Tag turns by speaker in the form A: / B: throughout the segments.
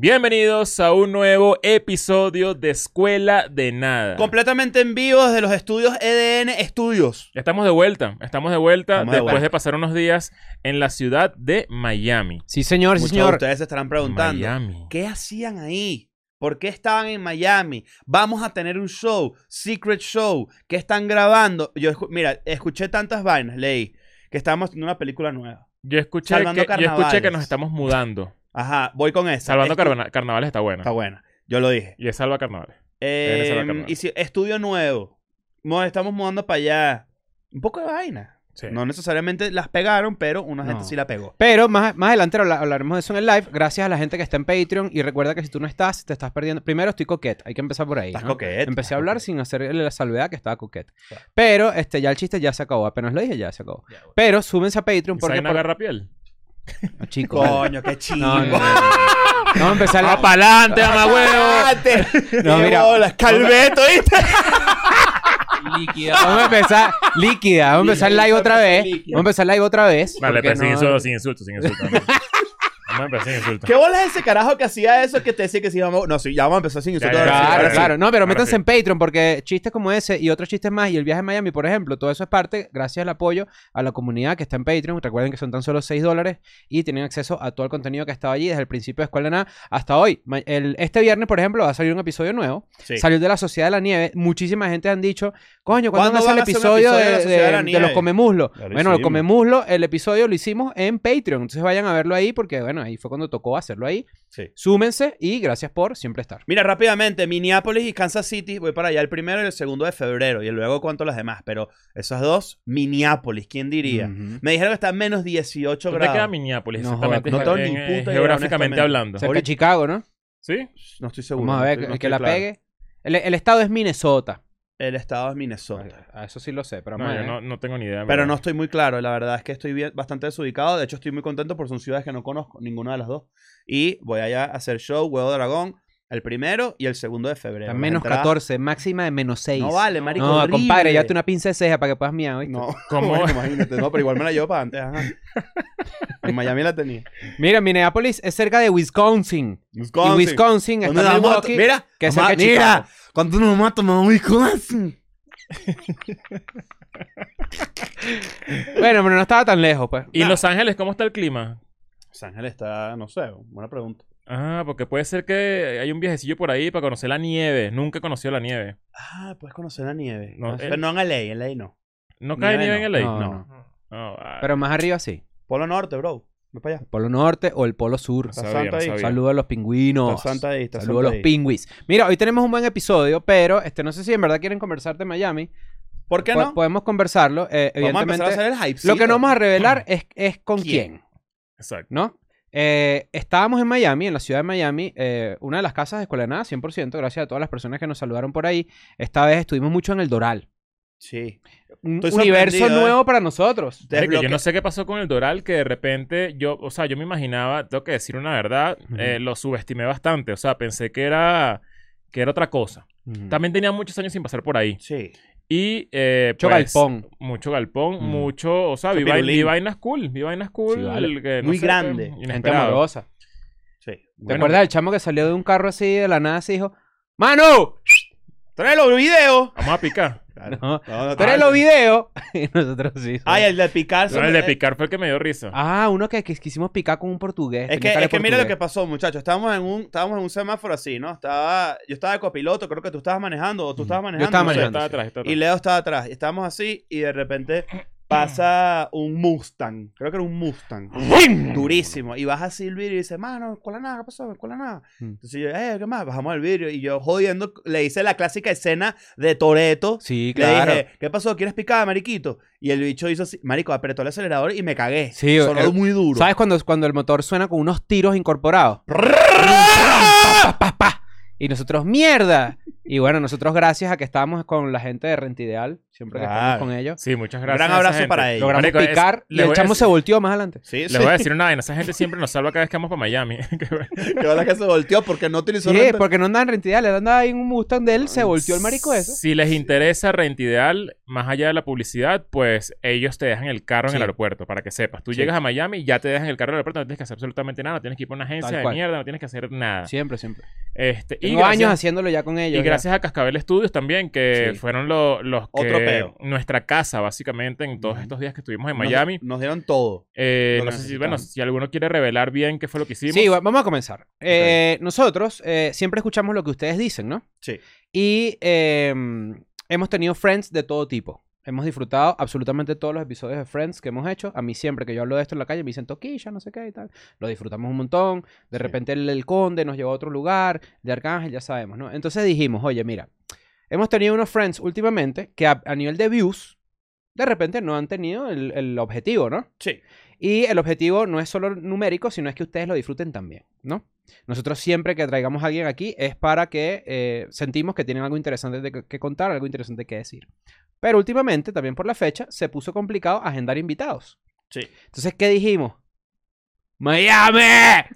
A: Bienvenidos a un nuevo episodio de Escuela de Nada.
B: Completamente en vivo desde los estudios EDN Studios.
A: Estamos de vuelta, estamos de vuelta
B: Estamos de
A: después de,
B: vuelta.
A: pasar unos días en la ciudad de Miami.
C: Sí, señor, sí,
B: Muchos de
C: señor.
B: ustedes se estarán preguntando,
A: Miami.
B: ¿qué hacían ahí? ¿Por qué estaban en Miami? Vamos a tener un show, Secret Show, ¿qué están grabando? Yo, escu- mira, escuché tantas vainas, leí, que estábamos en una película nueva.
A: Yo escuché,
B: Salvando
A: que, yo escuché que
B: carnavales.
A: nos estamos mudando.
B: Ajá, voy con esa.
A: Salvando
B: Estu-
A: carna- carnavales está buena.
B: Está buena, yo lo dije.
A: Y es salva carnavales.
B: Eh,
A: Esa es la carnal.
B: y si- estudio nuevo, Nos estamos mudando para allá. Un poco de vaina.
A: Sí.
B: No necesariamente las pegaron, pero una gente
C: No.
B: sí la pegó.
C: Pero más, más adelante habla- hablaremos de eso en el live. Gracias a la gente que está en Patreon. Y recuerda que si tú no estás, te estás perdiendo. Primero estoy coquete. Hay que empezar por ahí.
B: Estás
C: ¿no?
B: coquete.
C: Empecé a hablar sin hacer la salvedad que estaba coquete.
B: Claro.
C: Pero este, ya el chiste ya se acabó. Apenas lo dije, ya se acabó.
B: Ya, bueno.
C: Pero súbense a Patreon porque.
A: Porque
C: por-
A: agarra piel.
C: No, chicos. vale.
B: Coño, qué chingo.
C: No, no, no, no. Vamos a empezar
B: Ah,
C: la.
A: pa'lante, mamá
C: No, mira.
B: Hola, calveto, ¿viste?
C: Vamos a empezar líquida. Vamos a empezar live otra vez. Vamos a empezar live otra vez.
A: Vale,
C: porque
B: pues,
A: pero sin
C: no-
A: insultos, sin insultos, sin insultos. no. Vamos a empezar sin insultos.
B: ¿Qué bola es ese carajo que hacía eso que te decía que sí vamos? No, sí, ya vamos a empezar sin insultos.
A: Ya, ya,
B: ahora sí,
C: Claro,
B: ahora
C: claro,
B: sí.
C: No,
A: Ahora
C: pero métanse
A: sí.
C: en Patreon porque chistes como ese y otros chistes más y el viaje a Miami, por ejemplo, todo eso es parte gracias al apoyo a la comunidad que está en Patreon. Recuerden que son tan solo 6 dólares y tienen acceso a todo el contenido que ha estado allí desde el principio de Escuela de Nada hasta hoy. Ma- el- este viernes, por ejemplo, va a salir un episodio nuevo.
B: Sí.
C: Salió de la Sociedad de la Nieve. Muchísima gente han dicho, coño, ¿cuándo,
B: ¿Cuándo
C: van
B: van
C: a
B: a hacer
C: hacer el
B: un
C: episodio,
B: episodio de la
C: de,
B: Sociedad de la
C: de- de
B: Nieve?
C: los Comemuslo?
B: Ya lo
C: Bueno, el
B: hicimos.
C: Comemuslo, el episodio lo hicimos en Patreon. Entonces vayan a verlo ahí porque, bueno, ahí fue cuando tocó hacerlo ahí.
B: Sí.
C: Súmense y gracias por siempre estar.
B: Mira, rápidamente, Minneapolis y Kansas City, voy para allá el primero y el segundo de febrero, y luego cuento las demás, pero esas dos, Minneapolis, ¿quién diría?
C: Ujú.
B: Me dijeron que está a menos 18
A: ¿Dónde queda
B: grados.
A: Minneapolis?
C: No,
A: exactamente,
B: joda, no tengo
A: en-
B: ni
A: eh,
B: puta idea,
A: geográficamente
B: honestamente.
A: hablando.
C: Cerca
B: Ahorita-
C: de Chicago, ¿no?
A: ¿Sí?
B: No estoy seguro.
C: Vamos a
B: no
C: ver,
B: estoy- no
C: que- que
B: estoy
C: la
B: claro.
C: pegue. El, el estado es Minnesota.
B: El estado es Minnesota.
C: A eso sí lo sé, pero
A: No, yo no, no tengo ni idea.
B: eh. Pero
A: ¿verdad?
B: no estoy muy claro, la verdad es que estoy bien- bastante desubicado. De hecho, estoy muy contento porque son ciudades que no conozco, ninguna de las dos. Y voy allá a hacer show, Huevo Dragón, el primero y el segundo de febrero. Las
C: menos
B: entradas-
C: 14, máxima de menos 6.
B: No vale, marico.
C: No,
B: horrible.
C: compadre, llévate una pinza de ceja para que puedas miar. ¿oíste?
B: No,
A: ¿Cómo?
B: bueno, imagínate. No, pero igual me la llevo para antes. ajá. En Miami la tenía.
C: Mira, Minneapolis es cerca de Wisconsin.
B: Wisconsin.
C: Y Wisconsin está
B: ¿Dónde
C: en
B: vamos a-
C: Milwaukee.
B: Mira,
C: que es
B: mamá,
C: cerca de
B: mira,
C: Chicago.
B: cuando nos vamos a tomar Wisconsin?
C: Bueno, pero no estaba tan lejos, pues.
A: ¿Y en Los Ángeles cómo está el clima?
B: Los Ángeles está, no sé, buena pregunta.
A: Ah, porque puede ser que hay un viajecillo por ahí para conocer la nieve. Nunca conoció la nieve.
B: Ah, puedes conocer la nieve.
A: No,
B: pero
A: él-
B: no en LA, en LA no.
A: ¿No cae
B: Nieve
A: nieve,
B: no.
A: en LA?
C: No,
B: no.
A: No, ah,
C: Pero más arriba sí.
B: Polo Norte, bro. Ve para allá.
C: El Polo Norte o el Polo Sur.
B: Está
A: sabía,
B: Santa
A: no
B: ahí.
A: sabía.
C: Saludos a los pingüinos.
B: Está Santa ahí, está
C: Saludos a
B: Santa
C: los
B: ahí.
C: pingüis. Mira, hoy tenemos un buen episodio, pero este no sé si en verdad quieren conversar de Miami.
B: ¿Por qué
C: Po-
B: no?
C: Podemos conversarlo. eh,
B: Vamos a
C: Pues, evidentemente.
B: empezar a hacer el hype.
C: Lo que no vamos a revelar es, es con
B: ¿Quién?
C: quién,
A: Exacto.
C: ¿no? Eh, estábamos en Miami, en la ciudad de Miami, eh, una de las casas de Escuela de Nada, 100%, gracias a todas las personas que nos saludaron por ahí. Esta vez estuvimos mucho en el Doral.
B: Sí.
C: Un
B: Estoy
C: universo
B: sorprendido, ¿eh?
C: nuevo para nosotros.
A: Marico,
B: Desbloque-
A: yo no sé qué pasó con el Doral, que de repente yo, o sea, yo me imaginaba, tengo que decir una verdad,
C: Ujú.
A: eh, lo subestimé bastante. O sea, pensé que era, que era otra cosa. También tenía muchos años sin pasar por ahí.
B: Sí.
A: Y, eh,
C: Mucho
A: pues,
C: galpón.
A: Mucho galpón,
C: Mm.
A: mucho, o sea,
B: Mucho
A: vi, vai-
B: pirulín.
A: vi vainas cool, vi vainas cool.
C: Sí, vale.
A: el que no
B: Muy
A: sé,
B: grande.
A: pues,
C: Gente
A: inesperado.
C: amorosa. ¿Te
B: Sí.
A: Bueno.
C: acuerdas del chamo que salió de un carro así de la nada y dijo: ¡Manu!
B: Trae los videos.
A: Vamos a picar.
C: No.
B: no,
C: ¡Pero los videos! Ah, y nosotros sí.
B: Ay, el de picar.
A: No, el de picar fue el que me dio risa.
C: Ah, uno que, que quisimos picar con un portugués.
B: Es que,
C: tenía cara de
B: es que mira lo que
C: portugués.
B: pasó, muchachos. Estábamos en un, estábamos en un semáforo así, ¿no? Estaba, yo estaba de copiloto, creo que tú estabas manejando o tú estabas
C: Yo
B: manejando.
C: estaba
B: no sé.
A: Yo
C: manejando,
A: estaba
C: sí.
A: atrás, yo estaba atrás.
B: Y Leo estaba atrás. Y Estábamos así y de repente pasa un Mustang. Creo que era un Mustang. Durísimo. Y baja así el vidrio y dice, mano, ¿cuál es nada? ¿Qué pasó? ¿Cuál es nada?
C: Mm.
B: Entonces yo, eh, ¿qué más? Bajamos el vidrio. Y yo jodiendo, le hice la clásica escena de Toreto.
C: Sí,
B: Le
C: claro.
B: dije, ¿qué pasó? ¿Quieres picar, mariquito? Y el bicho hizo así, marico, apretó el acelerador y me cagué.
C: Sí,
B: Sonó
C: el-
B: muy duro.
C: ¿Sabes cuando, cuando el motor suena con unos tiros incorporados? Y nosotros, ¡mierda! Y bueno, nosotros gracias a que estábamos con la gente de Rent Ideal, siempre que
B: Claro.
C: estamos con ellos,
A: Sí, muchas
B: Un
A: gracias.
B: gran
A: a esa
B: abrazo
A: gente.
B: para ellos.
C: logramos
A: Marico, es-
C: picar y
A: le
C: el
A: voy a
C: chamo
A: decir-
C: se volteó más adelante.
B: Sí,
A: Les voy a decir una vaina. Esa gente siempre nos salva cada vez que vamos para Miami.
B: que ahora que se volteó porque no utilizó
C: Sí,
B: Rent-
C: porque no andaba en Rent Ideal, él andaba ahí en un Mustang de él, se volteó el marico ese.
A: Si les interesa Rent Ideal, más allá de la publicidad, pues ellos te dejan el carro en el
C: Sí.
A: aeropuerto, para que sepas. Tú
C: Sí.
A: llegas a Miami y ya te dejan el carro en el aeropuerto, no tienes que hacer absolutamente nada, no tienes que ir a una agencia
C: Tal
A: de
C: cual.
A: mierda, no tienes que hacer nada.
C: Siempre, siempre.
A: Este, y
C: Tengo
A: gracias-
C: años haciéndolo ya con ellos.
A: Y gracias
C: ya.
A: a Cascabel Studios también, que
C: Sí.
A: fueron lo- los que...
B: Otro peo.
A: Nuestra casa, básicamente, en todos
B: Ujú.
A: estos días que estuvimos en
B: Nos-
A: Miami.
B: Nos, dieron todo.
A: Eh,
B: lo
A: no
B: que
A: sé si,
B: necesitamos.
A: bueno, si alguno quiere revelar bien qué fue lo que hicimos.
C: Sí, va- vamos a comenzar. Eh, nosotros eh, siempre escuchamos lo que ustedes dicen, ¿no?
B: Sí.
C: Y eh, hemos tenido Friends de todo tipo. Hemos disfrutado absolutamente todos los episodios de Friends que hemos hecho. A mí siempre que yo hablo de esto en la calle me dicen toquilla, no sé qué y tal. Lo disfrutamos un montón. De
B: Sí.
C: repente el, el conde nos llevó a otro lugar. De Arcángel, ya sabemos, ¿no? Entonces dijimos, oye, mira, hemos tenido unos Friends últimamente que a, a nivel de views, de repente no han tenido el, el objetivo, ¿no?
B: Sí.
C: Y el objetivo no es solo numérico, sino es que ustedes lo disfruten también, ¿no? Nosotros siempre que traigamos a alguien aquí es para que eh, sentimos que tienen algo interesante de que, que contar, algo interesante que decir. Pero últimamente, también por la fecha, se puso complicado agendar invitados.
B: Sí.
C: Entonces, ¿qué dijimos? ¡Miami!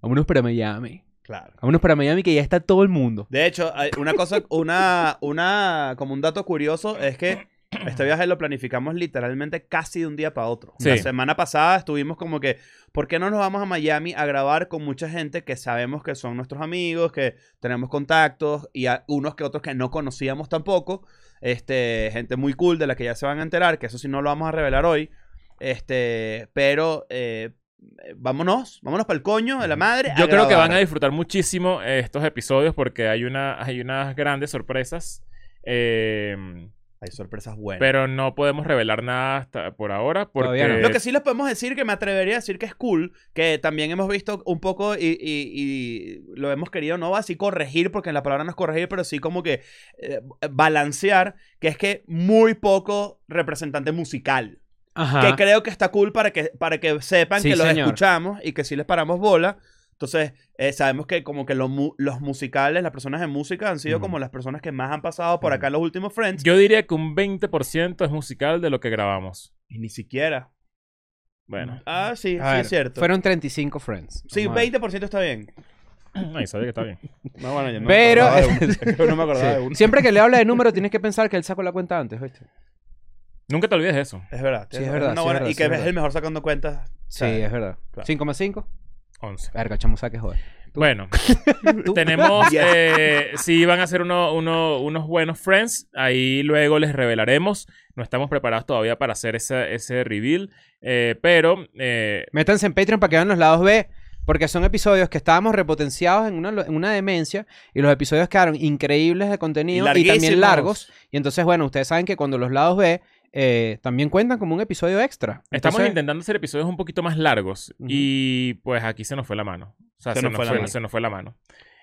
C: Vámonos para Miami.
B: Claro.
C: Vámonos para Miami que ya está todo el mundo.
B: De hecho, hay una cosa, una, una, como un dato curioso es que este viaje lo planificamos literalmente casi de un día para otro.
A: Sí.
B: La semana pasada estuvimos como que, ¿por qué no nos vamos a Miami a grabar con mucha gente que sabemos que son nuestros amigos, que tenemos contactos y a- unos que otros que no conocíamos tampoco? Este, gente muy cool de la que ya se van a enterar, que eso sí no lo vamos a revelar hoy. Este, pero eh, vámonos, vámonos para el coño de la madre.
A: Yo creo que van a
B: grabar.
A: disfrutar muchísimo eh, estos episodios porque hay, una, hay unas grandes sorpresas. eh,
B: Hay sorpresas buenas.
A: pero no podemos revelar nada hasta por ahora porque
C: Todavía no.
B: Lo que sí les podemos decir, que me atrevería a decir que es cool, que también hemos visto un poco y, y- y lo hemos querido, no así corregir, porque la palabra no es corregir, pero sí como que eh, balancear, que es que muy poco representante musical.
C: Ajá.
B: Que creo que está cool para que, para que sepan
C: Sí,
B: que los
C: señor.
B: escuchamos y que sí les paramos bola. Entonces, eh, sabemos que como que lo mu- los musicales, las personas de música han sido
C: Mm.
A: Ujú.
B: como las personas que más han pasado por acá en los últimos Friends.
A: yo diría que un 20% es musical de lo que grabamos.
B: Y ni siquiera.
A: Bueno,
B: Ah, sí,
C: A
B: sí
C: ver,
B: es cierto.
C: Fueron 35 Friends.
B: Sí,
C: Vamos a ver.
B: 20% está bien.
A: ahí sabía que está bien.
B: No, bueno, yo no
C: Pero-
B: me acordaba de uno. Yo no me acordaba de
C: Sí.
B: uno.
C: Siempre que le habla de número, tienes que pensar que él sacó la cuenta antes, ¿viste?
A: Nunca te olvides de eso.
B: Es verdad.
C: Sí,
B: tienes
C: es
B: razón.
C: verdad,
B: No,
C: sí, es
B: bueno,
C: verdad,
B: y
C: sí,
B: que
C: es
B: es
C: verdad.
B: el mejor sacando cuentas.
C: Sí,
B: ¿sabes?
C: es verdad.
B: Claro.
C: 5,5.
A: 11.
C: Verga, chamo, saque joder.
A: Bueno,
C: Tú.
A: tenemos,
B: Yes.
A: eh, si van a ser uno, uno- unos buenos friends, ahí luego les revelaremos. No estamos preparados todavía para hacer ese, ese reveal, eh, pero eh,
C: Métanse en Patreon para que vean los lados B, porque son episodios que estábamos repotenciados en una, en una demencia y los episodios quedaron increíbles de contenido y
B: Larguísimos.
C: también largos. Y entonces, bueno, ustedes saben que cuando los lados B eh, también cuentan como un episodio extra.
A: estamos
C: Entonces,
A: intentando hacer episodios un poquito más largos
C: Ujú.
A: y pues aquí se nos fue la mano. O sea, se, nos, fue,
B: la mano.
A: se nos fue la mano.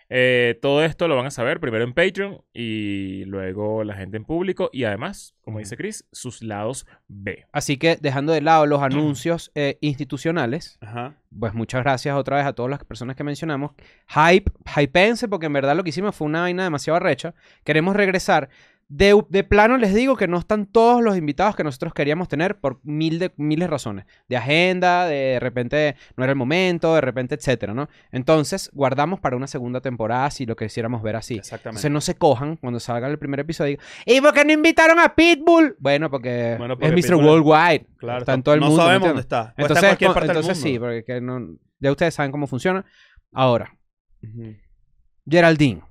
A: Eh, todo esto lo van a saber primero en Patreon y luego la gente en público y además, como dice Chris, sus lados B.
C: Así que dejando de lado los anuncios eh, institucionales,
B: Ajá.
C: pues muchas gracias otra vez a todas las personas que mencionamos. Hype, hypense, porque en verdad lo que hicimos fue una vaina demasiado recha. Queremos regresar. De, de plano les digo que no están todos los invitados que nosotros queríamos tener por mil de, miles de razones. De agenda, de, repente no era el momento, de repente, etcétera, ¿no? Entonces, guardamos para una segunda temporada si lo quisiéramos ver así.
B: Exactamente.
C: Entonces no se cojan cuando salga el primer episodio. y digan, ¿Y por qué no invitaron a Pitbull? Bueno, porque,
B: Bueno, porque
C: es Mr.
B: Pitbull-
C: Worldwide. Está en todo el
B: no
C: mundo. ¿me
B: sabemos dónde
C: entiendes?
B: está. Puede
C: Entonces,
B: estar en cualquier
C: con-
B: parte
C: entonces sí,
B: del mundo.
C: porque que no- ya ustedes saben cómo funciona. Ahora,
B: Sí,
C: Geraldine.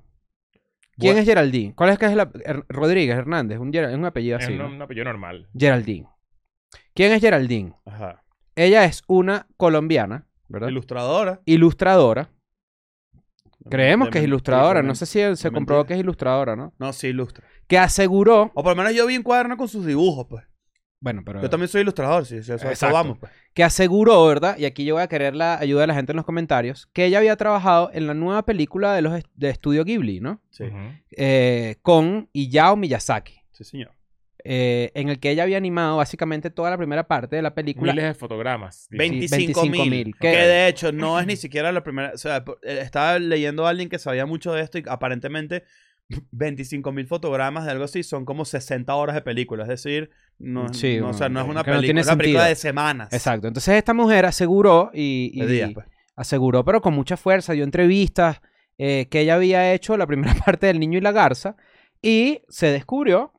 C: ¿Quién
B: Bueno.
C: es Geraldine? ¿Cuál es que es la Her- Rodríguez Hernández? Un, Gera- es un apellido
A: Es
C: así.
A: un,
C: ¿no?
A: un apellido normal.
C: Geraldine. ¿Quién es Geraldine?
B: Ajá.
C: Ella es una colombiana, ¿verdad?
B: Ilustradora.
C: ilustradora. Creemos
B: De
C: que es
B: men-
C: ilustradora.
B: de
C: No
B: men-
C: sé si él se
B: de
C: comprobó
B: mentira.
C: que es ilustradora, ¿no?
B: No, sí ilustra.
C: Que aseguró.
B: O por lo menos yo vi un cuaderno con sus dibujos, pues.
C: Bueno, pero.
B: Yo también soy ilustrador, sí. sí, eso, eso
C: Exacto.
B: vamos, pues.
C: que aseguró, ¿verdad? Y aquí yo voy a querer la ayuda de la gente en los comentarios, que ella había trabajado en la nueva película de los est- de estudio Ghibli, ¿no?
B: Sí,
A: Ujú.
C: Eh, con Hayao Miyazaki,
B: sí, señor.
C: eh, en el que ella había animado básicamente toda la primera parte de la película.
A: Miles de fotogramas. dice.
B: 25 mil.
C: 25.000,
B: Que
C: que-
B: de hecho no es ni siquiera la primera. O sea, por- eh, estaba leyendo a alguien que sabía mucho de esto y aparentemente 25 mil fotogramas de algo así son como 60 horas de película. Es decir, no, es-
C: Mm, Sí,
B: no, o sea, no es
C: no,
B: una
C: que no
B: película,
C: tiene
B: es una película
C: sentido.
B: de semanas.
C: Exacto. Entonces esta mujer aseguró y, y-
B: De días, pues.
C: aseguró, pero con mucha fuerza, dio entrevistas eh, que ella había hecho la primera parte del niño y la garza y se descubrió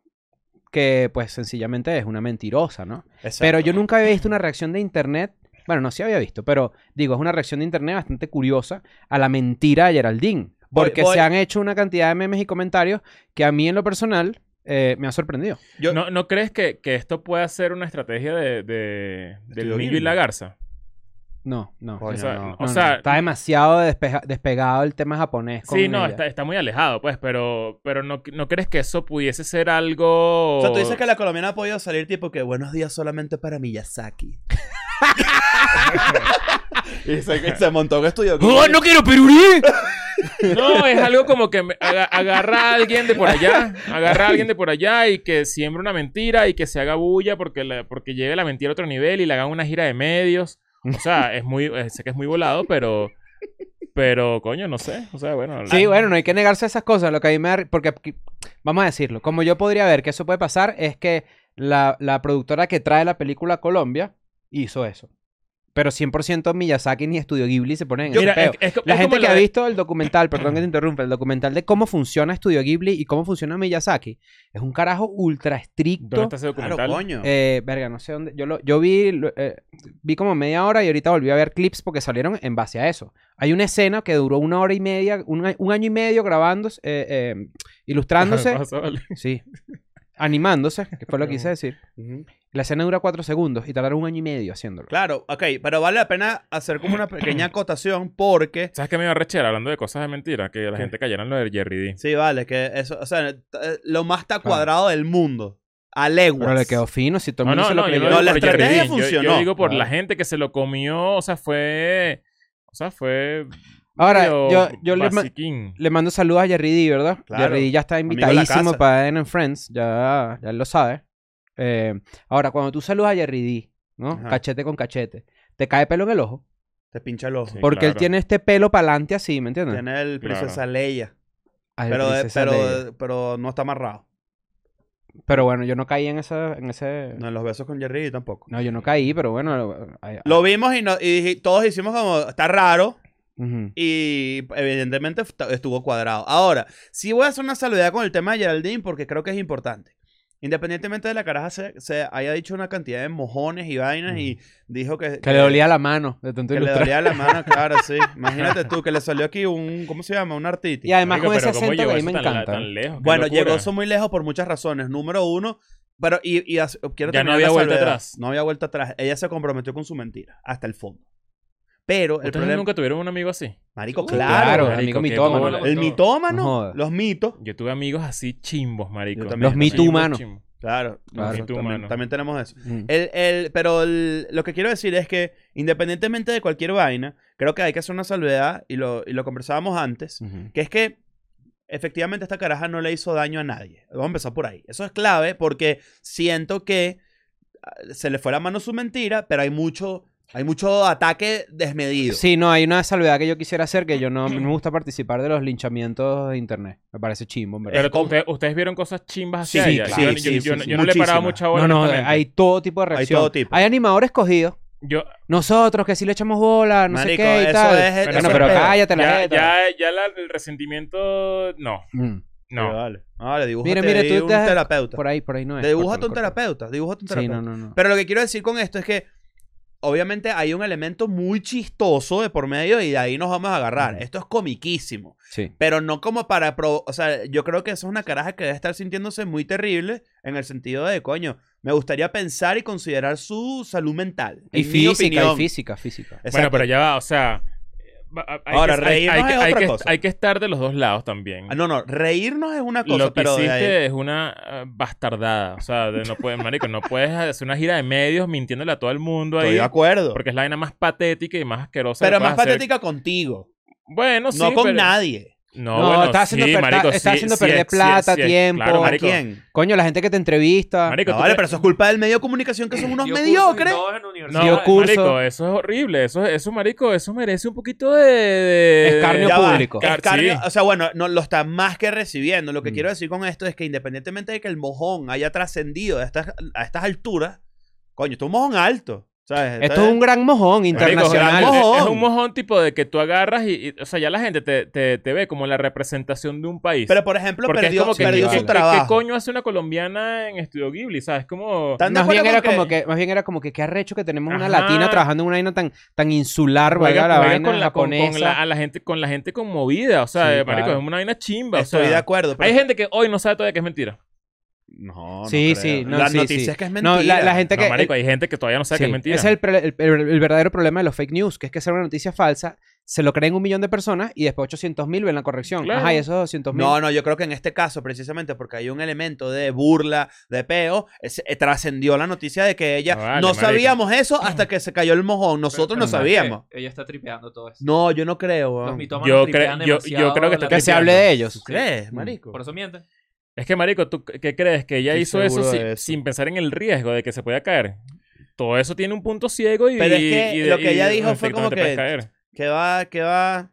C: que pues sencillamente es una mentirosa, ¿no?
B: Exacto.
C: Pero yo nunca había visto una reacción de internet. Bueno, no sí había visto, pero digo, es una reacción de internet bastante curiosa a la mentira de Geraldine.
B: Voy-
C: Porque
B: voy-
C: se han hecho una cantidad de memes y comentarios que a mí en lo personal eh, me ha sorprendido.
B: Yo-
A: ¿No, no crees que, que esto pueda ser una estrategia de, de- del
B: Estudio
A: niño y
B: Ghibli.
A: la garza?
C: No, no.
B: Coño,
A: o sea,
B: no.
A: o
C: No, no,
A: sea,
C: está demasiado despeja- despegado el tema japonés. con
A: sí, no,
C: ella.
A: está, está muy alejado, pues, pero, pero no, no crees que eso pudiese ser algo...
B: O sea, tú dices que la colombiana ha podido salir tipo que buenos días solamente para Miyazaki. y se,
A: Ah,
B: se montó un estudio.
C: ¡Oh, no quiero perurí!
A: No, es algo como que me- aga- agarra a alguien de por allá, agarra a alguien de por allá y que siembre una mentira y que se haga bulla porque, la- porque lleve la mentira a otro nivel y le hagan una gira de medios. O sea, es muy, eh, sé que es muy volado, pero, pero coño, no sé. O sea, bueno.
C: Sí,
A: la-
C: bueno, no hay que negarse a esas cosas. Lo que a mí me da ri- Porque, aquí- vamos a decirlo, como yo podría ver que eso puede pasar, es que la, la productora que trae la película a Colombia hizo eso. Pero 100% Miyazaki ni Estudio Ghibli se ponen en ese
A: Mira,
C: peo.
A: es- es co-
C: La
A: es
C: gente
A: como
C: que
A: lo
C: ha
A: de-
C: visto el documental, perdón que te interrumpa, el documental de cómo funciona Estudio Ghibli y cómo funciona Miyazaki, es un carajo ultra
A: ¿Dónde
C: estricto.
A: está ese
B: Claro,
A: documental?
B: coño.
C: Eh, verga, no sé dónde. Yo, lo, yo vi, lo- eh, vi como media hora y ahorita volví a ver clips porque salieron en base a eso. Hay una escena que duró una hora y media, un, a- un año y medio grabándose, eh, eh, ilustrándose,
A: Pasa, vale.
C: sí, animándose, que fue lo que quise decir.
B: Ujú.
C: La escena dura cuatro segundos y tardaron un año y medio haciéndolo.
B: Claro, ok, pero vale la pena hacer como una pequeña
C: Eh,
B: acotación porque
A: ¿Sabes qué me iba a rechera hablando de cosas de mentira? Que la
B: ¿Qué?
A: gente cayera en lo de Jerry D.
B: Sí, vale, que eso, o sea, t- eh, lo más está cuadrado del mundo. A leguas.
C: Pero le quedó fino, si todo el
A: No, Ah, no,
C: mundo se lo
A: no, yo
C: creyó.
A: no digo
B: No, la
A: por Jerry
B: estrategia
A: Dean, yo- Yo,
B: funcionó.
A: digo por
C: Claro.
A: la gente que se lo comió, o sea, fue... O sea, fue...
C: Ahora,
A: medio
C: yo, yo le, ma-
A: basiquín.
C: le mando saludos a Jerry D, ¿verdad?
B: Claro.
C: Jerry D ya está
B: Amigo de la
C: invitadísimo
B: casa.
C: para Den and Friends, ya, ya él lo sabe. Eh, ahora, cuando tú saludas a Jerry D, ¿no?
B: Ajá.
C: Cachete con cachete, te cae pelo en el ojo.
B: Te pincha el ojo.
A: Sí,
C: Porque él
A: claro.
C: tiene este pelo pa'lante así, ¿me entiendes?
B: Tiene el
A: Claro.
B: princesa Leia.
C: Ay,
B: Pero, eh,
C: princesa
B: pero,
C: Leia.
B: eh, pero no está amarrado.
C: Pero bueno, yo no caí en, esa, en ese... No.
B: No, en los besos con Jerry tampoco.
C: yo no caí, pero bueno... lo- ay-
B: Lo vimos y, no- y dij- todos hicimos como, está raro.
C: Ujú.
B: Y evidentemente esta- estuvo cuadrado. Ahora, sí voy a hacer una salvedad con el tema de Geraldine porque creo que es importante. Independientemente de la caraja se, se haya dicho una cantidad de mojones y vainas y dijo que...
C: Que le dolía la mano de tanto
B: Que le
C: ilustrar.
B: dolía la mano, claro, sí. Imagínate tú, que le salió aquí un... ¿Cómo se llama? Un artista.
C: Y además
A: Marico,
C: con ese
A: pero ¿cómo
C: acento que
A: llegó
C: a mí
A: eso
C: me
A: tan la-
C: encanta.
A: tan lejos? Qué
B: Bueno,
A: locura.
B: llegó eso muy lejos por muchas razones. Número uno, pero y, y as- quiero
A: Ya no
B: terminar
A: había
B: la
A: vuelta
B: salvedad.
A: atrás.
B: No había vuelta atrás. Ella se comprometió con su mentira hasta el fondo. Pero el
A: ¿Ustedes
B: problema,
A: nunca tuvieron un amigo así?
B: marico,
D: Sí,
B: claro,
C: claro. amigo
A: qué
C: mitómano.
A: bola.
B: el mitómano,
C: No joda.
B: los mitos,
A: Yo tuve amigos así chimbos, marico.
B: Yo también, Los
C: Me Too
A: Chimbos,
C: humanos.
A: chimbos.
B: claro,
C: Claro.
B: nosotros
A: Tú,
B: también,
A: mano.
B: también tenemos eso.
C: Mm.
B: El, el- pero el- lo que quiero decir es que independientemente de cualquier vaina, creo que hay que hacer una salvedad y lo, y lo conversábamos antes.
C: Ujú.
B: Que es que efectivamente esta caraja no le hizo daño a nadie. Vamos a empezar por ahí. Eso es clave porque siento que ah, se le fue la mano su mentira, pero hay mucho, hay mucho ataque desmedido.
C: Sí, no, hay una salvedad que yo quisiera hacer que yo no no me gusta participar de los linchamientos de internet. Me parece chimbo, en verdad.
A: Pero ustedes, ustedes vieron cosas chimbas
B: Sí,
A: hacia ella.
B: claro.
A: Yo-
B: Sí,
A: yo,
B: sí,
A: yo-
B: sí, sí.
A: yo no le he parado mucha
B: Muchísimas.
A: bola.
C: No, no,
A: honestamente.
C: hay todo tipo de
B: Hay
C: reacción. Hay,
B: todo tipo.
C: animadores cogidos.
A: Yo,
C: Nosotros que sí le echamos bola, no
B: Marico,
C: sé qué
B: eso
C: y tal.
B: es-
C: bueno,
A: eso es
C: pero
B: peor.
C: cállate la
A: ya,
C: jeta.
A: ya, ya la- el resentimiento. No,
C: Mm,
B: Pero
A: no.
B: Vale, vale, dibújate
C: Mira, mira,
B: ahí
C: tú
B: un
C: te has-
B: terapeuta.
C: Por ahí, por ahí no es.
B: Dibújate un
C: Córtalo,
B: terapeuta, dibújate un
C: córtalo. Sí,
B: terapeuta.
C: no, no, no.
B: Pero lo que quiero decir con esto es que obviamente hay un elemento muy chistoso de por medio y de ahí nos vamos a agarrar.
C: Ujú.
B: Esto es comiquísimo.
C: Sí.
B: Pero no como para... pro- o sea, yo creo que eso es una caraja que debe estar sintiéndose muy terrible en el sentido de, coño, me gustaría pensar y considerar su salud mental.
C: Y
B: en mi
C: física, y
B: opinión.
C: física, física.
A: Bueno,
B: Exacto.
A: pero ya va, o sea. va- Hay
B: Ahora,
A: que, hay,
B: reírnos
A: hay que-
B: es
A: hay
B: otra
A: que-
B: cosa.
A: hay que estar de los dos lados también.
B: Ah, No, no, reírnos es una cosa,
A: Lo que
B: pero de ahí-
A: hiciste es una ah, bastardada. O sea, de- no puedes, marico, no puedes hacer una gira de medios mintiéndole a todo el mundo
B: estoy
A: ahí.
B: de acuerdo.
A: Porque es la vaina más patética y más asquerosa. que
B: pero más
A: puedes hacer.
B: patética contigo,
A: Bueno, sí.
B: no con
A: pero-
B: nadie.
A: No,
C: No,
A: bueno,
C: está haciendo
A: sí,
C: per-
A: marico,
C: está
A: sí,
C: haciendo
A: sí,
C: perder
A: sí,
C: plata,
A: sí,
C: tiempo.
A: Claro,
B: ¿A
A: marico.
B: quién?
C: Coño, la gente que te entrevista.
A: Marico,
B: No,
A: tú
B: vale,
A: te-
B: pero eso es culpa del medio de comunicación que son unos
D: Dio cursos y
B: mediocres.
D: todo en
A: No,
D: universidades.
C: Dio cursos.
A: marico, eso es horrible. Eso, eso, marico, eso merece un poquito de... de-
C: Escarnio
A: Ya
B: va.
C: público.
A: Car-
B: Escarnio-
A: sí.
B: O sea, bueno, no, lo está más que recibiendo. Lo que
C: Mm.
B: quiero decir con esto es que independientemente de que el mojón haya trascendido a estas, a estas alturas, coño, esto es un mojón alto. ¿sabes?
C: Esto es un gran mojón
A: Marico,
C: internacional.
A: es-
B: gran mojón.
A: Es, un mojón tipo de que tú agarras y, y- o sea, ya la gente te, te- te ve como la representación de un país.
B: Pero, por ejemplo,
A: Porque
B: perdió,
A: es como que,
B: perdió
A: ¿qué-
B: su
A: qué-
B: trabajo.
A: ¿qué coño hace una colombiana en Estudio Ghibli? ¿Sabes? Como...
B: ¿Están de
C: más bien
B: acuerdo
C: era
B: con
C: como que más bien era como que qué arrecho que tenemos una
A: Ajá.
C: latina trabajando en una vaina tan tan insular
A: juega-
C: valga la
A: juega
C: vaina
A: con la- con- con
C: japonesa
A: la- a la gente con la gente conmovida. O sea,
C: Sí,
A: eh, marico,
C: claro.
A: es una vaina chimba. o
B: Estoy
A: sea,
B: de acuerdo. pero-
A: hay gente que hoy no sabe todavía que es mentira.
B: No, no
C: Sí,
B: creo.
C: sí, no,
B: La
C: sí,
B: noticia
C: sí.
B: es que es mentira.
C: no la, la gente
A: No,
C: que eh,
A: marico, hay gente que todavía no sabe
C: sí,
A: que es mentira.
C: ese es el, pre- el- el- el verdadero problema de los fake news que es que ser una noticia falsa se lo creen un millón de personas y después 800 mil ven la corrección
A: Claro.
C: ajá y esos 200 mil
B: No, no, yo creo que en este caso, precisamente porque hay un elemento de burla, de peo, es- eh, trascendió la noticia de que ella.
A: No vale,
B: no
A: marico.
B: sabíamos eso hasta
C: Mm.
B: que se cayó el mojón. Nosotros
D: Pero-
B: no
D: pero
B: sabíamos.
D: es que Ella está tripeando todo eso.
B: No, yo no creo.
D: Los
B: weón.
D: mitómanos
A: Yo
D: tripean
A: cre- yo-
D: demasiado
A: yo creo que
D: la-
A: está
C: que se
A: tripeando.
C: hable de ellos
B: ¿Crees,
C: Mm.
B: marico?
D: Por eso mienten.
A: Es que, marico, ¿tú qué crees? ¿Que ella hizo
B: Estoy
A: eso,
B: seguro
A: si-
B: de eso.
A: sin pensar en el riesgo de que se pueda caer? Todo eso tiene un punto ciego y...
B: Pero es que
A: y de-
B: lo que
A: y
B: ella dijo fue
A: efectivamente
B: como que-
A: puedes caer.
B: ¿Qué va? ¿Qué va?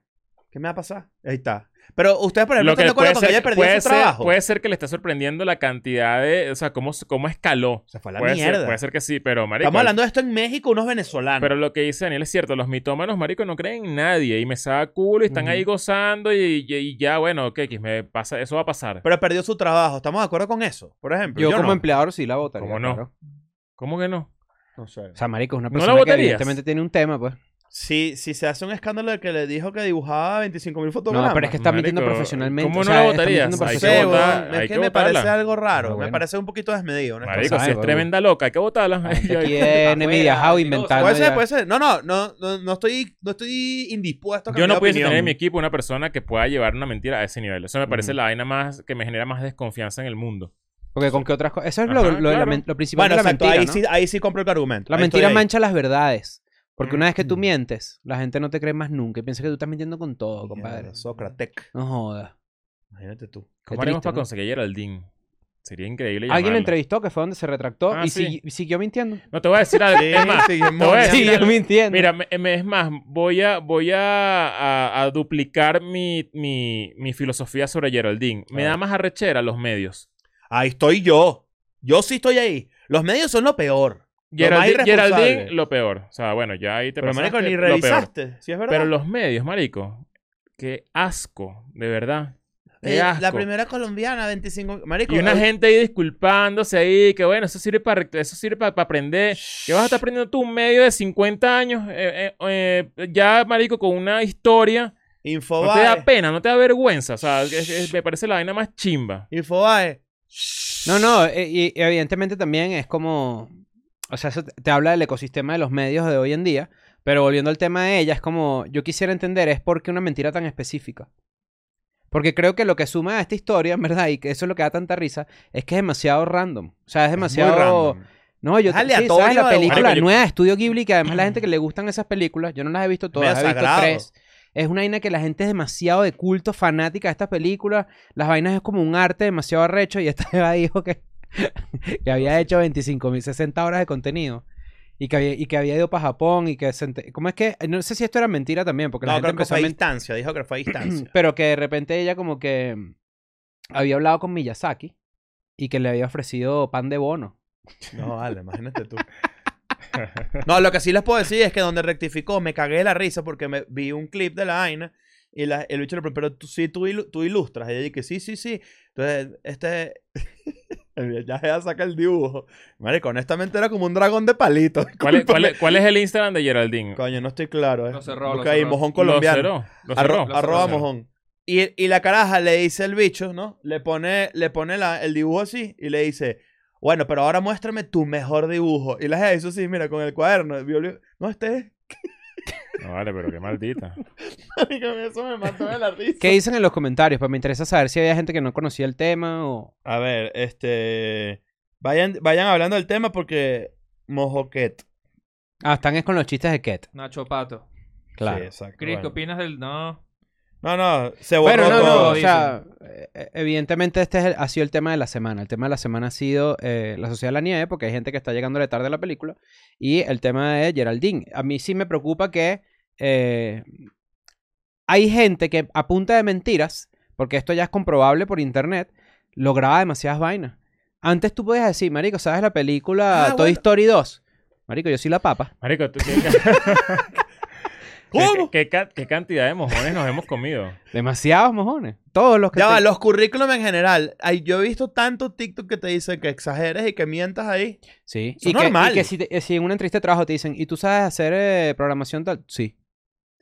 B: ¿Qué me va a pasar? Ahí está. Pero ustedes, por ejemplo,
A: Lo que
B: están de acuerdo
A: puede
B: con que
A: ser,
B: ella perdió
A: puede
B: su
A: ser-
B: trabajo.
A: puede ser que le está sorprendiendo la cantidad de... O sea, cómo, cómo escaló.
B: se fue a la
A: puede,
B: mierda.
A: Ser, puede ser que sí, pero, marico...
B: Estamos hablando de esto en México, unos venezolanos.
A: Pero lo que dice Daniel es cierto, los mitómanos, marico, no creen en nadie y me saca culo y están
C: Ujú.
A: ahí gozando y, y- y ya, bueno, ok, que me pasa, eso va a pasar.
B: Pero perdió su trabajo. ¿Estamos de acuerdo con eso? Por ejemplo.
C: yo, como
B: no.
C: empleador sí la votaría
A: ¿Cómo no?
C: claro.
A: ¿Cómo que no?
B: No sé.
C: o sea marico es
A: ¿No
C: una
A: la
C: persona que
A: votarías?
C: evidentemente tiene un tema pues
B: Si, si se hace un escándalo de que le dijo que dibujaba 25 mil fotogramas.
C: no pero es que está
A: Marico,
C: mintiendo profesionalmente
A: ¿cómo
C: o
A: no
C: sea,
A: la
C: está
A: votarías?
C: mintiendo
A: Hay
B: No
A: que
B: sé,
C: profesionalmente.
A: votar.
B: weón,
A: hay
B: es que,
A: que
B: me parece
A: votarla.
B: algo raro.
C: Ah, bueno.
B: Me parece un poquito desmedido. honestamente.
A: Marico, si
C: sabe,
A: es
C: weón.
A: tremenda loca, hay que botarla.
C: Gente aquí en Media House inventando
B: Puede ser,
C: Ah, ya.
B: puede ser. No, no, no, no, no estoy, no estoy indispuesto a
A: Yo
B: cambiar
A: no
B: de
A: pudiese
B: opinión.
A: tener en mi equipo una persona que pueda llevar una mentira a ese nivel. Eso me parece
B: Ujú.
A: la vaina más que me genera más desconfianza en el mundo.
C: porque con qué otras cosas eso es lo,
A: Ajá,
C: lo, de la
A: claro.
C: men- lo principal
B: Bueno,
C: de la
B: exacto,
C: mentira
B: ahí,
C: ¿no?
B: sí, ahí sí compro el argumento.
C: La
B: Ahí
C: mentira
B: estoy ahí.
C: mancha las verdades. Porque una vez que tú
B: Mm.
C: mientes, la gente no te cree más nunca y piensa que tú estás mintiendo con todo, compadre.
B: Mierda, Oh, Sócrates.
C: No jodas.
B: Imagínate tú.
A: ¿Cómo haremos
C: triste,
A: para
C: ¿no?
A: conseguir a Geraldine? Sería increíble
C: Alguien
A: llamarla.
C: la entrevistó, que fue donde se retractó
A: Ah,
C: y
A: sí.
C: sigui- y siguió mintiendo.
A: No te voy a decir algo. Es más,
B: sí, es
A: voy a
B: muy-
A: decir-
C: Siguió
A: mira,
C: mintiendo.
A: Mira, me- me- es más, voy a, voy a, a- a duplicar mi, mi- mi filosofía sobre Geraldine. Me
B: A
A: da
B: ver.
A: más arrechera los medios.
B: Ahí estoy yo. Yo sí estoy ahí. Los medios son lo peor. Lo más
A: Geraldine,
B: irresponsable.
A: Geraldine, lo peor. O sea, bueno, ya ahí te
B: Pero,
A: pasaste,
B: marico, ni
A: lo peor.
B: revisaste. Sí, es verdad.
A: Pero los medios, marico, qué asco, de verdad. Qué
B: Eh,
A: asco.
B: la primera colombiana, 25. Marico,
A: Y una
B: eh,
A: gente ahí disculpándose ahí, que bueno, eso sirve para eso sirve para
B: eh,
A: aprender. Que vas a estar aprendiendo tú un medio de 50 años, eh, eh, eh, ya, marico, con una historia. No te
B: Infobae.
A: da pena, no te da vergüenza. O sea, es- es- me parece la vaina más chimba.
B: Infobae.
C: No, no, eh, y, y evidentemente también es como. O sea, eso te te habla del ecosistema de los medios de hoy en día. Pero volviendo al tema de ella, es como. Yo quisiera entender, es por qué una mentira tan específica. Porque creo que lo que suma a esta historia, en verdad, y que eso es lo que da tanta risa, es que es demasiado random. O sea, es
B: Muy
C: demasiado.
B: random.
C: No, yo
B: Es
C: sí,
B: aleatorio,
C: ¿sabes? la
B: marico,
C: película
A: yo-
C: nueva de Estudio Ghibli, que además la gente que le gustan esas películas, yo no las he visto todas,
B: Medio
C: he visto
B: sagrado.
C: tres. Es una vaina que la gente es demasiado de culto, fanática de estas películas. Las vainas es como un arte demasiado arrecho y esta Eva dijo que, que había hecho 25.060 horas de contenido. Y que, había, y que había ido para Japón y que... se ente- ¿Cómo es que? No sé si esto era mentira también, porque la
B: No,
C: gente
B: creo que
C: empezó
B: fue
C: a
B: a
C: mentir.
B: distancia. Dijo que fue a distancia.
C: Pero que de repente ella como que mm, había hablado con Miyazaki y que le había ofrecido pan de bono.
B: No, vale, imagínate tú. No, lo que sí les puedo decir es que donde rectificó, me cagué de la risa porque me vi un clip de la vaina y la, el bicho le preguntó, pero tú, sí, tú, ilu- tú ilustras. Y ella dije, sí, sí, sí. Entonces, este... el- ya ella saca el dibujo. Marico, honestamente era como un dragón de palito.
A: ¿Cuál, es-
B: discúlpame.
A: cuál es- cuál es el Instagram de Geraldine?
B: Coño, no estoy claro. Eh.
D: Lo cerró, lo
B: Busca ahí,
D: cerró.
B: mojón colombiano.
A: Lo cerró, lo
B: Arro-
A: cerró.
D: Lo
B: arroba
D: cerró.
B: mojón. Y, y la caraja le dice el bicho, ¿no? Le pone, le pone la- el dibujo así y le dice, bueno, pero ahora muéstrame tu mejor dibujo. Y la gente hizo así, mira, con el cuaderno. el violín. No, este
A: No, vale, pero qué maldita.
B: es. Marico, Eso me mató de la risa.
C: ¿Qué dicen en los comentarios? Pues me interesa saber si había gente que no conocía el tema o...
B: A ver, este... Vayan, vayan hablando del tema porque... Mojoquet.
C: Ah, están es con los chistes de Ket.
D: Nacho Pato.
C: Claro.
B: exacto.
D: Chris, ¿qué
B: bueno.
D: opinas del.? No.
B: No, no, se borró
C: Bueno, no,
B: todo.
C: no, o
A: dicen.
C: sea, eh, evidentemente este es el- ha sido el tema de la semana. El tema de la semana ha sido eh, la sociedad de la nieve, porque hay gente que está llegándole tarde a la película, y el tema de Geraldine. A mí sí me preocupa que eh, hay gente que a punta de mentiras, porque esto ya es comprobable por internet, lograba demasiadas vainas. Antes tú podías decir, marico, ¿sabes la película
B: Ah,
C: Toy
B: bueno.
C: Story 2? Marico, yo soy la papa.
A: Marico, tú qué,
B: ¿Cómo?
A: qué- qué ca- qué cantidad de mojones nos hemos comido.
C: Demasiados mojones. Todos los que...
B: Ya
C: te-
B: va, los currículum en general. Ay, yo he visto tanto TikTok que te dice que exageres y que mientas ahí.
C: Sí.
B: Eso
C: y
B: es
C: que, y
B: normal.
C: que si, te- si en una entrevista de trabajo te dicen, ¿y tú sabes hacer eh, programación tal? Sí.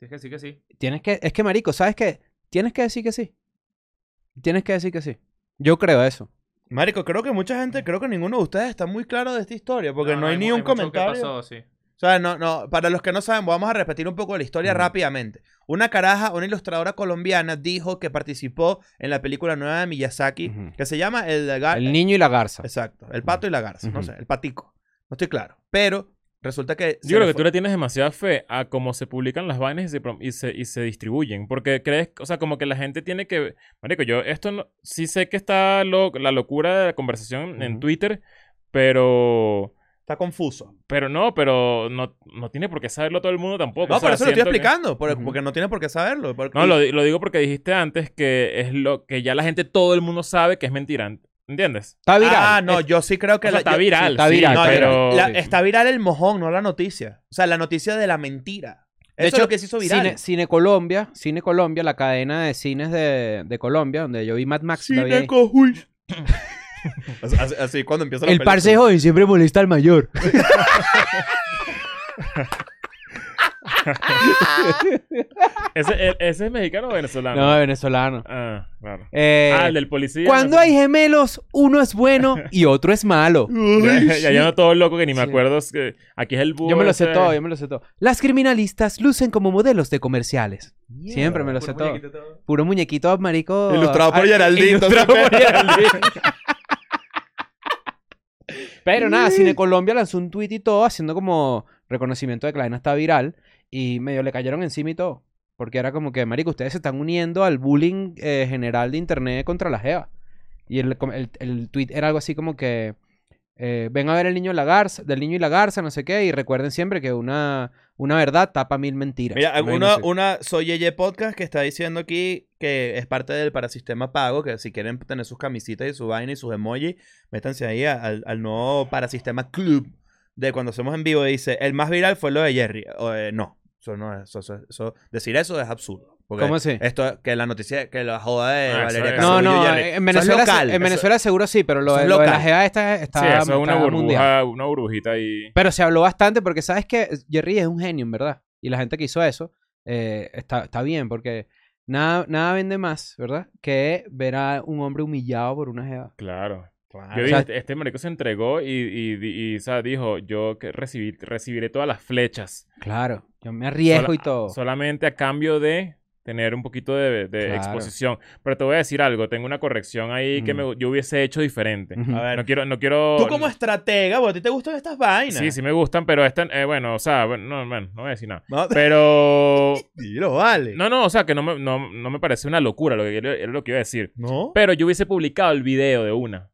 A: Es que sí, que sí.
C: Tienes que, es que marico, ¿sabes qué? Tienes que decir que sí. Tienes que decir que sí. Yo creo eso.
B: Marico, creo que mucha gente, creo que ninguno de ustedes está muy claro de esta historia, porque no, hay, ni
D: mu-
B: un
D: mucho que
B: comentario.
D: pasó, sí.
B: O sea, no, no, para los que no saben, vamos a repetir un poco la historia
C: Mm.
B: rápidamente. Una caraja, una ilustradora colombiana, dijo que participó en la película nueva de Miyazaki,
C: Ujú.
B: que se llama El, Gar-
C: El niño y la garza.
B: Exacto, El Pato y la Garza, no
C: Ujú.
B: sé, El Patico. No estoy claro, pero resulta que... se
A: Yo creo
B: le
A: que
B: fue-
A: tú le tienes demasiada fe a cómo se publican las vainas y se, prom- y se, y se distribuyen. Porque crees, o sea, como que la gente tiene que. Marico, yo esto no- sí sé que está lo- la locura de la conversación en
C: Ujú.
A: Twitter, pero.
B: Está confuso.
A: Pero no, pero no, no tiene por qué saberlo todo el mundo tampoco.
B: No,
A: o sea,
B: por eso lo estoy
A: siento que-
B: explicando, por-
C: Ujú.
B: porque no tienes por qué saberlo. porque-
A: No, lo, di- lo digo porque dijiste antes que es lo que ya la gente, todo el mundo sabe que es mentira. ¿Entiendes?
C: Está viral.
B: Ah, no, yo sí creo que...
A: O sea,
B: la-
A: está
B: yo-
A: viral.
C: está
A: sí,
C: viral,
B: No,
C: está
A: pero.
B: la-
C: sí.
B: está viral el mojón, no la noticia. O sea, la noticia de la mentira.
C: De
B: Eso
C: hecho,
B: es lo que se hizo viral.
C: Cine, Cine Colombia, Cine Colombia, la cadena de cines de, de Colombia, donde yo vi Mad Max. la vi ahí.
B: así, así- así cuando empieza la
C: El
B: película.
C: parce joven siempre molesta al mayor.
A: ¿Ese, el- ese es mexicano o venezolano?
C: No, venezolano.
A: Ah, claro.
C: Eh,
A: ah, el del policía.
C: cuando
A: no sé.
C: hay gemelos, uno es bueno y otro es malo.
A: Ya, ya, ya no todo loco que ni me
C: Sí.
A: acuerdo. es que aquí es el eh. búho.
C: Yo me lo sé
A: ese.
C: todo, yo me lo sé todo. Las criminalistas lucen como modelos de comerciales. Siempre me lo
D: Puro
C: sé todo.
D: muñequito todo.
C: Puro muñequito marico.
B: Ilustrado por
C: ah,
B: Geraldine,
C: Ilustrado
B: entonces,
C: por Geraldine. Pero nada, Cine Colombia lanzó un tweet y todo haciendo como reconocimiento de que la vaina está viral y medio le cayeron encima y todo. Porque era como que, marico, ustedes se están uniendo al bullying eh, general de internet contra la jeva. Y el, com- el, el tweet era algo así como que eh, ven a ver el niño y la garza, del niño y la garza, no sé qué, y recuerden siempre que una, una verdad tapa mil mentiras.
B: Mira,
C: Una vaina
B: una,
C: así.
B: una Soy Yeye Podcast que está diciendo aquí que es parte del parasistema pago, que si quieren tener sus camisitas y su vaina y sus emojis, métanse ahí a- al, al nuevo parasistema club de cuando hacemos en vivo. Dice, el más viral fue lo de Jerry. O, eh, no, eso no es, eso- eso- eso- decir eso es absurdo. Porque
C: ¿Cómo así?
B: Esto, que la noticia, que la joda
A: Ah,
B: de
A: eso
B: Valeria
A: es-
B: Carrillo
C: No, no,
B: Jerry.
C: en
B: Eso es
C: Venezuela, se-
B: local,
C: en
B: eso-
C: Venezuela seguro sí, pero lo,
B: eso es
C: de- lo de
B: local.
C: la GEA está, está,
A: Sí, eso es una
C: está mundial.
A: burbuja, una burbujita ahí.
C: Pero se habló bastante porque sabes que Jerry es un genio, en verdad. Y la gente que hizo eso eh, está, está bien porque nada, nada vende más, ¿verdad? Que ver a un hombre humillado por una GEA.
A: Claro.
B: Claro.
A: Yo
C: Ah, o sea,
A: dije, este- este marico se entregó y, y, y- y, o sea, dijo, yo que recibí, recibiré todas las flechas.
C: Claro, yo me arriesgo
A: Sola-
C: y todo.
A: Solamente a cambio de tener un poquito de, de
C: Claro.
A: exposición. Pero te voy a decir algo, tengo una corrección ahí que
C: Mm.
A: me- yo hubiese hecho diferente.
C: Ujú.
B: A ver,
A: No quiero, no quiero...
B: tú como estratega, porque a ti te gustan estas vainas.
A: Sí, sí me gustan, pero están, eh, bueno, o sea, bueno, no, bueno, no voy a decir nada.
B: No,
A: Pero...
B: dilo, vale.
A: No, no, o sea, que no me, no, no me parece una locura, lo que, era lo que iba a decir.
B: ¿No?
A: Pero yo hubiese publicado el video de una.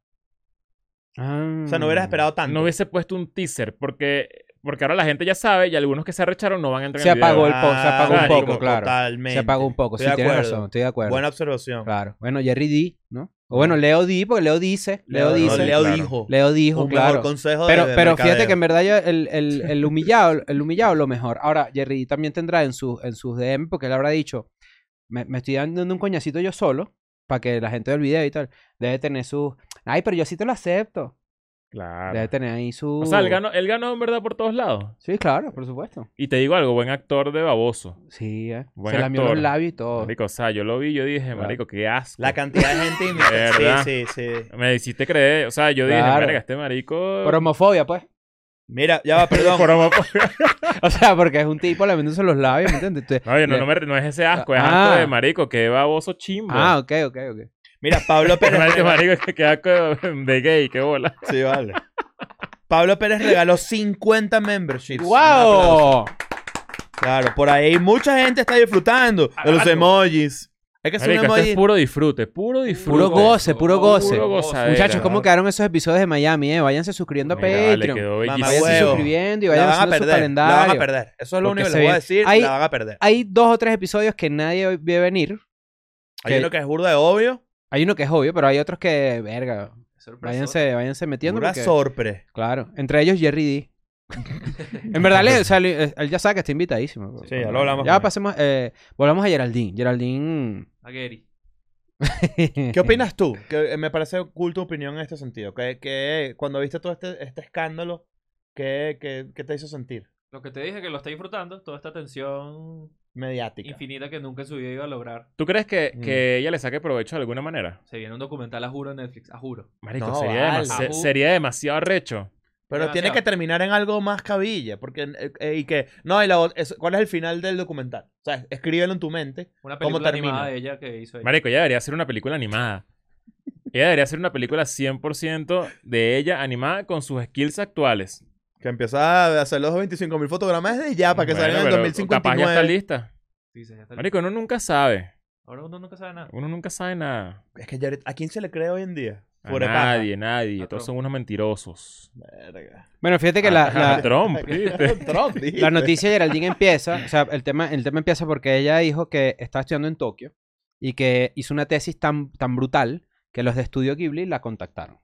C: Ah.
B: O sea, no hubieras esperado tanto.
A: No hubiese puesto un teaser porque, porque ahora la gente ya sabe y algunos que se arrecharon no van a entrar
C: Se
A: en el video.
C: apagó el poco, se apagó
A: Ah,
C: un
A: claro,
C: poco,
A: como
C: claro.
B: Totalmente.
C: Se apagó un poco, sí,
B: Estoy de
C: tienes
B: acuerdo.
C: razón, estoy de acuerdo.
B: Buena observación.
C: Claro. Bueno, Jerry D, ¿no? O bueno, Leo D, porque Leo dice, Leo,
B: no,
C: dice.
B: Leo
A: claro.
B: dijo.
C: Leo dijo,
B: un
C: claro.
B: mejor consejo de-
C: Pero,
B: de
C: pero fíjate
B: mercadeo.
C: que en verdad yo- el, el- el humillado, el humillado lo mejor. Ahora, Jerry también tendrá en, sus en sus DM, porque él habrá dicho, me, me estoy dando un coñacito yo solo, para que la gente del video y tal, debe tener sus... Ay, pero yo sí te lo acepto.
A: Claro.
C: Debe tener ahí su...
A: O sea, él ganó, él ganó en verdad por todos lados.
C: Sí, claro, por supuesto.
A: Y te digo algo, buen actor de baboso.
C: Sí, eh.
A: Buen
C: Se lamió
A: actor.
C: los labios y todo.
A: Marico, o sea, yo lo vi, yo dije, marico, qué asco.
B: La cantidad de gente imita.
A: ¿Verdad?
B: sí, sí, sí.
A: Me hiciste creer, o sea, yo dije,
C: Claro.
A: verga, este marico...
C: Por homofobia, pues.
B: Mira, ya va, perdón.
A: Por homo-
C: O sea, porque es un tipo lamiéndose los labios, ¿me entiendes? Entonces-
A: No, yo no, no, me- no es ese asco, es
C: Ah.
A: asco de marico, qué baboso chimbo.
C: Ah, ok, ok, ok.
B: Mira, Pablo Pérez.
A: Marico, marico, qué asco de, de gay, qué bola.
B: Sí, vale. Pablo Pérez regaló 50 memberships. Un aplauso.
C: ¡Wow!
A: Ah,
B: Claro, por ahí mucha gente está disfrutando de los
A: Agarrando.
B: emojis. Hay que hacer
A: Marico, esto
B: un emoji.
A: este es puro disfrute, puro disfrute.
C: Puro goce, puro goce.
A: Puro gozadera.
C: Muchachos, ¿cómo quedaron esos episodios de Miami? Eh? Váyanse suscribiendo
A: Mira,
C: a
A: Le
C: Patreon.
A: quedó
B: Mamá
A: bellísimo.
C: Váyanse
B: huevo.
C: suscribiendo y
B: La
C: vayan
B: van a
C: haciendo su
B: perder. La van a
C: calendario.
B: perder. Eso es lo
C: Porque
B: único que
C: se
B: les voy a
C: viene-
B: decir.
C: Hay-
B: La van a perder.
C: Hay dos o tres episodios que nadie ve venir.
B: Hay
C: que-
B: uno que es burda de obvio.
C: Hay uno que es obvio, pero hay otros que, verga, váyanse, váyanse metiendo.
B: Burda
C: porque-
B: sorpre.
C: Claro, entre ellos Jerry D. en verdad, le- o sea, le- eh, él ya sabe que está invitadísimo. pues.
B: Sí, ya lo hablamos con
C: Ya
B: él.
C: pasemos, eh, volvamos a Geraldine. Geraldine.
D: A Gary.
B: ¿Qué opinas tú? Que eh, me parece cool tu opinión en este sentido. Que, que cuando viste todo este, este escándalo, ¿qué, qué, qué te hizo sentir?
D: Lo que te dije que lo está disfrutando, toda esta tensión
B: Mediática.
D: infinita que nunca en su vida iba a lograr.
A: ¿Tú crees que,
B: Mm.
A: que ella le saque provecho de alguna manera?
D: Se viene un documental a juro en Netflix, a juro.
A: Marico,
B: No,
A: sería,
B: vale.
A: demasi-
D: Ajú.
A: sería demasiado recho.
B: Pero tiene
D: Demasiado.
B: que terminar en algo más cabilla. Porque, eh, eh, y que, no, y la, ot- es- ¿cuál es el final del documental? O sea, escríbelo en tu mente.
D: Una
B: ¿Cómo
D: película
B: termina?
D: animada de ella que hizo ella.
A: Marico, ella debería hacer una película animada. Ella debería hacer una película 100% de ella animada con sus skills actuales.
B: Que empieza a hacer los 25.000 fotogramas de ya Ah, para que
A: Bueno,
B: salgan en el
A: pero
B: 2059.
A: Capaz ya está lista.
D: Dice, ya está
A: Marico, uno nunca sabe.
D: listo. Ahora uno nunca sabe nada.
A: Uno nunca sabe nada.
B: Es que Jared, ¿a quién se le cree hoy en día?
A: A
B: Fuera de paja.
A: nadie, nadie.
D: A
A: Todos
D: Trump.
A: son unos mentirosos.
B: Verga.
C: Bueno, fíjate que
B: Ah,
C: la,
A: A- a
C: la-
A: Trump, ¿viste?
B: Trump, dijiste.
C: la noticia de Geraldine empieza, o sea, el tema, el tema empieza porque ella dijo que estaba estudiando en Tokio y que hizo una tesis tan, tan brutal que los de Estudio Ghibli la contactaron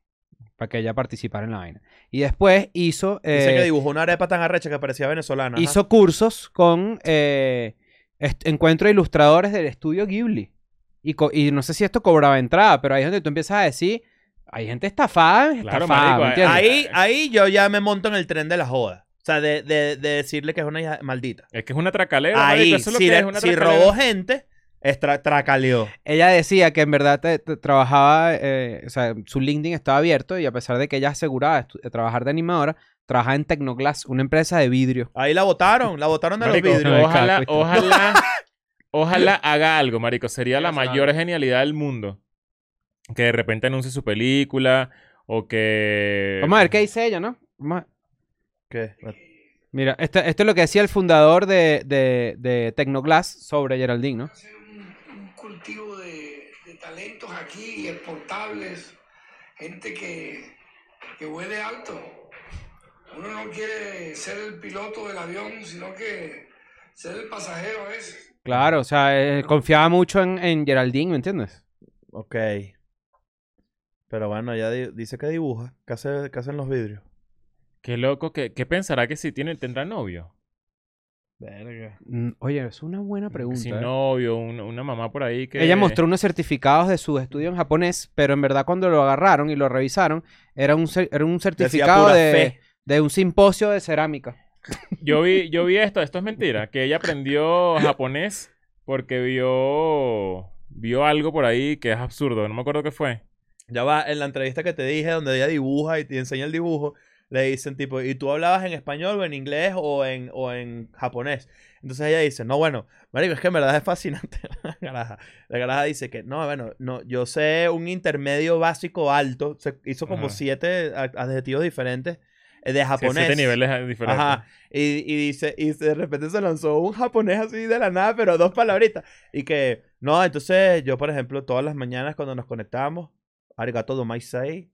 C: para que ella participara en la vaina. Y después hizo...
B: Dice
C: eh,
B: que dibujó una arepa tan arrecha que parecía venezolana. ajá.
C: hizo cursos con eh, est- encuentro de ilustradores del estudio Ghibli. Y, co- y no sé si esto cobraba entrada, pero ahí es donde tú empiezas a decir, hay gente estafada,
A: Claro,
C: estafada,
A: marico,
C: ¿me entiendes?
B: Ahí, ahí yo ya me monto en el tren de la joda. O sea, de, de- de decirle que es una hija maldita.
A: Es que es una tracalera.
B: Ahí,
A: marico, eso es lo
B: si,
A: que
B: de-
A: es, una
B: si
A: tracalera.
B: robó gente, es tra- tracaleó.
C: Ella decía que en verdad te- te- trabajaba, eh, o sea, su LinkedIn estaba abierto y a pesar de que ella aseguraba estu- eh, trabajar de animadora, trabajaba en Tecnoglass, una empresa de vidrio.
B: Ahí la botaron, la botaron de
A: Marico,
B: los vidrios.
C: no,
A: ojalá,
C: Exacto.
A: ojalá, ojalá haga algo, marico. Sería la
D: Hacer algo.
A: mayor genialidad del mundo. Que de repente anuncie su película o que...
C: Vamos a ver qué dice ella, ¿no? Vamos a-
B: ¿Qué?
C: Mira, esto, esto es lo que decía el fundador de, de, de Tecnoglass sobre Geraldine, ¿no?
E: hacer un, un cultivo de, de talentos aquí, exportables, gente que, que huele alto. Uno no quiere ser el piloto del avión, sino que ser el pasajero a veces.
C: Claro, o sea, eh, confiaba mucho en, en Geraldine, ¿me entiendes?
B: Ok. Pero bueno, ya di- dice que dibuja. ¿Qué, hace, qué hacen los vidrios?
A: Qué loco, que, ¿qué pensará que si tiene, tendrá novio?
B: Verga.
C: Mm, Oye, es una buena pregunta.
A: Si
C: ¿eh?
A: novio, un- una mamá por ahí que...
C: Ella mostró unos certificados de sus estudios en japonés, pero en verdad cuando lo agarraron y lo revisaron, era un, cer- era un certificado
B: pura
C: de,
B: fe.
C: de un simposio de cerámica.
A: Yo vi, yo vi esto, esto es mentira, que ella aprendió japonés porque vio, vio algo por ahí que es absurdo, no me acuerdo qué fue.
B: Ya va, en la entrevista que te dije, donde ella dibuja y te enseña el dibujo, le dicen tipo, ¿y tú hablabas en español o en inglés o en, o en japonés? Entonces ella dice, no, bueno, marico, es que en verdad es fascinante. la garaja. La garaja dice que, no, bueno, no, yo sé un intermedio básico alto. Se hizo como
A: Ajá.
B: siete a- adjetivos diferentes eh, de
A: Sí,
B: japonés.
A: siete niveles diferentes.
B: Ajá. Y, y dice, y de repente se lanzó un japonés así de la nada, pero dos palabritas. Y que, no, entonces yo, por ejemplo, todas las mañanas cuando nos conectamos, arigato domaisei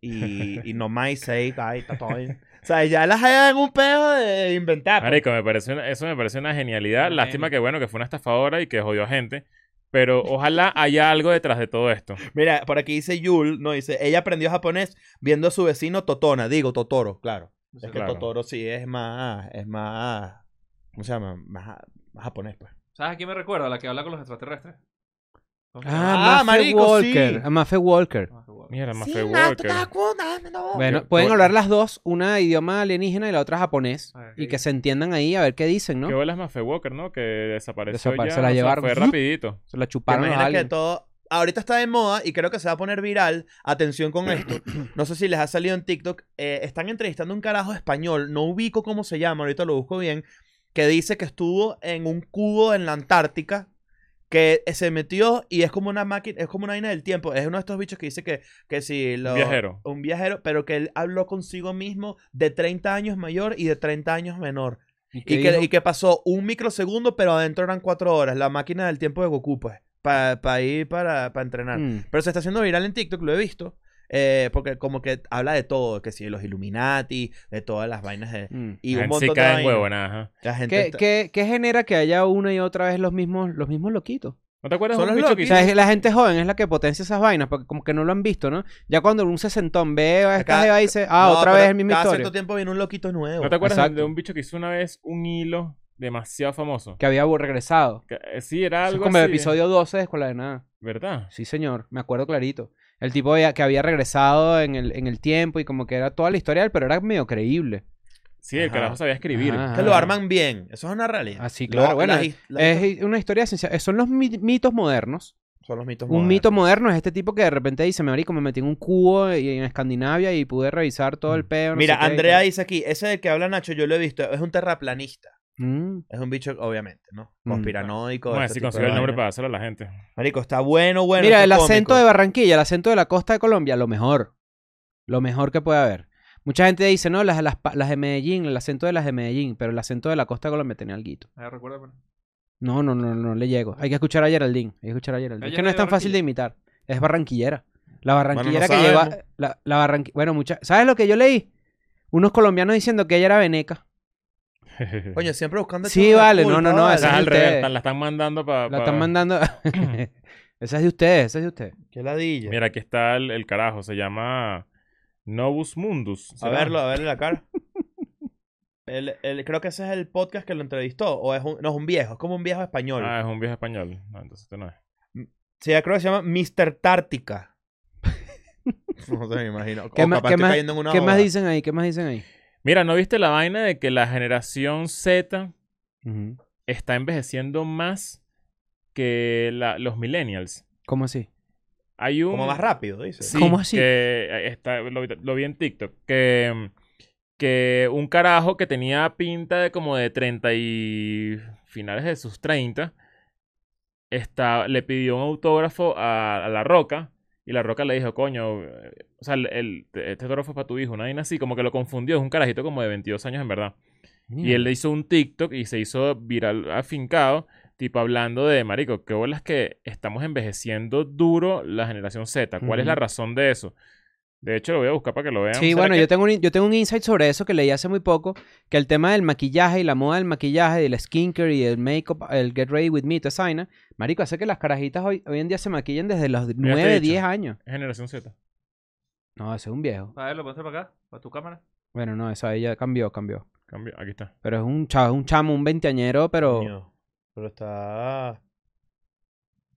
B: y, y no maisei, ay, está todo bien. O sea, ya las hay en un pedo de inventar. pues.
A: Marico, me parece una- eso me parece una genialidad.
D: Un
A: Lástima
D: genio.
A: que, bueno, que fue una estafadora y que jodió a gente. Pero ojalá haya algo detrás de todo esto.
B: Mira, por aquí dice Yul, no, dice, ella aprendió japonés viendo a su vecino Totona, digo, Totoro, claro.
D: No sé.
B: Es que
A: Claro.
B: Totoro sí es más, es más, ¿cómo se llama? Más, más japonés, pues.
D: ¿Sabes a quién me recuerda? La que habla con los extraterrestres. ¿Cómo se llama?
C: Ah,
B: Ah,
C: Maffei
B: marico,
C: Walker.
B: sí.
C: a Maffei Walker.
D: Ah, qué guapo.
A: Mira, más
B: Sí,
A: feo
B: na,
A: Walker.
B: totaku, na, no.
C: Bueno,
A: Yo-
C: pueden
A: yo-
C: hablar las dos, una idioma alienígena y la otra japonés,
D: Ah, ok.
C: y que se entiendan ahí a ver qué dicen,
A: Qué
C: ¿no?
A: bola es Mafe Walker, ¿no? Que desapareció
C: Desapare-
A: ya.
C: se la
A: o sea,
C: llevaron.
A: fue rapidito.
C: Se la
B: Te
C: chuparon a
B: imaginas que
C: alguien.
B: todo. Ahorita está de moda y creo que se va a poner viral. Atención con esto. No sé si les ha salido en TikTok. eh, están entrevistando a un carajo español. No ubico cómo se llama. Ahorita lo busco bien. Que dice que estuvo en un cubo en la Antártica. Que se metió y es como una máquina. Es como una vaina del tiempo. Es uno de estos bichos que dice que, que si lo.
A: Un viajero.
B: Un viajero, pero que él habló consigo mismo de 30 años mayor y de 30 años menor.
C: ¿Y qué
B: Y que,
C: dijo?
B: y que pasó un microsegundo, pero adentro eran cuatro horas. La máquina del tiempo de Goku, pues. para ir para, para entrenar.
C: Mm.
B: Pero se está haciendo viral en TikTok, lo he visto. eh, porque como que habla de todo, que sí, de los Illuminati, de todas las vainas de...
C: Mm.
B: Y
A: La
B: un
A: gente
B: montón
A: se
B: de
A: cae en
B: vainas.
A: huevo, nada.
B: La gente
C: ¿Qué,
B: está-
C: qué- qué genera que haya una y otra vez los mismos, los mismos loquitos?
A: ¿No te acuerdas de
B: Son
A: un
B: los
A: bicho que
B: locos.
C: O
A: hizo-
C: sea, es- la gente joven es la que potencia esas vainas, porque como que no lo han visto, ¿no? Ya cuando un sesentón ve a esta
B: Cada-
C: jeva y dice, ah,
B: No,
C: otra
B: pero
C: vez el mismo
B: Cada
C: historia.
B: cierto tiempo viene un loquito nuevo.
A: ¿No te acuerdas
C: Exacto.
A: de un bicho que hizo una vez un hilo demasiado famoso?
C: Que había bu- regresado.
A: Que- eh, Sí, era
C: Eso
A: algo
C: es como el
A: así,
C: episodio 12 de Escuela de Nada.
A: ¿Verdad?
C: Sí, señor, me acuerdo clarito. El tipo había- que había regresado en el, en el tiempo y como que era toda la historia de él, pero era medio creíble.
A: Sí, el
B: Ajá.
A: carajo sabía escribir.
C: Ajá.
B: Que lo arman bien. Eso es una realidad.
C: Ah, sí,
B: Lo-
C: claro, bueno,
B: las his- las histo-
C: Es una historia esencial. Son los mi- mitos modernos.
B: son los mitos
C: Un
B: modernos.
C: mito moderno es este tipo que de repente dice, me marico, me metí en un cubo y- en Escandinavia y pude revisar todo el
B: Mm.
C: pedo. no
B: Mira,
C: sé qué, y
B: Andrea
C: tal".
B: dice aquí, ese del que habla Nacho, yo lo he visto, es un terraplanista.
C: Mm.
B: Es un bicho, obviamente, ¿no?
C: Mm.
B: Conspiranoico.
A: Vamos a ver
B: ese
A: si
B: tipo de
A: consigo el nombre
B: vaina.
A: para hacerlo a la gente.
B: Marico, está bueno, bueno.
C: Mira,
B: está
C: el acento
B: cómico.
C: de Barranquilla, el acento de la costa de Colombia, lo mejor. Lo mejor que puede haber. Mucha gente dice, no, las, las, pa- las de Medellín, el acento de las de Medellín, pero el acento de la costa de Colombia tenía alguito.
D: Ah, recuérdame.
C: No, no, no, no le llego. Hay que escuchar a Geraldine. Hay que escuchar a Geraldine.
D: Ella
C: que
D: no
C: no
D: es
C: es
D: de
C: tan fácil de
D: Barranquilla.
C: imitar. Es barranquillera. La barranquillera que
B: sabemos.
C: lleva. La, la barranqui- Bueno, mucha... ¿sabes lo que yo leí? Unos colombianos diciendo que ella era veneca.
B: Coño, siempre buscando.
C: Sí,
B: echarle la
C: vale, no, no, no,
A: Estás
C: esa-
B: Vale.
A: al
C: ustedes.
A: revés, la están mandando para.
C: La están mandando. esa es de ustedes, esa es de ustedes.
B: Qué ladilla.
A: Mira, aquí está el, el carajo. Se llama Novus Mundus.
B: a
A: ¿será?
B: verlo, a verle la cara. El- el- creo que ese es el podcast que lo entrevistó. O es un, no, es un viejo, es como un viejo español.
A: Ah, es un viejo español. No, entonces este no es.
B: Sí, creo que se llama Mr. Tártica. no se me imagino.
C: ¿Qué
B: O
C: más-
B: capaz
C: qué
B: estoy
C: más-
B: cayendo en una
C: ¿Qué más
B: joda.
C: dicen ahí? ¿Qué más dicen ahí?
A: Mira, ¿no viste la vaina de que la generación Z
C: Ujú.
A: está envejeciendo más que la- los millennials?
C: ¿Cómo así?
A: Hay un...
B: Como más rápido, dice.
A: Sí,
C: ¿Cómo así?
A: que eh, está- lo, vi- lo vi en TikTok. Que, que un carajo que tenía pinta de como de 30 y finales de sus 30, está, le pidió un autógrafo a, a La Roca. Y La Roca le dijo, coño, eh, o sea, el- el- este autógrafo es para tu hijo, una vaina así. Como que lo confundió, es un carajito como de 22 años en verdad. Y él le hizo un TikTok y se hizo viral afincado, tipo hablando de, marico, qué bolas que estamos envejeciendo duro la generación Z. ¿Cuál es la
C: Ujú.
A: razón de eso? De hecho, lo voy a buscar para que lo vean.
C: Sí,
A: ¿Será
C: bueno,
A: que-
C: yo tengo, un, yo tengo un insight sobre eso que leí hace muy poco, que el tema del maquillaje y la moda del maquillaje, del skincare y el make-up, el get ready with me, toda esa vaina, marico, hace que las carajitas hoy, hoy en día se maquillen desde los 9,
A: dicho.
C: 10 años.
A: Generación Z.
C: No, ese es un viejo.
D: A ver, lo pones para acá, para tu cámara.
C: Bueno, no, esa ella cambió, cambió.
A: Cambio. Aquí está.
C: Pero es un chavo, un chamo, un veinteañero, pero...
B: Coño, Pero está.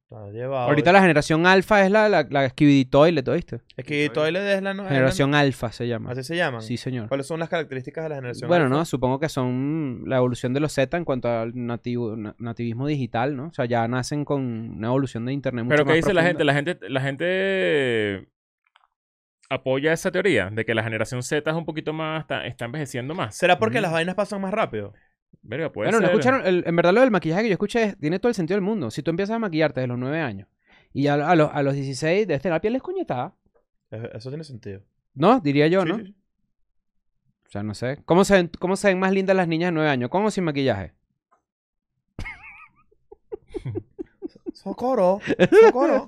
B: Está llevado.
C: Ahorita la generación alfa es la, la, la Skibidi Toilet, ¿oíste?
B: Es que Toilet es la nueva.
C: Generación alfa se llama.
B: Así se llaman.
C: Sí, señor.
B: ¿Cuáles son las características de la generación?
C: Bueno,
B: alfa?
C: no, supongo que son la evolución de los Z en cuanto al nativo, na- nativismo digital, ¿no? O sea, ya nacen con una evolución de internet mucho
A: Pero ¿qué
C: más
A: dice la gente? La
C: profunda.
A: gente, la gente apoya esa teoría de que la generación Z es un poquito más, está, está envejeciendo más.
B: ¿Será porque
C: Mm.
B: las vainas pasan más rápido?
A: Verga, puede
C: Bueno, ¿no
A: ser.
C: escucharon? El- en verdad lo del maquillaje que yo escuché es- tiene todo el sentido del mundo. Si tú empiezas a maquillarte desde los 9 años y a, a los, a los 16 debes tener la piel descoñetada,
B: Es- Eso tiene sentido.
C: ¿no? Diría yo,
B: Sí,
C: ¿no?
B: sí, sí.
C: O sea, no sé. ¿Cómo se, ven, ¿Cómo se ven más lindas las niñas de 9 años? ¿Con o sin maquillaje?
B: Socorro. Socorro.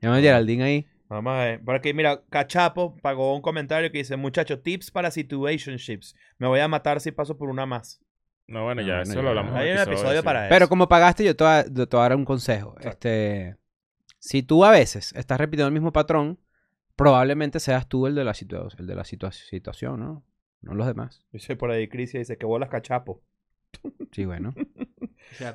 C: Llama a Geraldine ahí.
B: Vamos a ver. Por aquí, mira, Cachapo pagó un comentario que dice: Muchacho, tips para situationships. Me voy a matar si paso por una más.
A: No, bueno,
C: No,
A: ya,
C: bueno,
A: eso
C: ya.
A: lo hablamos. en
B: Hay un episodio
A: sí.
B: para eso.
C: Pero como pagaste, yo te voy a- yo te voy a dar un consejo. Este, si tú a veces estás repitiendo el mismo patrón, probablemente seas tú el de la, situa- el de la situa- situación, ¿no? No los demás.
B: Dice por ahí, Cris, y dice: Que bolas, Cachapo.
C: Sí, bueno.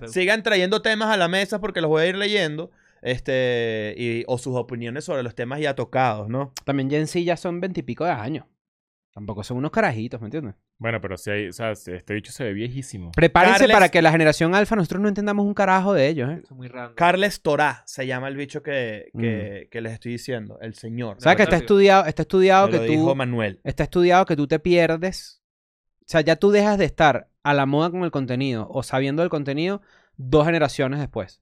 B: Sigan trayendo temas a la mesa porque los voy a ir leyendo. Este, y, o sus opiniones sobre los temas ya tocados, ¿no?
C: También Gen Z ya son veintipico de años. Tampoco son unos carajitos, ¿me entiendes?
A: Bueno, pero si hay, o sea, este bicho se ve viejísimo.
C: Prepárense
B: Carles-
C: para que la generación alfa nosotros no entendamos un carajo de ellos, ¿eh?
D: Eso es muy random.
B: Carles Torá se llama el bicho que, que,
C: Mm.
B: que les estoy diciendo, el señor.
C: O sea, que está
D: Democrático.
C: estudiado, está estudiado
B: Me
C: que
B: lo
C: tú...
B: dijo Manuel.
C: Está estudiado que tú te pierdes. O sea, ya tú dejas de estar a la moda con el contenido o sabiendo del contenido dos generaciones después.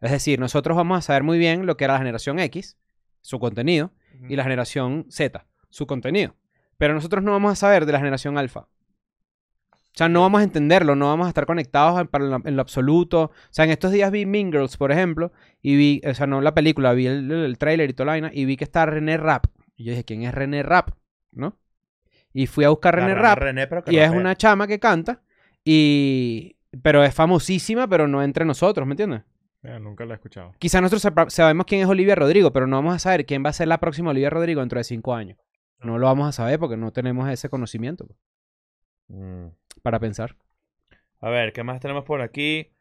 C: Es decir, nosotros vamos a saber muy bien lo que era la generación X, su contenido, y la generación Z, su contenido. Pero nosotros no vamos a saber de la generación alfa. O sea, no vamos a entenderlo, no vamos a estar conectados en, para lo- en lo absoluto. O sea, en estos días vi Mean Girls, por ejemplo, y vi, o sea, no la película, vi el, el tráiler y toda la vaina, y vi que está René Rapp. Y yo dije, ¿quién es René Rapp? ¿No? Y fui a buscar René
B: La rana
C: Rapp,
B: René, pero que
C: y
B: rapea.
C: es una chama que canta, y... Pero es famosísima, pero no entre nosotros, ¿me entiendes?
A: Eh, nunca la he escuchado.
C: Quizás nosotros sepa- sabemos quién es Olivia Rodrigo, pero no vamos a saber quién va a ser la próxima Olivia Rodrigo dentro de cinco años. No lo vamos a saber porque no tenemos ese conocimiento pues,
B: Mm.
C: para pensar.
B: A ver, ¿qué más tenemos por aquí?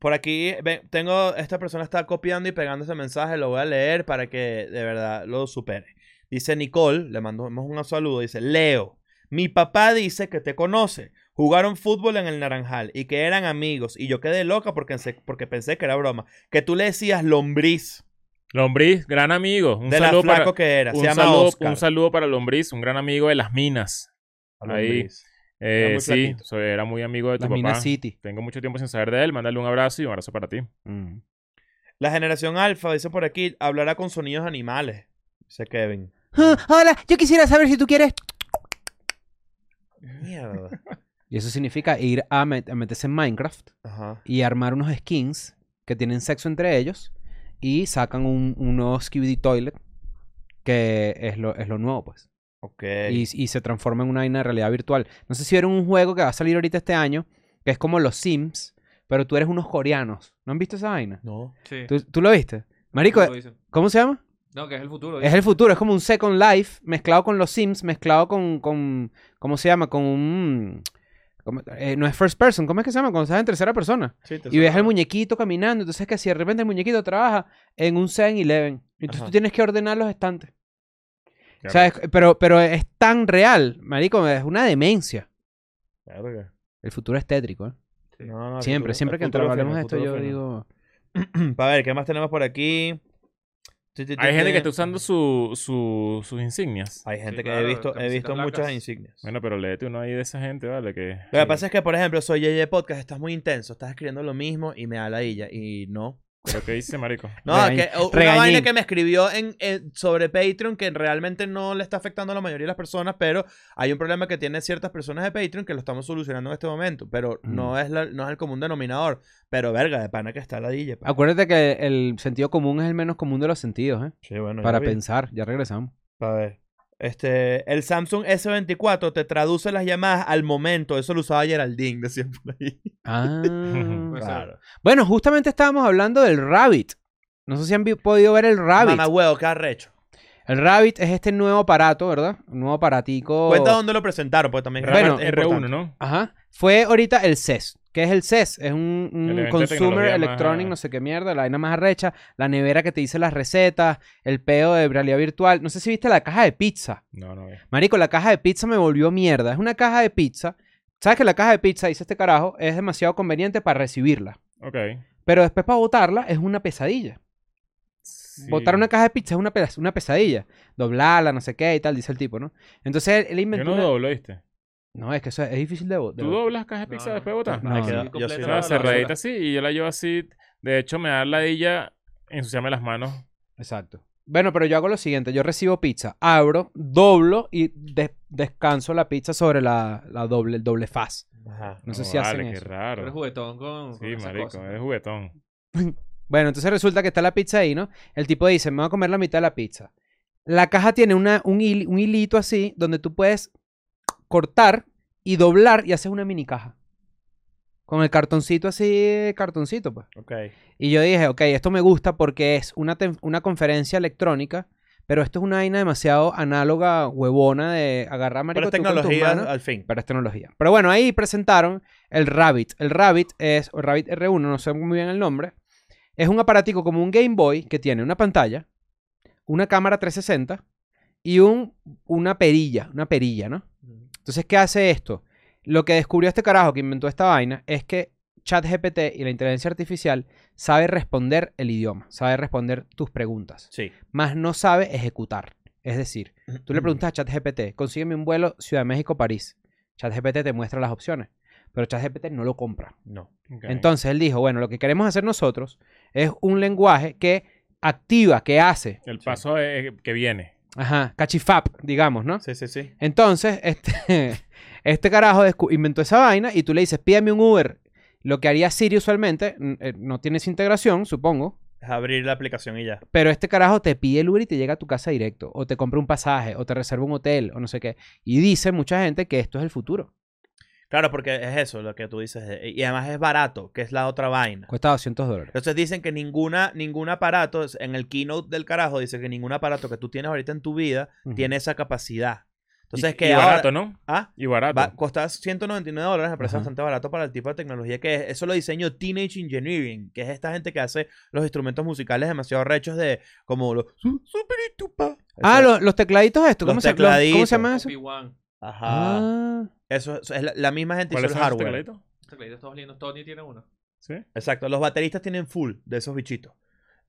B: Por aquí, ve- tengo, esta persona está copiando y pegando ese mensaje, lo voy a leer para que de verdad lo supere. Dice Nicole, le mandamos un saludo, dice, Leo, mi papá dice que te conoce, jugaron fútbol en el Naranjal y que eran amigos y yo quedé loca porque, ense- porque pensé que era broma, que tú le decías lombriz
A: Lombriz, gran amigo. Un
B: de la
A: saludo para.
B: flaco que era,
A: un,
B: se llama
A: saludo,
B: Oscar.
A: un saludo para Lombriz, un gran amigo de las minas. ahí.
B: Lombriz.
A: Eh,
B: Era muy
A: sí,
B: flaquito.
A: so- era muy amigo de tu
C: Las
A: papá.
C: Minas City.
A: Tengo mucho tiempo sin saber de él. Mándale un abrazo y un abrazo para ti.
B: Mm. La generación alfa, dice por aquí, hablará con sonidos animales, dice Kevin.
C: hola, yo quisiera saber si tú quieres.
B: Mierda.
C: Y eso significa ir a, met- a meterse en Minecraft
B: Ajá.
C: y armar unos skins que tienen sexo entre ellos y sacan un, un nuevo Skibidi Toilet que es lo, es lo nuevo, pues.
B: Ok.
C: y, y se transforma en una vaina de realidad virtual. No sé si vieron un juego que va a salir ahorita este año, que es como los Sims, pero tú eres unos coreanos. ¿No han visto esa vaina?
B: No.
D: Sí.
C: ¿Tú, tú lo viste? Marico, eh,
D: Lo dicen.
C: ¿cómo se llama?
D: No, que es el futuro.
C: Es el futuro, es como un Second Life mezclado con los Sims, mezclado con, con ¿cómo se llama? Con un... ¿cómo- eh, no es first person, ¿cómo es que se llama? Cuando estás en tercera persona.
B: Sí, te
C: Y ves al
B: suena.
C: muñequito caminando, entonces que si de repente el muñequito trabaja en un 7-Eleven, entonces
B: Ajá.
C: tú tienes que ordenar los estantes. O sea, es- pero, pero es tan real, marico, es una demencia.
B: Verga.
C: El futuro es tétrico, ¿eh?
D: Sí.
B: No, no, el futuro-
C: siempre, siempre
B: el
C: que
B: futuro
C: hablemos
B: fino,
C: de
B: el
C: esto yo
B: futuro fino.
C: digo...
B: A ver, ¿qué más tenemos por aquí? Tu, tu, tu,
A: Hay gente
B: tu.
A: que está usando su, su- sus insignias.
B: Hay gente
D: Sí,
B: que he
D: claro,
B: visto, he
D: camisetas
B: visto
D: blancas.
B: muchas insignias.
A: Bueno, pero léete uno ahí de esa gente, ¿vale? Que,
B: Lo que pasa es que, por ejemplo, soy Yeye Podcast, estás muy intenso, estás escribiendo lo mismo y me da la illa. Y no.
A: Pero ¿qué dice, marico?
B: No,
C: Regañ-
B: que, o- una
C: regañín.
B: vaina que me escribió en, en- sobre Patreon que realmente no le está afectando a la mayoría de las personas, pero hay un problema que tienen ciertas personas de Patreon que lo estamos solucionando en este momento, pero
C: Mm.
B: no, es la- no es el común denominador. Pero verga, de pana que está la illa. pana.
C: Acuérdate que el sentido común es el menos común de los sentidos, ¿eh?
B: Sí, bueno, ya
C: Para
B: vi.
C: pensar, ya regresamos.
B: A ver. Este, el Samsung S24 te traduce las llamadas al momento. Eso lo usaba Geraldine, decía por ahí.
C: Ah.
D: Puede ser.
B: Claro.
C: bueno, justamente estábamos hablando del Rabbit. No sé si han vi- podido ver el Rabbit.
B: Mamá huevo, qué arrecho.
C: El Rabbit es este nuevo aparato, ¿verdad? Un nuevo aparatico.
B: Cuenta dónde lo presentaron, pues también
A: Bueno,
C: Oh. Bueno,
B: es
A: R1,
B: importante.
A: ¿no?
C: Ajá. Fue ahorita el CES. ¿Qué es el CES? Es un, un
A: El evento de
C: consumer
A: tecnología más- eh,
C: electronic, no sé qué mierda, la vaina más arrecha, la nevera que te dice las recetas, el pedo de realidad virtual. No sé si viste la caja de pizza.
A: No, no. eh.
C: Marico, la caja de pizza me volvió mierda. Es una caja de pizza. ¿Sabes que la caja de pizza, dice este carajo, es demasiado conveniente para recibirla?
A: Ok.
C: Pero después para botarla es una pesadilla.
A: Sí.
C: Botar una caja de pizza es una, pes- una pesadilla. Doblarla, no sé qué y tal, dice el tipo, ¿no? Entonces él, él
A: Yo
C: inventó.
A: no
C: una-
A: doblo, ¿viste?
C: No, es que eso es, es difícil de botar.
A: ¿Tú doblas caja de pizza
D: No.
A: después de botar?
C: No,
B: Ah, que
C: no.
B: yo-
D: Sí,
B: yo soy-
D: completa
A: O
D: la-
A: sea,
D: la
A: cerradita
D: basura.
A: así y yo la llevo así. De hecho, me da la ella ensuciarme las manos.
C: Exacto. Bueno, pero yo hago lo siguiente: yo recibo pizza, abro, doblo y des- descanso la pizza sobre la, la doble, el doble faz.
B: Ajá.
C: No sé
A: No,
C: si hacen
A: vale, qué
C: eso.
D: Tú eres
A: raro.
D: juguetón con. con
A: Sí,
D: esas
A: marico,
D: cosas.
A: eres juguetón.
C: Bueno, entonces resulta que está la pizza ahí, ¿no? El tipo dice: Me voy a comer la mitad de la pizza. La caja tiene una, un, hil- un hilito así donde tú puedes cortar y doblar y haces una mini caja. Con el cartoncito así, cartoncito, pues.
B: Ok.
C: Y yo dije, ok, esto me gusta porque es una, tem- una conferencia electrónica, pero esto es una vaina demasiado análoga, huevona, de agarrar marico
B: Pero es
C: tú con tus
B: tecnología
C: manos.
B: al fin.
C: Pero es tecnología. Pero bueno, ahí presentaron el Rabbit. El Rabbit es, o Rabbit R1, no sé muy bien el nombre. Es un aparatico como un Game Boy que tiene una pantalla, una cámara 360 y un, una perilla, una perilla, ¿no?
D: Ujú.
C: Entonces, ¿qué hace esto? Lo que descubrió este carajo que inventó esta vaina es que ChatGPT y la inteligencia artificial sabe responder el idioma, sabe responder tus preguntas,
B: Sí.
C: más no sabe ejecutar. Es decir, tú le preguntas a ChatGPT, consígueme un vuelo Ciudad de México-París. ChatGPT te muestra las opciones, pero ChatGPT no lo compra.
B: No.
A: Ok.
C: Entonces él dijo, bueno, lo que queremos hacer nosotros es un lenguaje que activa, que hace,
A: El paso eh, que viene.
C: ajá, cachifap, digamos, ¿no?
B: Sí, sí, sí.
C: Entonces, este, Este carajo descu- inventó esa vaina y tú le dices, pídame un Uber. Lo que haría Siri usualmente, n- eh, no tiene esa integración, supongo,
B: Es abrir la aplicación y ya.
C: pero este carajo te pide el Uber y te llega a tu casa directo, o te compra un pasaje, o te reserva un hotel, o no sé qué. Y dice mucha gente que esto es el futuro.
B: Claro, porque es eso lo que tú dices. eh, Y además es barato, que es la otra vaina.
C: Cuesta 200 dólares.
B: Entonces dicen que ninguna, ningún aparato, en el keynote del carajo, dice que ningún aparato que tú tienes ahorita en tu vida
C: Ujú.
B: tiene esa capacidad. Entonces
A: y,
B: que
A: y
B: ahora-
A: barato, ¿no?
B: Ah,
A: Y barato.
B: va- costa 199 dólares, me parece
C: Ajá.
B: bastante barato para el tipo de tecnología que es. Eso lo diseñó Teenage Engineering, que es esta gente que hace los instrumentos musicales demasiado rechos de como los... su- superitupa.
C: Ah,
B: Eso-
C: lo- los tecladitos estos. ¿Cómo,
B: Los
C: se, los- ¿cómo se
B: tecladitos.
C: llaman eso?
D: Obi-Wan.
B: Ajá.
C: Ah.
B: Eso, eso es la, la misma gente hizo
A: ¿Cuáles
B: el
A: son esos
B: hardware.
A: tecladitos?
D: Este que le dices, todos lindos. Tony tiene uno.
A: ¿Sí?
B: Exacto, los bateristas tienen full de esos bichitos.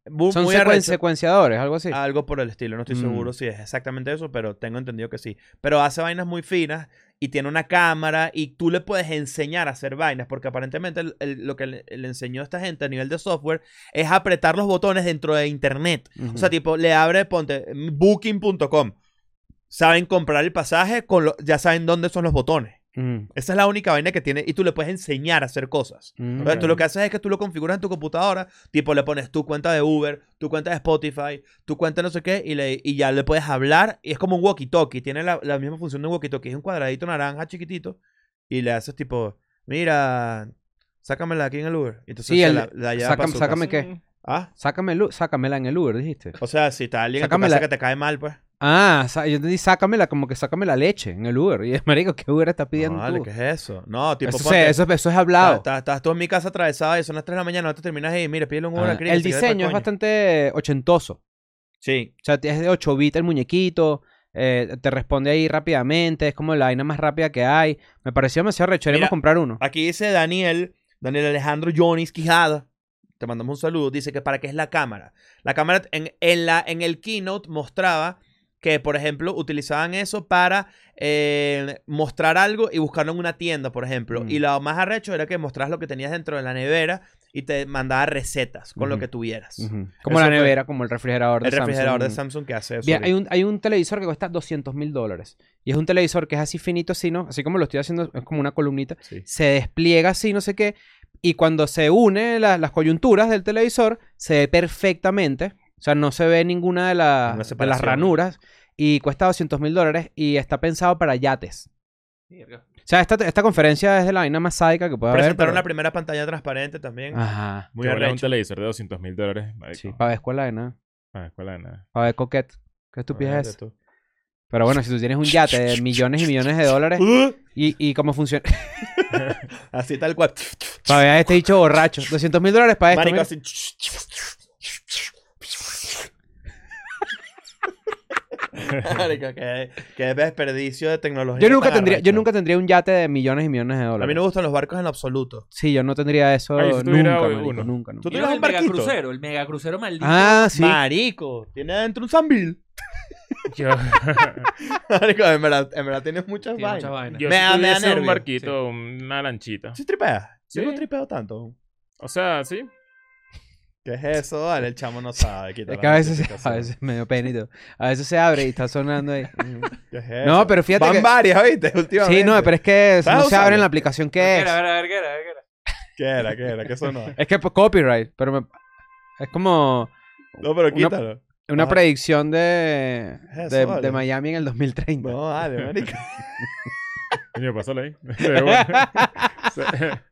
B: Bu-
C: Son
B: muy
C: secuen-
B: arrecho. Ah,
C: secuenciadores, algo así.
B: Algo por el estilo, no estoy
C: Mm.
B: seguro si es exactamente eso, pero tengo entendido que sí. Pero hace vainas muy finas y tiene una cámara y tú le puedes enseñar a hacer vainas, porque aparentemente el- el- lo que le, le enseñó esta gente a nivel de software es apretar los botones dentro de internet. O sea,
C: Ujú.
B: tipo, le abre, ponte, booking.com. Saben comprar el pasaje, con lo- ya saben dónde son los botones.
C: Mm.
B: Esa es la única vaina que tiene y tú le puedes enseñar a hacer cosas.
C: Mm.
B: Entonces, tú lo que haces es que tú lo configuras en tu computadora, tipo le pones tu cuenta de Uber, tu cuenta de Spotify, tu cuenta no sé qué, y, le, y ya le puedes hablar. Y es como un walkie-talkie, tiene la, la misma función de un walkie-talkie, es un cuadradito naranja chiquitito, y le haces tipo, mira, sácamela aquí en el Uber. Y Entonces
C: Sí,
B: se
C: el-
B: la, la lleva pa'
C: sácame-
B: su
C: sácame-
B: casa.
C: qué?
A: Mm.
B: Ah,
C: Sácame el u- sácamela en el Uber, dijiste.
B: o sea, si está alguien en tu
C: Sácamela.
B: casa que te cae mal, pues.
C: Ah, sa- yo entendí, sácamela, como que sácame la leche en el Uber. Y marico, ¿qué Uber estás pidiendo
B: No, vale,
C: tú?
B: ¿qué es eso? No, tipo,
C: eso, se-
B: ponte,
C: eso, eso es
B: estás,
C: hablado.
B: estás- estás tú en mi casa atravesada y son las 3 de la mañana, no te terminas ahí, mira, pídele un Uber
C: Ah,
B: aquí. que
C: el
B: se vaya pa'l
C: diseño es
B: coño.
C: bastante ochentoso. O
B: Sí,
C: sea, es de 8 bits el muñequito. eh, te responde ahí rápidamente. Es como la vaina más rápida que hay. Me pareció demasiado recho. Iremos
B: Mira,
C: a comprar uno.
B: Aquí dice Daniel, Daniel Alejandro Jonis Quijada. Te mandamos un saludo. Dice que para qué es la cámara. La cámara en, en la, en el keynote mostraba que, por ejemplo, utilizaban eso para eh, mostrar algo y buscarlo en una tienda, por ejemplo.
C: Mm.
B: Y lo más arrecho era que mostrabas lo que tenías dentro de la nevera y te mandaba recetas con lo
C: Ujú.
B: que tuvieras.
C: Ujú. Como
B: Eso
C: la
B: fue-
C: nevera, como el refrigerador de
B: El refrigerador
C: Samsung.
B: de Samsung que hace eso.
C: Bien, hay
B: ahorita.
C: un, hay un televisor que cuesta 200 mil dólares. Y es un televisor que es así finito, así, ¿no? Así como lo estoy haciendo, es como una columnita.
A: Sí.
C: Se despliega así, no sé qué. Y cuando se une la- las coyunturas del televisor, se ve perfectamente. O sea, no se ve ninguna de, las-
B: Una
C: de las
B: separación.
C: ranuras. Y cuesta 200 mil dólares y está pensado para yates.
D: Mierda.
C: O sea, esta, esta conferencia es de la vaina más sádica que puede haber.
B: Presentaron la
C: pero- Ah,
B: primera pantalla transparente también.
C: Ajá.
B: Muy
A: Que vale un
B: arrecho.
A: televisor de 200 mil dólares. marico.
C: Sí, para ver escuela de nada.
A: Ah, escuela de nada.
C: Para ver coquet. Qué estupidez
B: Imagínate
C: es.
B: tú.
C: Pero bueno, si tú tienes un yate de millones y millones de dólares y, y cómo funciona.
B: Así tal cual.
C: Para ver a este dicho borracho. 200 mil dólares para esto.
B: Marico,
C: mira.
B: así. Marico, qué, qué desperdicio de tecnología.
C: Yo nunca,
B: tan
C: tendría, yo
B: arrecho.
C: nunca tendría un yate de millones y millones de
B: A
C: dólares.
B: mí no me gustan los barcos en absoluto.
C: Sí, yo no tendría eso
A: Ay, si tuviera
C: nunca,
A: uno.
C: marico, nunca, nunca.
B: ¿Tú
D: ¿Tú
B: tienes
D: el
B: un barquito?
D: megacrucero, el megacrucero maldito.
C: Ah, sí.
B: Marico, tiene adentro un Sambil.
A: Yo,
B: Marico, en verdad, en verdad tienes muchas
D: Tiene muchas
B: vainas.
D: vainas.
A: yo
B: Me da-
A: si
B: me da
A: tuviese
B: nervio,
A: un barquito, una lanchita.
B: ¿Sí tripeas? Yo
A: Sí.
B: no tripeo tanto.
A: O sea, sí.
B: ¿Qué es eso? Vale, el chamo no sabe. quita
C: Es
B: la
C: que a veces, se-
B: notificación.
C: a veces me dio pena y todo. A veces se abre y está sonando ahí.
B: ¿Qué es eso?
C: No, pero fíjate
B: Van
C: que-
B: varias, ¿viste? Últimamente.
C: Sí, no, pero es que
B: ¿Estás
C: no se abre
B: usando?
C: en la aplicación
D: ¿Qué
C: que es.
D: era, a ver, a ver, ¿qué era, a ver, qué era?
B: ¿Qué era? ¿Qué era? ¿Qué sonó?
C: Es que por copyright, pero me- es como
B: No, pero
C: Una-
B: quítalo.
C: una
B: Ajá.
C: predicción de,
B: Ah. Eso,
C: de,
B: vale.
C: de Miami en el 2030.
B: No, vale, marico.
A: Coño, pásale ahí. De una.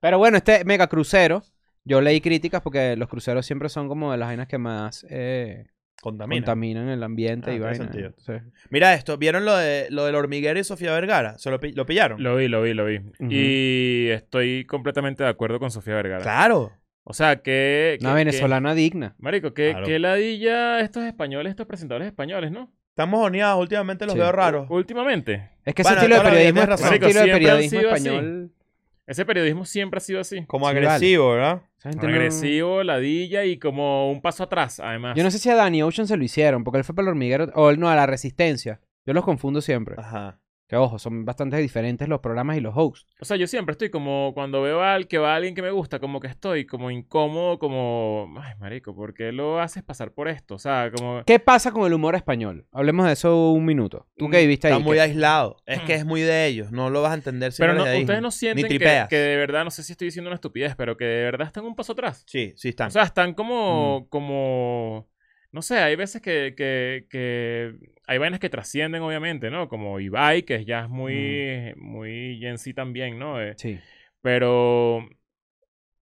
C: Pero bueno, este mega crucero, yo leí críticas porque los cruceros siempre son como de las vainas que más eh,
B: Contamina.
C: contaminan el ambiente
B: Ah,
C: y
B: tiene
C: vaina.
B: sentido.
C: Sí.
B: Mira esto, ¿vieron lo, de, lo del hormiguero y Sofía Vergara? ¿Se lo, pi- lo pillaron?
A: Lo vi, lo vi, lo vi. Y estoy completamente de acuerdo con Sofía Vergara.
B: Claro.
A: O sea, que... que-
C: Una
A: que-
C: venezolana digna.
A: Marico, que,
B: Claro.
A: que ladilla estos españoles, estos presentadores españoles, ¿no?
B: Estamos moneados últimamente, los
C: Sí.
B: veo raros.
A: Últimamente.
C: Es que
B: Bueno,
C: ese estilo de
B: claro,
C: periodismo,
B: tienes razón.
C: ese
A: Marico,
C: estilo de
A: siempre han
C: periodismo
A: sido
C: español.
A: Ese periodismo siempre ha sido así.
B: Como
C: Sí,
B: agresivo, ¿verdad?
C: esa gente no-
A: Agresivo, ladilla y como un paso atrás, además.
C: Yo no sé si a
B: Ah.
C: Danny Ocean se lo hicieron, porque él fue para el hormiguero, o él no, a la resistencia. Yo los confundo siempre.
B: Ajá.
C: Que Que ojo, son bastante diferentes los programas y los hosts.
A: O sea, yo siempre estoy como cuando veo al que va a alguien que me gusta, como que estoy como incómodo, como, ay, marico, ¿por qué lo haces pasar por esto? O sea, como
C: ¿Qué pasa con el humor español? Hablemos de eso un minuto. Tú que viviste ahí.
B: Está muy
C: ¿qué-
B: aislado. Es que es muy de ellos. No lo vas a entender si
A: Pero
B: no
A: no,
B: eres de ahí.
A: ustedes no sienten
B: Ni
A: que,
B: tripeas.
A: que de verdad, no sé si estoy diciendo una estupidez, pero que de verdad están un paso atrás.
B: Sí, sí están.
A: O sea,
C: Mm.
A: están como, como, no sé, hay veces que, que, que hay vainas que trascienden, obviamente, ¿no? Como Ibai, que ya es
C: Mm.
A: muy, muy Gen Z también, ¿no? Eh,
C: Sí.
A: pero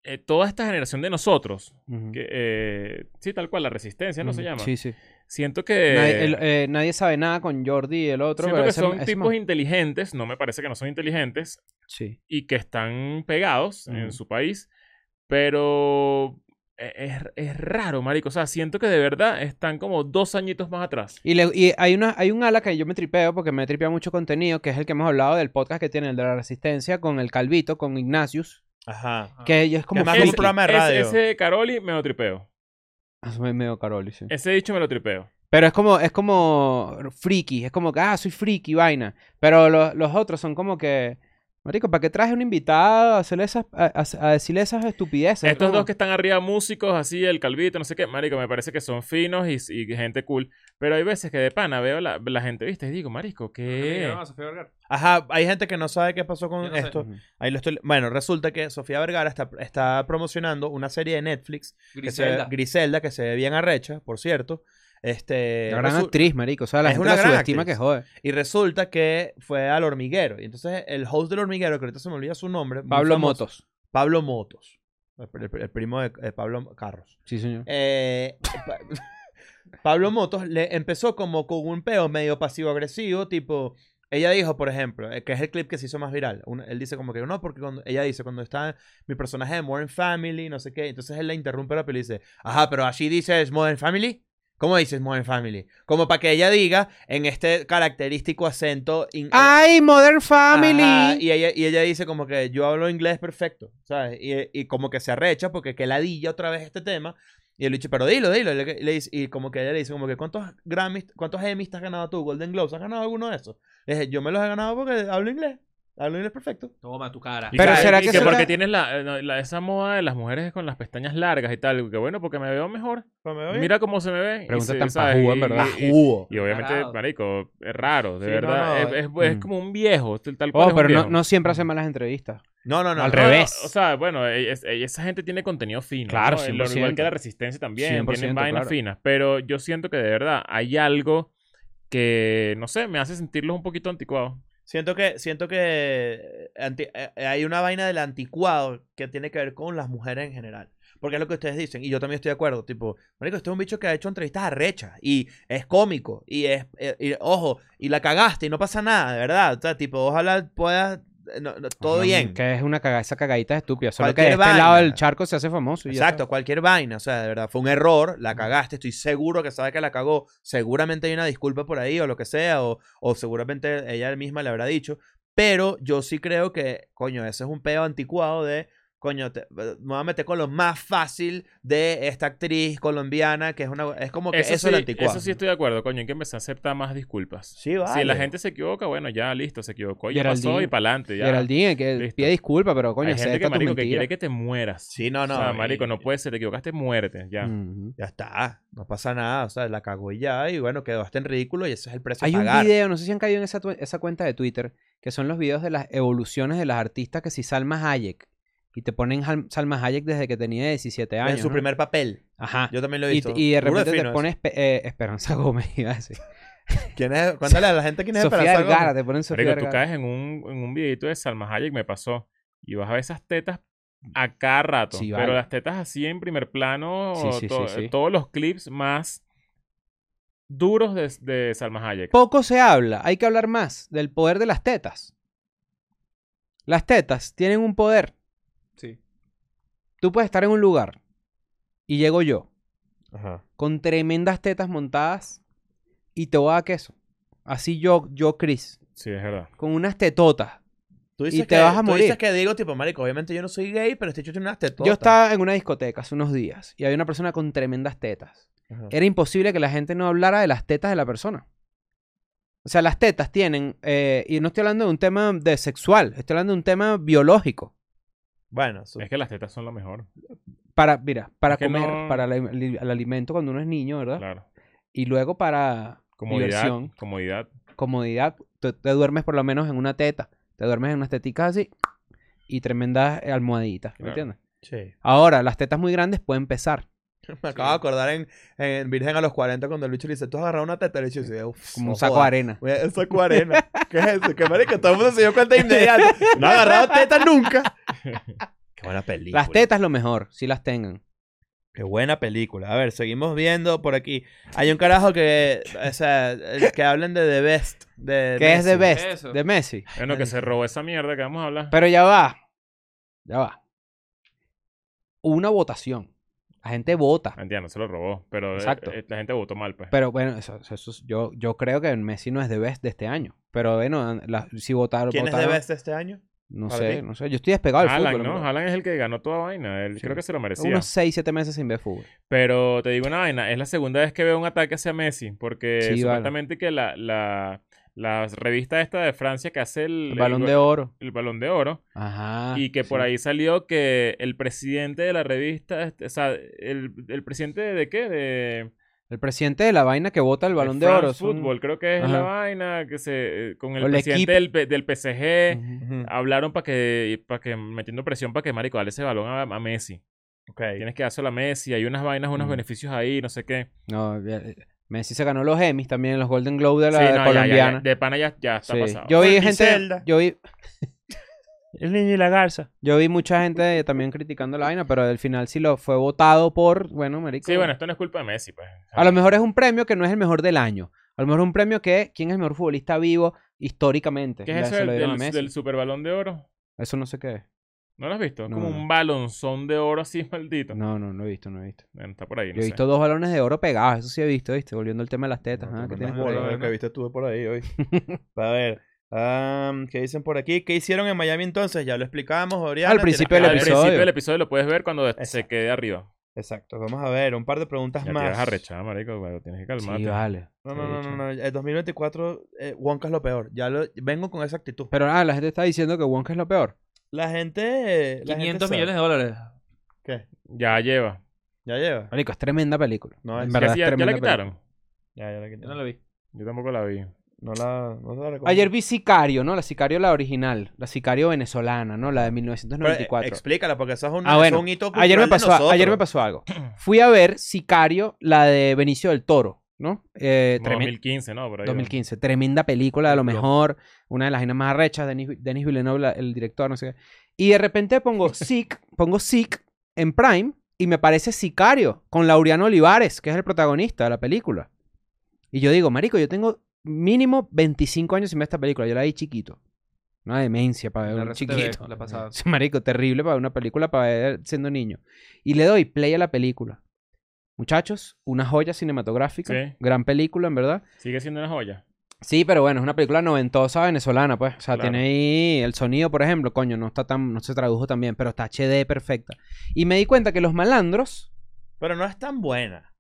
A: eh, toda esta generación de nosotros,
C: Ujú.
A: que, eh, sí, tal cual, la resistencia, ¿no se
C: Ujú.
A: llama?
C: Mm, Sí, sí.
A: Siento que...
C: nadie, el- eh, nadie sabe nada con Jordi y el otro.
A: siento
C: pero
A: que
C: ese-
A: son
C: ese
A: tipos
C: man-
A: inteligentes, no me parece que no son inteligentes,
C: Sí.
A: y que están pegados en
C: Ujú.
A: su país, pero e- es, es raro, marico. O sea, siento que de verdad están como dos añitos más atrás.
C: Y, le- y hay, una, hay un ala que yo me tripeo porque me tripea mucho contenido, que es el que hemos hablado del podcast que tiene el de la resistencia con el Calvito, con Ignacius,
B: Ajá.
C: que ellos como...
B: Ah. además es
A: Ese-
B: un programa de
A: ese-
B: radio.
A: Ese, de Caroli me lo tripeo.
C: Ah, soy medio Caroli, sí.
A: Ese dicho me lo tripeo.
C: Pero es como, es como friki, es como que, ah, soy friki, vaina. Pero lo- los otros son como que, marico, ¿para qué traje un invitado a, hacerle esas, a, a- a decirle esas estupideces? Es
A: Estos
C: como-
A: dos que están arriba, músicos, así, el calvito, no sé qué, marico, me parece que son finos y, y gente cool. Pero hay veces que de pana veo la, la gente, viste, y digo, marico, ¿qué?
D: No, Sofía Vergara.
B: Ajá, hay gente que no sabe qué pasó con
D: Yo no sé.
B: esto.
C: Ujú.
B: Ahí lo estoy... Bueno, resulta que Sofía Vergara está, está promocionando una serie de Netflix. Que se ve-
D: Griselda.
B: Griselda, que se ve bien arrecha, por cierto. Este,
C: La gran
B: resu-
C: actriz, marico. O sea, la
B: Es
C: gente
B: una
C: la
B: gran
C: subestima
B: actriz.
C: que jode.
B: Y resulta que fue al hormiguero. Y entonces el host del hormiguero, que ahorita se me olvida su nombre. muy
C: Pablo
B: famoso,
C: Motos.
B: Pablo Motos. El, el- el primo de eh, Pablo Carros.
C: Sí, señor.
B: Eh, pa- Pablo Motos le empezó como con un peo medio pasivo-agresivo, tipo. Ella dijo, por ejemplo, eh, que es el clip que se hizo más viral. un- él dice como que no, porque cuando, ella dice, cuando está mi personaje de Modern Family, no sé qué, entonces él la interrumpe rápido y le dice, ajá, pero allí dices Modern Family. ¿Cómo dices Modern Family? Como para que ella diga en este característico acento. in-
C: ¡Ay, Modern Family!
B: Ajá, y, ella, y ella dice como que yo hablo inglés perfecto, ¿sabes? Y, y como que se arrecha porque que ladilla otra vez este tema. Y él dice, pero dilo, dilo. Y, le- le dice- y como que ella le dice, como que ¿cuántos Grammys, cuántos Emmys te has ganado tú? Golden Globes, ¿has ganado alguno de esos? Le dije, yo me los he ganado porque hablo inglés. Hablo inglés perfecto.
D: Toma tu cara.
A: Y
C: Pero
A: que-
C: ¿será
A: y
C: que
A: que
C: será-
A: porque tienes la, eh, la- esa moda de las mujeres con las pestañas largas y tal? Que bueno, porque me veo mejor.
B: Pues me voy.
A: Mira cómo se me ve. y
C: Pregunta
A: se-
C: tan
A: ¿sabes?
C: pajúa, en
A: Y-
C: verdad.
A: y-
B: Pajúo.
A: Y obviamente,
D: Tarado.
A: marico, es raro, de
B: Sí, no,
A: verdad.
B: no,
A: es, es- es
C: mm.
A: como un viejo, tal tal cual.
C: Oh,
A: es un
C: pero no,
A: viejo.
C: no siempre hacen malas entrevistas.
B: No, no, no.
C: Al
B: no.
A: No, no,
C: revés.
A: o sea, bueno, e- es- e- esa gente tiene contenido fino.
C: Claro,
A: ¿no? Eh, Lo- Igual
C: 100%.
A: que la resistencia también,
C: 100%,
A: tienen vainas
C: claro.
A: finas. Pero yo siento que de verdad hay algo que, no sé, me hace sentirlos un poquito anticuados.
B: Siento que, siento que anti- eh, hay una vaina del anticuado que tiene que ver con las mujeres en general. Porque es lo que ustedes dicen, y yo también estoy de acuerdo. Tipo, Marico, este es un bicho que ha hecho entrevistas arrechas, y es cómico, y es, eh, y, ojo, y la cagaste, y no pasa nada, de verdad. O sea, tipo, ojalá puedas, eh, no, no, todo
C: No,
B: bien.
C: Que es una caga, esa cagadita es estúpida. Solo que de
B: Cualquier
C: este
B: vaina.
C: lado del charco se hace famoso. y ya
B: Exacto, cualquier vaina, o sea, de verdad, fue un error, la cagaste, estoy seguro que sabe que la cagó, seguramente hay una disculpa por ahí o lo que sea, o, o seguramente ella misma le habrá dicho, pero yo sí creo que, coño, ese es un pedo anticuado de, coño, te- me voy a meter con lo más fácil de esta actriz colombiana, que es una, es como que eso,
A: sí,
B: es lo anticuado.
A: eso sí estoy de acuerdo, coño, hay que empezar a aceptar más disculpas.
B: Sí, vale.
A: Si la gente se equivoca, bueno, ya listo, se equivocó, ya
C: Geraldine-
A: pasó y para adelante. Ya.
C: está. Geraldine, que
A: Listo.
C: pide disculpas, pero coño,
A: hay gente
C: acepta
A: que,
C: tu
A: marico, que
C: mentira.
A: quiere que te mueras.
B: Sí, no, no.
A: o sea,
B: y-
A: marico, no puede ser, te equivocaste, muérete, ya.
C: Ujú.
B: Ya está, no pasa nada, o sea, la cagó y ya, y bueno, quedó hasta en ridículo y ese es el precio
C: Hay
B: a
C: un
B: pagar.
C: video, no sé si han caído en esa, tu- esa cuenta de Twitter, que son los videos de las evoluciones de las artistas que si Salma Hayek. Y te ponen Hal- Salma Hayek desde que tenía 17 años.
B: en su
C: ¿no?
B: primer papel.
C: Ajá.
B: Yo también lo he
C: Y,
B: visto.
C: y de
B: Burda
C: repente te
B: fino
C: pones Espe- eh, Esperanza Gómez, iba a decir.
B: eso. ¿Quién es? Cuéntale a la gente quién es
C: Sofía
B: Esperanza Gómez.
C: Vergara, te ponen Sofía
A: Marico, tú
C: Vergara.
A: caes en un, en un videito de Salma Hayek, me pasó. Y vas a ver esas tetas a cada rato.
C: Sí,
A: Pero
C: vale.
A: las tetas así en primer plano,
C: Sí, sí,
A: to-
C: sí, sí.
A: todos los clips más duros de, de Salma Hayek.
C: Poco se habla, hay que hablar más del poder de las tetas. Las tetas tienen un poder.
D: Sí.
C: Tú puedes estar en un lugar y llego yo
B: Ajá.
C: con tremendas tetas montadas y te voy a dar queso. Así yo, yo, Chris,
A: Sí, es verdad.
C: con unas tetotas.
B: Tú
C: Y te vas a
B: tú
C: morir.
B: dices que digo, tipo, marico, obviamente yo no soy gay, pero este hecho tiene unas
F: tota.
B: tetotas.
C: Yo estaba en una discoteca hace unos días y había una persona con tremendas tetas.
B: Ajá.
C: Era imposible que la gente no hablara de las tetas de la persona. O sea, las tetas tienen, eh, y no estoy hablando de un tema de sexual, estoy hablando de un tema biológico.
F: Bueno, su-
C: Eh,
A: Es que las tetas son lo mejor.
C: Para, mira, para
A: Es que
C: comer,
A: no-
C: para el, ali- el alimento cuando uno es niño, ¿verdad?
A: Claro.
C: Y luego para
A: Comodidad.
C: diversión,
A: Comodidad.
C: comodidad, tú te duermes por lo menos en una teta, te duermes en unas teticas así y tremendas eh, almohaditas, ¿me
A: Claro.
C: entiendes?
F: sí.
C: Ahora, las tetas muy grandes pueden pesar,
F: Me acabo de acordar en, en Virgen a los 40 cuando el bicho le dice, tú has agarrado una teta. Y le dice, "Uf,
C: como
F: no
C: un saco
F: jodas".
C: de arena.
F: Oye, El saco de arena. ¿Qué es eso? Que marica, todo el mundo se dio cuenta de inmediato. No ha agarrado teta nunca. Qué buena película.
A: pues.
C: Las tetas lo mejor, si las tengan.
F: Qué buena película. A ver, seguimos viendo por aquí. Hay un carajo que. O sea, el que hablen de The Best. De
C: ¿Qué es de
F: Messi.
C: Best?
D: Eso.
C: De Messi.
A: Bueno, que se robó esa mierda que vamos a hablar.
C: Pero ya va. Ya va. Una votación. La gente vota.
A: Entiendo, se lo robó. Pero eh,
C: Exacto.
A: eh, la gente votó mal, pues.
C: Pero bueno, eso, eso- eso es- yo, yo creo que Messi no es de best de este año. Pero bueno, an- la- si votaron,
F: ¿Quién es The
C: votaron-
F: Best este año?
C: No
F: para
C: sé,
F: ti?
C: no sé. Yo estoy despegado del
A: Alan,
C: fútbol.
A: ¿no?
C: hombre.
A: Alan es el que ganó toda vaina. Él creo que se lo merecía.
C: Unos 6, 7 meses sin ver fútbol.
A: Pero te digo una vaina, es la segunda vez que veo un ataque hacia Messi, porque
C: Sí, vale.
A: supuestamente que la, la, la revista esta de Francia que hace el,
C: El balón de oro.
A: el Balón de Oro,
C: Ajá.
A: y que por
C: sí.
A: ahí salió que el presidente de la revista, este, o sea, el, el presidente de qué? De,
C: El presidente de la vaina que vota el
A: de
C: balón de,
A: France
C: oro. es un-
A: Football, creo que es la
C: Ajá.
A: vaina, que se, eh, con el,
C: O el
A: presidente
C: equipo.
A: del, P- del PSG,
C: Ujú.
F: Ah,
A: hablaron para que, para que, metiendo presión para que Marico dale ese balón a, a Messi.
F: Ok.
A: Tienes que dárselo a Messi, hay unas vainas, unos
C: Mm.
A: beneficios ahí, no sé qué.
C: No, ya- Messi se ganó los Emmys también, los Golden Globe de la
A: Sí, no,
C: de
A: ya, ya, ya,
C: colombiana.
A: de pana ya, ya está
C: Sí.
A: pasado.
C: Yo
F: Con
C: vi
F: mi
C: gente.
F: celda.
C: Yo vi,
F: El niño y la garza.
C: yo vi mucha gente también criticando la vaina, pero al final sí lo fue votado por. Bueno, marico.
A: Sí, bueno, esto no es culpa de Messi, pues.
C: A lo mejor es un premio que no es el mejor del año. A lo mejor un premio que quién es el mejor futbolista vivo históricamente.
A: ¿Qué
C: Le-
A: es eso
C: se
A: del,
C: lo dieron a
A: del,
C: Messi.
A: del super balón de oro?
C: Eso no sé qué es.
A: ¿No lo has visto? Es
C: No,
A: como
C: no.
A: un balonzón de oro así maldito.
C: No, no, no he visto, no he visto.
A: Bueno, está por ahí, no
C: Yo he
A: sé.
C: visto dos balones de oro pegados, eso sí he visto, ¿viste? Volviendo al tema de las tetas. ah, ¿qué
F: pues,
C: tienes por ahí?
D: bolas.
F: que viste tú por ahí hoy. A ver. am, ¿Qué dicen por aquí? ¿Qué hicieron en Miami entonces? Ya lo explicamos, Oriana.
C: Al principio
F: tienes
A: Al
F: que
C: del
F: ver-
C: episodio.
A: principio del episodio lo puedes ver cuando se
F: Exacto.
A: quede arriba.
F: Exacto. Vamos a ver. Un par de preguntas
A: Ya te
F: más.
A: vas a rechazar, marico, pero tienes que calmarte.
C: Sí, vale.
F: No,
C: te
F: no,
C: he
F: no,
C: dicho.
F: no, no. El 2024, eh, Wonka es lo peor. Ya lo, vengo con esa actitud.
C: Pero ah, la gente está diciendo que Wonka es lo peor.
F: La gente. la gente
D: 500
F: sabe.
D: millones de dólares.
F: ¿Qué?
A: Ya lleva.
F: Ya lleva.
C: Marico, es tremenda película.
F: No,
C: en
F: es-
C: verdad
A: Ya,
C: es
A: sí, ya- ya la
C: tremenda Eh,
A: quitaron?
F: Ya, ya la quité.
D: Yo no lo vi.
A: Yo tampoco la vi.
F: No la, no se la
C: película. Ayer vi Sicario, ¿no? La Sicario, la original. La Sicario venezolana, ¿no? La de
F: Pero, eh,
C: 1994.
F: explícala, porque eso es un,
C: Ah,
F: eso es
C: bueno.
F: un hito
C: Ayer me,
F: cultural de
C: pasó, ayer me
F: nosotros.
C: pasó algo. Fui a ver Sicario, la de Benicio del Toro, ¿no? Eh,
A: Como
C: tremenda.
A: 2015, ¿no? Por ahí va.
C: 2015. Tremenda película, de lo
D: Loco.
C: mejor. Una de las vainas más arrechas. Denis, Denis Villeneuve, la- el director, no sé qué. Y de repente pongo Sick, pongo Sick en Prime y me aparece Sicario con Laureano Olivares, que es el protagonista de la película. Y yo digo, marico, yo tengo mínimo 25 años sin ver esta película. Yo la vi chiquito. Una demencia para ver
D: La
C: un
D: Red TV,
C: chiquito.
D: la pasada.
C: Sí, Marico, terrible para ver una película para ver siendo niño. Y le doy play a la película. Muchachos, una joya cinematográfica.
A: Sí.
C: Gran película, en verdad.
A: Sigue siendo una joya.
C: Sí, pero bueno, es una película noventosa venezolana, pues. O sea,
A: Claro.
C: tiene ahí el sonido, por ejemplo, coño, no está tan, no se tradujo tan bien, pero está HD perfecta. Y me di cuenta que Los Malandros,
F: Pero no es tan buena.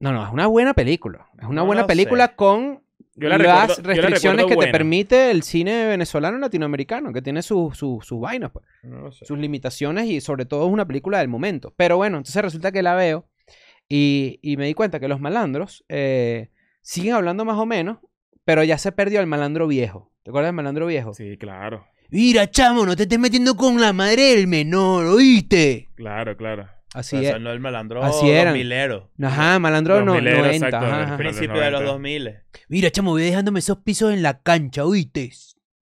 C: no, no, es una buena película. Es una
F: No
C: buena
F: lo
C: película
F: sé.
C: con
A: Yo la
C: las
A: recuerdo- yo la
C: restricciones
A: recuerdo
C: que te
A: buena.
C: permite el cine venezolano latinoamericano, que tiene sus sus- sus vainas, pues.
F: No lo sé.
C: sus limitaciones y sobre todo es una película del momento. Pero bueno, entonces resulta que la veo y, y me di cuenta que los malandros eh, siguen hablando más o menos, pero ya se perdió el malandro viejo. ¿Te acuerdas del malandro viejo?
A: Sí, claro.
C: Mira, chamo, no te estés metiendo con la madre del menor, ¿oíste?
A: Claro, claro.
C: Así
F: Pero
C: es.
F: eso no es el malandro
C: eh. Así eran.
F: milero.
C: Ajá, malandro no,
A: 2000,
C: 90.
A: exacto,
C: ajá, ajá.
A: el Pero
F: Principio
A: los
F: de los
A: 90.
F: 2000.
C: Mira, chamo, voy dejándome esos pisos en la cancha, ¿oíste?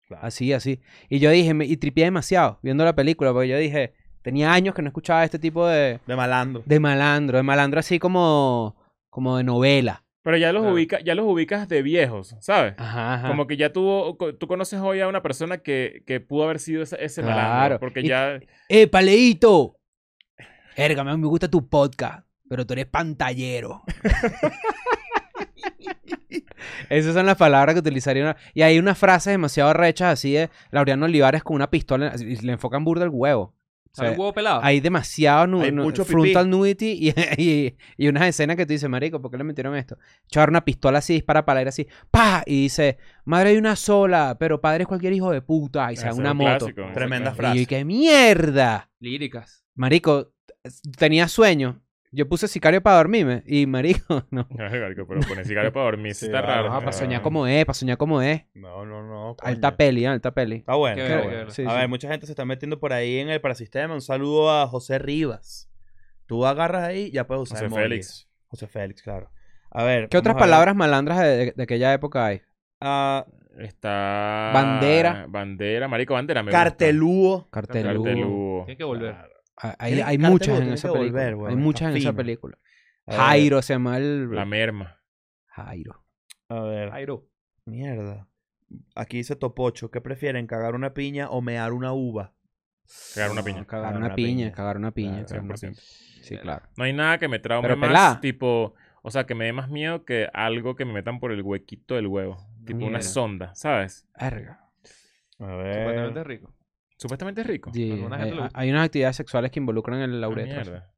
F: Claro.
C: Así, así. Y yo dije, me- y tripié demasiado viendo la película, porque yo dije, tenía años que no escuchaba este tipo de,
F: De malandro.
C: De malandro, de malandro así como, como de novela.
A: Pero ya los,
D: Claro.
A: ubica, ya los ubicas de viejos, ¿sabes?
C: Ajá, ajá.
A: Como que ya tuvo, co- tú conoces hoy a una persona que, que pudo haber sido ese, ese malandro.
C: Claro.
A: Porque
C: Y-
A: ya.
C: ¡Eh, paleito! Erga, me me gusta tu podcast, pero tú eres pantallero. Esas son las palabras que utilizaría. una- Y hay unas frases demasiado rechas así de Laureano Olivares con una pistola y le enfocan burda el huevo.
D: Sale
C: sea,
D: un huevo pelado.
C: Hay demasiado nu-
G: Hay
C: nu-
G: mucho pipí.
C: frontal nudity y, y, y unas escenas que tú dices, marico, ¿por qué le metieron esto? Char una pistola así, dispara para el aire así, ¡pa! Y dice, madre hay una sola, pero padre es cualquier hijo de puta. Y se da
A: Ese es
C: una
A: Ah, un
C: moto.
A: clásico, ese
G: Tremenda
A: clásico.
G: frase.
C: Y yo, ¡qué mierda!
D: Líricas.
C: Marico, tenía sueño. Yo puse sicario para dormirme. Y marico, no.
A: Ay, marico, pero poner cigarro para dormir, sí,
B: Sí,
A: está
B: va,
A: raro.
C: No, para soñar
A: Ah.
C: como es, para soñar como es.
B: No, no, no. coño.
C: Alta peli, ¿eh? alta peli.
B: Está bueno.
D: Qué
B: está
D: verga,
B: bueno.
D: qué verga.
C: Sí,
B: a
C: sí.
B: ver, mucha gente se está metiendo por ahí en el parasistema. Un saludo a José Rivas. Tú agarras ahí, ya puedes usar
A: José
B: emojis.
A: Félix.
B: José Félix, claro. A ver.
C: ¿Qué
B: vamos a
C: otras
B: ver.
C: palabras malandras de, de- de aquella época hay?
B: Ah,
A: Está.
C: Bandera.
A: Bandera, marico, bandera. Me gusta.
B: cartelúo.
C: Cartelú.
A: Cartelú.
D: Tiene que volver.
C: Ah, Hay,
B: Tiene que-
C: hay
B: Cartelú
C: muchas en
B: tiene
C: esa
B: que
C: película.
B: volver, weón,
C: hay
B: está
C: muchas en esa
B: fino.
C: película.
B: A ver, Ah,
C: Jairo se llama el...
A: La merma.
C: Jairo.
B: A ver.
D: Jairo.
B: Mierda. Aquí dice Topocho. ¿Qué prefieren? ¿Cagar una piña o mear una uva?
A: Cagar una
C: No,
A: piña.
C: Cagar una piña, cagar una
B: Claro,
C: piña. cagar una
A: 100%.
C: piña. Sí, claro.
A: No hay nada que me traume
C: Pero
A: más,
C: pelá.
A: tipo, o sea, que me dé más miedo que algo que me metan por el huequito del huevo. Tipo
D: Mierda.
A: una sonda, ¿sabes?
C: Erga.
B: A
D: Supuestamente
B: ver.
D: es rico.
A: Supuestamente es
B: Pues,
A: rico.
C: Sí,
D: alguna
C: hay,
D: gente le gusta.
C: eh, hay unas actividades sexuales que involucran el
A: Ah,
C: laureto.
A: mierda.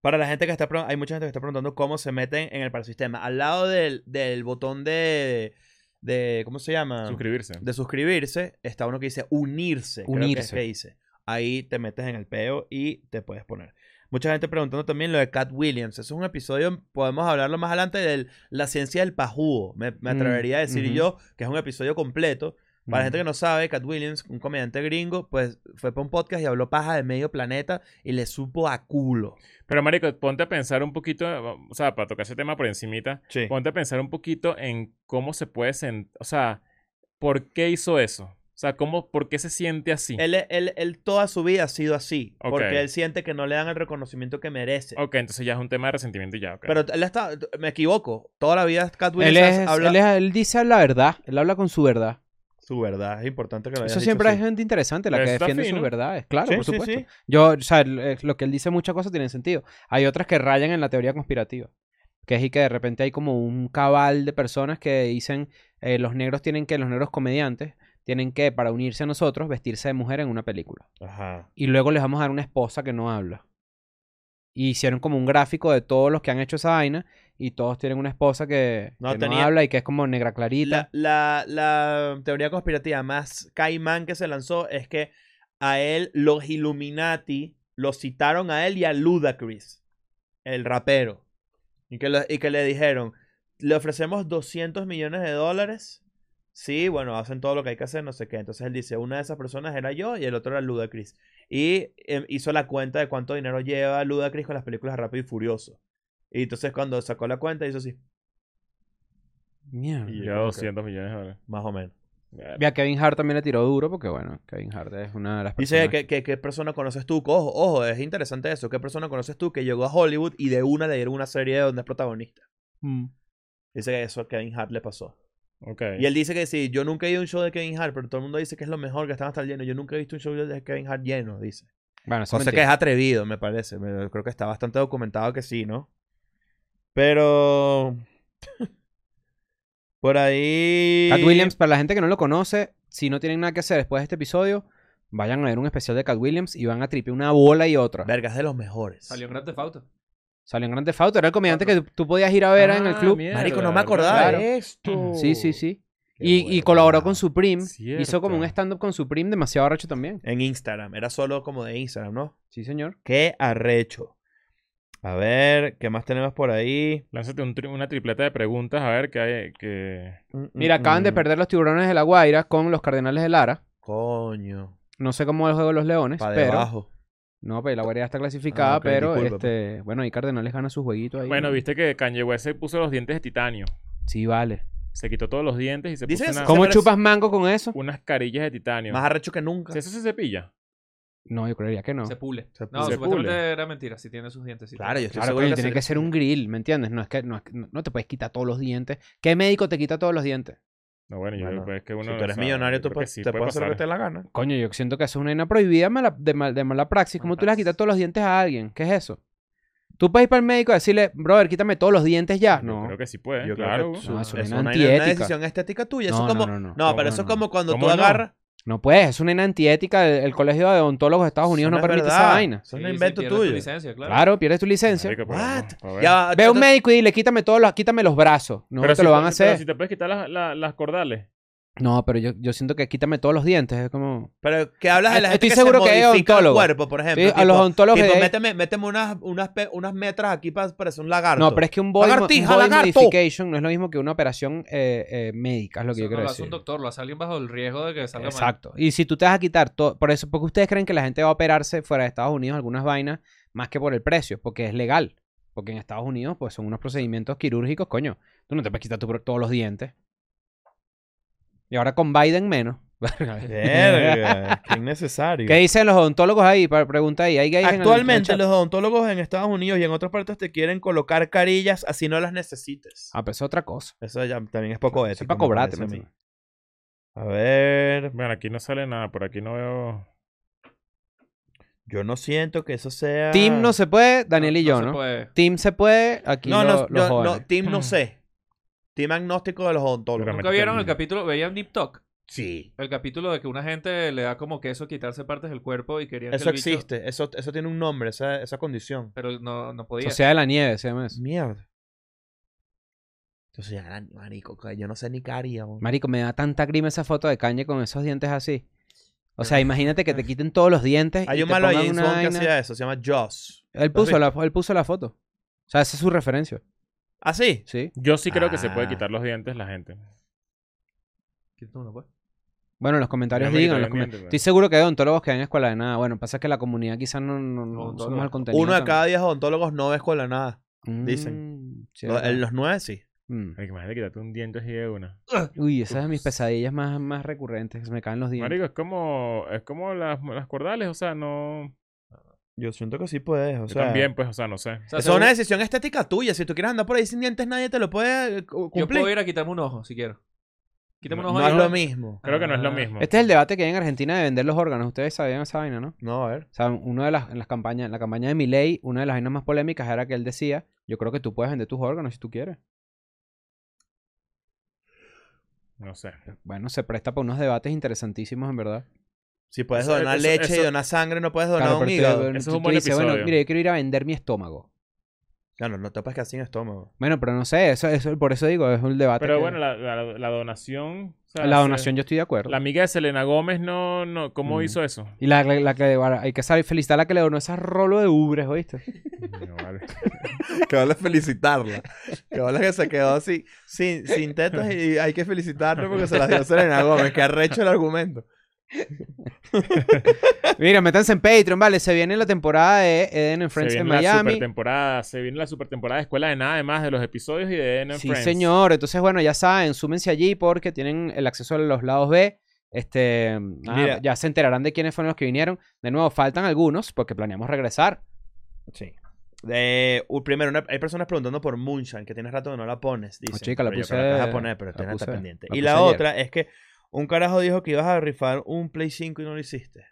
B: Para la gente que está... pregun- Hay mucha gente que está preguntando cómo se meten en el parasistema. Al lado del, del botón de... de ¿Cómo se llama?
A: Suscribirse.
B: de suscribirse, está uno que dice unirse. creo que es
C: Unirse.
B: que dice. Ahí te metes en el peo y te puedes poner. Mucha gente preguntando también lo de Cat Williams. Eso es un episodio, podemos hablarlo más adelante, de la ciencia del pajúo. Me, me
C: Mm,
B: atrevería a decir
C: ujú.
B: yo que es un episodio completo. Para la gente que no sabe, Cat Williams, un comediante gringo, pues fue para un podcast y habló paja de medio planeta y le supo a culo.
A: Pero, marico, ponte a pensar un poquito, o sea, para tocar ese tema por encimita,
B: Sí.
A: ponte a pensar un poquito en cómo se puede sentir, o sea, ¿por qué hizo eso? O sea, ¿cómo, ¿por qué se siente así?
B: Él, él- él toda su vida ha sido así,
A: Ok.
B: porque él siente que no le dan el reconocimiento que merece.
A: Ok, entonces ya es un tema de resentimiento y ya. ok.
B: Pero él está, me equivoco, toda la vida Cat
C: Él,
B: Williams
C: es-
B: habla-
C: él, es- él dice la verdad. Él habla con su verdad.
B: Su verdad, es importante que lo hayas
C: Eso
B: dicho
C: siempre
B: así.
C: es gente interesante la que
A: Está
C: defiende
A: fino.
C: sus verdades. Claro,
B: Sí,
C: por
B: sí,
C: supuesto.
B: sí.
C: Yo, o sea, el- eh, lo que él dice muchas cosas tienen sentido. Hay otras que rayan en la teoría conspirativa. Que es y que de repente hay como un cabal de personas que dicen eh, los negros tienen que, los negros comediantes, tienen que, para unirse a nosotros, vestirse de mujer en una película.
B: Ajá.
C: Y luego les vamos a dar una esposa que no habla. Y hicieron como un gráfico de todos los que han hecho esa vaina y todos tienen una esposa que
B: No,
C: que no,
B: tenía-
C: habla y que es como negra
B: La,
C: clarita.
B: la, la teoría conspirativa más caimán que se lanzó es que a él los Illuminati lo citaron a él y a Ludacris, el rapero, y que, lo- y que le dijeron, le ofrecemos 200 millones de dólares, sí, bueno, hacen todo lo que hay que hacer, no sé qué. Entonces él dice, una de esas personas era yo y el otro era Ludacris. Y em, hizo la cuenta de cuánto dinero lleva Ludacris con las películas de Rápido y Furioso. Y entonces cuando sacó la cuenta hizo así,
C: Mierda.
B: Y- eh,
A: Lleva
B: ok.
A: 200 millones de dólares.
B: más o menos.
C: Y a Kevin Hart también le tiró duro porque, bueno, Kevin Hart es una de las personas.
B: Dice que, que- qué persona conoces tú. Ojo, ojo, es interesante eso. ¿Qué persona conoces tú que llegó a Hollywood y de una le dieron una serie donde es protagonista?
C: Mm.
B: Dice que eso a Kevin Hart le pasó.
A: Ok.
B: Y él dice que sí, yo nunca he ido a un show de Kevin Hart, pero todo el mundo dice que es lo mejor, que están hasta el lleno. Yo nunca he visto un show de Kevin Hart lleno, dice.
C: Bueno, eso
B: Cosa que es atrevido, me parece. Me- Creo que está bastante documentado que sí, ¿no? Pero... Por ahí...
C: Cat Williams, para la gente que no lo conoce, si no tienen nada que hacer después de este episodio, vayan a ver un especial de Cat Williams y van a tripear una bola y otra.
B: Vergas de los mejores.
D: Salió en Grand Theft Auto.
C: Salió en Grande Fauto, era el comediante que tú, tú podías ir a ver en el
A: Ah,
C: club.
A: mierda,
B: Marico, no me acordaba eh.
A: ¿verdad?
B: de esto.
C: Sí, sí, sí.
B: Qué
C: Y, y
B: bueno,
C: colaboró
B: carajo.
C: con Supreme. Hizo como un
A: Cierto.
C: stand-up con Supreme demasiado arrecho también.
B: En Instagram. Era solo como de Instagram, ¿no?
C: Sí, señor.
B: Qué arrecho. A ver, ¿qué más tenemos por ahí?
A: Lánzate un tri- una tripleta de preguntas, a ver qué hay. Que...
C: Mira, acaban de
B: Mm,
C: perder los tiburones de la Guaira con los cardenales de Lara.
B: Coño.
C: No sé cómo es el juego de los leones,
B: Para
C: pero...
B: debajo.
C: No, pero la Guaira ya está clasificada,
B: Ah, ok,
C: pero
B: disculpa,
C: este... Bueno, ahí Cardenales gana sus jueguitos ahí.
A: Bueno,
C: ¿no?
A: viste que Kanye West se puso los dientes de titanio.
C: Sí, vale.
A: Se quitó todos los dientes y se
B: Dices
A: puso una-
B: como-
C: ¿Cómo
B: parece-
C: chupas mango con eso?
A: unas carillas de titanio.
B: Más arrecho que nunca.
A: Si ¿Eso se cepilla?
C: No, yo creería que no.
D: Se pule.
B: Se
D: No,
A: pule.
D: supuestamente
A: Se
D: era mentira. Si tiene sus dientes.
B: Claro, yo estoy
C: Claro,
B: seguro
C: coño,
B: que
C: tiene
B: se-
C: que ser un grill, ¿me entiendes? No es que no, es que- no- no te puedes quitar todos los dientes. ¿Qué médico te quita todos los dientes?
A: No, bueno, yo
B: Bueno,
A: creo que es que uno.
B: si tú eres
A: o sea,
B: millonario,
A: yo
B: tú
A: creo que
B: puedes-
A: sí
B: te
A: puede
B: puedes hacer lo que te
A: pasar.
B: dé la gana.
C: Coño, yo siento que eso es una vaina prohibida mala- de, mal- de mala praxis. ¿Cómo tú le vas a quitar todos los dientes a alguien? ¿Qué es eso? Tú puedes ir para el médico y decirle, brother, quítame todos los dientes ya.
A: Yo
C: No.
A: creo que sí puede.
B: Yo creo
A: claro.
B: que
A: güey.
B: su-
C: No,
B: es
C: eso
B: una,
C: es
B: una
C: antiética.
B: decisión estética tuya. Eso
C: No,
B: como...
C: no, no, no.
B: pero eso
C: No,
B: es
C: no, no.
B: como cuando tú
A: ¿Cómo no?
B: agarras...
C: No puedes, es una vaina antiética. El, el Colegio de Odontólogos de Estados Unidos no,
B: es
C: permite
B: verdad.
C: esa vaina.
B: Eso es un invento
D: pierdes tu
B: tuyo.
D: licencia, claro.
C: Claro, pierdes tu licencia.
A: Marico, pero
B: What?
A: no, a ver.
B: Ya va,
C: Ve a un
B: Ah, entonces-
C: médico y le quítame todos los, quítame los brazos. No
A: Pero
C: te
A: si
C: lo van a
A: pero
C: hacer.
A: si te puedes quitar las, las- las cordales.
C: No, pero yo, yo siento que quítame todos los dientes. Es como.
B: Pero que hablas de la gente
C: Estoy
B: que
C: seguro
B: se
C: que hay
B: modifica el
C: odontólogos.
B: cuerpo, por ejemplo.
C: Sí, a los odontólogos
B: tipo,
C: de-
B: méteme, méteme unas, unas, pe- unas metras aquí para parecer un lagarto.
C: No, pero es que un body, mo- un
B: Lagartija,
C: body
B: lagarto.
C: modification no es lo mismo que una operación eh, eh, médica, es lo
D: Eso
C: que yo
D: no
C: creo
D: lo hace
C: decir.
D: un doctor, lo hace alguien bajo el riesgo de que salga mal.
C: Exacto. Y si tú te vas a quitar todo, por eso, porque ustedes creen que la gente va a operarse fuera de Estados Unidos algunas vainas más que por el precio, porque es legal. Porque en Estados Unidos, pues son unos procedimientos quirúrgicos, coño. Tú no te puedes quitar tu- todos los dientes. Y ahora con Biden menos.
B: Verga, qué innecesario.
C: ¿Qué dicen los odontólogos ahí? Pa- Pregunta ahí. ¿Hay gays en el- en el
B: Actualmente
C: chat?
B: los odontólogos en Estados Unidos y en otras partes te quieren colocar carillas así no las necesites.
C: Ah, pero eso es otra cosa.
B: Eso ya también es poco
C: Eso
B: ético.
C: es para
B: me
C: cobrarte.
B: parece a mí.
C: ¿me entiendes?
B: A ver,
A: Bueno, aquí no sale nada, por aquí no veo.
B: yo no siento que eso sea...
C: Team no se puede, Daniel y yo,
D: se
C: ¿no?
D: puede.
C: Team se puede, aquí
B: No, no,
C: lo- los
B: no,
C: jóvenes.
B: no, team no sé. Team agnóstico de los odontólogos.
A: Pero
D: ¿Nunca
A: métete
D: vieron
A: en-
D: el capítulo? ¿Veían Deep Talk?
B: Sí.
D: El capítulo de que una gente le da como que eso, quitarse partes del cuerpo y querían
B: Eso
D: que el bicho-
B: existe. Eso, eso tiene un nombre, esa, esa condición.
D: Pero no, no podía.
C: Sociedad de la nieve, se llama eso.
B: Mierda. Entonces ya, marico, que yo no sé ni qué haría. weón.
C: Marico, me da tanta grima esa foto de Kanye con esos dientes así. O sea, imagínate que te quiten todos los dientes.
B: Hay
C: y
B: un
C: te
B: malo de
C: pongan
B: James
C: una
B: Bond que
C: vaina.
B: hacía eso, se llama Joss.
C: Él puso, la, él puso la foto. O sea, esa es su referencia.
B: ¿Ah, sí?
C: Sí.
A: Yo sí creo que se puede
B: Ah.
A: quitar los dientes la gente.
D: Quítate uno, pues.
C: Bueno, en los comentarios
A: Yo me quitaría
C: digan. en los
A: el
C: comen-
A: diente,
C: Estoy seguro que hay odontólogos que dan escuela de nada. Bueno, pasa que la comunidad quizás no, no, no
D: Odontólogos.
C: somos al contenido.
B: Uno de
C: tan-
B: cada diez odontólogos no ve escuela nada.
C: Mm,
B: dicen.
C: sí,
B: Lo-
C: es
B: en
C: verdad.
B: los nueve sí.
C: Mm.
A: Marico, Imagínate quitarte un diente así de una.
C: Uy, esas son mis pesadillas más, más recurrentes. que Se me caen los dientes.
A: Marico, es como, es como las, las cordales, o sea, no.
B: Yo siento que sí puedes, o
A: Yo
B: sea.
A: también, pues, o sea, no sé.
D: O sea,
B: Eso es
D: según-
B: una decisión estética tuya. Si tú quieres andar por ahí sin dientes, nadie te lo puede eh, cu-
D: Yo
B: cumplir.
D: puedo ir a quitarme un ojo, si quiero. Quítame
A: No-
D: un ojo.
B: No es
D: ahí,
B: lo
D: ¿no?
B: mismo.
A: Creo que no es lo
D: Ah.
A: mismo.
C: Este es el debate que hay en Argentina de vender los órganos. Ustedes sabían esa vaina, ¿no?
B: No, a ver.
C: O sea, una de las, en las campañas, en la campaña de Milei, una de las vainas más polémicas era que él decía, yo creo que tú puedes vender tus órganos si tú quieres.
A: No sé.
C: Bueno, se presta para unos debates interesantísimos, en verdad.
B: Si puedes
A: Eso-
B: donar
A: eso-
B: leche y
A: eso-
B: donar sangre, no puedes donar
C: Claro,
B: un
C: pero tú-
B: hígado.
C: tú-
A: Eso es
C: tú
A: un buen
C: dices, bueno,
A: episodio.
C: mira, yo quiero ir a vender mi estómago.
B: Claro, no te puedes quedar sin estómago.
C: Bueno, pero no sé, eso, eso por eso digo, es un debate.
A: Pero
C: que-
A: bueno, la, la- la donación. o sea,
C: la
A: se-
C: donación yo estoy de acuerdo.
A: La amiga de Selena Gómez no, no, ¿cómo
C: Mm.
A: hizo eso?
C: Y la, la- la que hay que saber felicitar a la que le donó ese rolo de ubres, ¿oíste?
A: No, vale.
B: Que vale felicitarla. Que vale que se quedó así, sin, sin tetas y hay que felicitarlo porque se las dio Selena Gómez. Que arrecho el argumento.
C: Mira, métanse en Patreon, vale, se viene la temporada de Eden en Friends
A: se
C: en
A: viene la
C: Miami.
A: super temporada, se viene la super temporada de Escuela de Nada, además de los episodios y de N
C: Sí,
A: Friends.
C: señor. Entonces, bueno, ya saben, súmense allí porque tienen el acceso a los lados B. Este, ah,
B: Mira.
C: ya se enterarán de quiénes fueron los que vinieron. De nuevo, faltan algunos porque planeamos regresar.
B: Sí. Eh, u- primero, una- hay personas preguntando por Moonshine, que tienes rato que no la pones. Dice.
C: Oh, chica, la
B: Pero yo
C: puse-
B: creo que la vas a poner, pero
C: la
B: tienes hasta
C: puse-
B: pendiente.
C: la
B: y
C: puse
B: la
C: ayer.
B: otra es que un carajo dijo que ibas a rifar un Play 5 y no lo hiciste.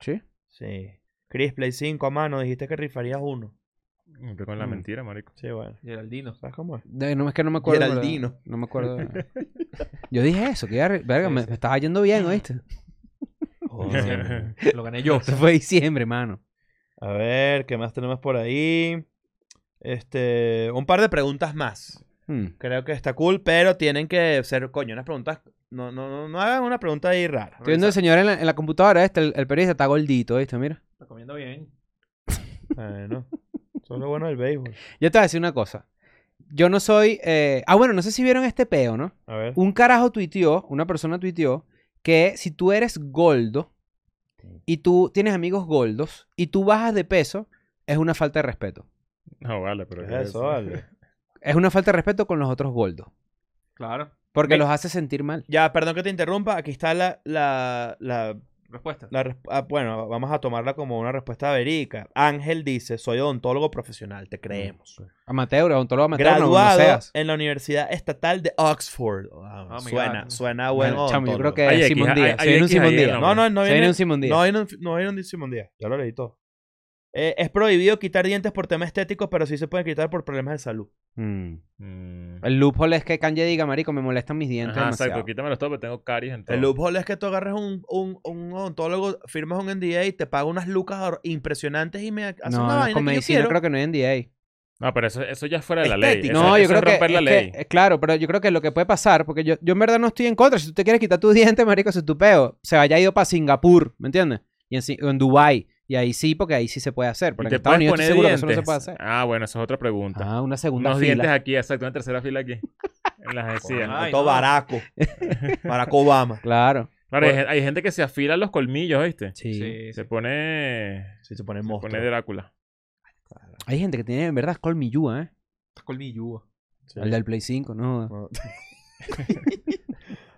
C: Sí.
B: Sí. Chris, Play 5 a mano, dijiste que rifarías uno.
A: Siempre con la
B: Mm.
A: mentira, marico.
B: Sí, bueno.
D: Geraldino.
B: ¿Sabes cómo es?
C: De- no es que no me acuerdo. ¿verdad?
B: Geraldino.
C: No me acuerdo. Yo dije eso, que ya, re- verga,
D: Sí,
C: me,
D: sí.
C: me estaba yendo bien, ¿oíste?
B: Joder.
D: Lo gané yo.
C: Eso fue diciembre, mano.
B: a ver, ¿qué más tenemos por ahí? Este, un par de preguntas más.
C: Hmm.
B: Creo que está cool, pero tienen que ser, coño, unas preguntas. No, no, no, no hagan una pregunta ahí rara.
C: Estoy viendo el señor en la, en la computadora, este, el, el periodista está gordito, ¿viste? Mira.
D: Está comiendo bien.
B: Bueno, eso es lo bueno del béisbol.
C: Yo te voy a decir una cosa. Yo no soy. eh, Ah, bueno, no sé si vieron este peo, ¿no?
B: A ver.
C: Un carajo tuiteó, una persona tuiteó, que si tú eres goldo y tú tienes amigos goldos y tú bajas de peso, es una falta de respeto.
A: No, vale, pero.
B: ¿Qué es Pues eso, vale?
C: Es una falta de respeto con los otros goldos.
D: Claro.
C: Porque
B: Me-
C: los hace sentir mal.
B: Ya, perdón que te interrumpa. Aquí está la, la, la,
D: Respuesta.
B: la resp- ah, bueno, vamos a tomarla como una respuesta verídica. Ángel dice, soy odontólogo profesional, te creemos.
A: Pues.
C: Amateur, odontólogo amateur, Mm. no, como
B: Graduado eh,
C: seas.
B: en la Universidad Estatal de Oxford. Wow,
D: my
B: suena,
D: God.
B: suena bueno.
C: Bueno, chamo, yo creo que
A: Hay X,
C: es Eh, Simón
A: hay-
C: Díaz.
A: hay
C: Se viene un
A: X
C: Simón
A: ahí en
C: Díaz.
A: la-
B: No, no, no
C: Se viene
B: viene,
C: un Simón Díaz.
B: no viene un, no viene un Simón Díaz. Ya lo leí todo. Eh, es prohibido quitar dientes por tema estético, pero sí se pueden quitar por problemas de salud.
C: Mm.
A: Mm.
C: El loophole es que Kanye diga, marico, me molestan mis dientes
A: Ajá,
C: demasiado.
A: exacto. Quítamelo todo porque tengo caries en todo.
B: El loophole es que tú agarres un, un, un odontólogo, firmas un NDA y te paga unas lucas or- impresionantes y me hace
C: No,
B: una
C: no,
B: vaina
C: con
B: que yo
C: medicina
B: quiero.
C: creo que no hay NDA.
A: No, pero eso, eso ya es fuera de la ley.
B: Estético.
A: Eso-
C: No, yo
A: eso
C: creo
A: es
C: que,
A: romper la
C: es
A: ley.
C: que- eh, Claro, pero yo creo que lo que puede pasar, porque yo, yo en verdad no estoy en contra. Si tú te quieres quitar tus dientes, marico, ese es tu peo. Se haya ido para Singapur, ¿me entiendes? Y en, Si- o en Dubái. Y ahí sí, porque ahí sí se puede hacer. Pero
A: ¿Y
C: en
A: te
C: Estados
A: puedes
C: Unidos
A: poner
C: estoy seguro
A: dientes?
C: que eso no se puede hacer.
A: Ah, bueno, esa es otra pregunta.
C: Ah, una segunda
A: Unos
C: fila.
A: dientes aquí, exacto, una tercera fila aquí. En las encías.
D: Ay,
B: Todo
D: no.
B: baraco. Barack Obama.
C: Claro.
A: Claro, hay, gen- hay gente que se afila los colmillos, ¿viste?
C: Sí.
D: Sí,
A: Se
D: sí.
A: pone.
B: Si se pone
A: Se
B: monstruo.
A: pone Drácula.
C: Hay gente que tiene, en verdad, colmillúa, ¿eh?
D: Está colmilludo.
B: Sí.
C: El del Play 5, ¿no?
A: Pues,
B: No.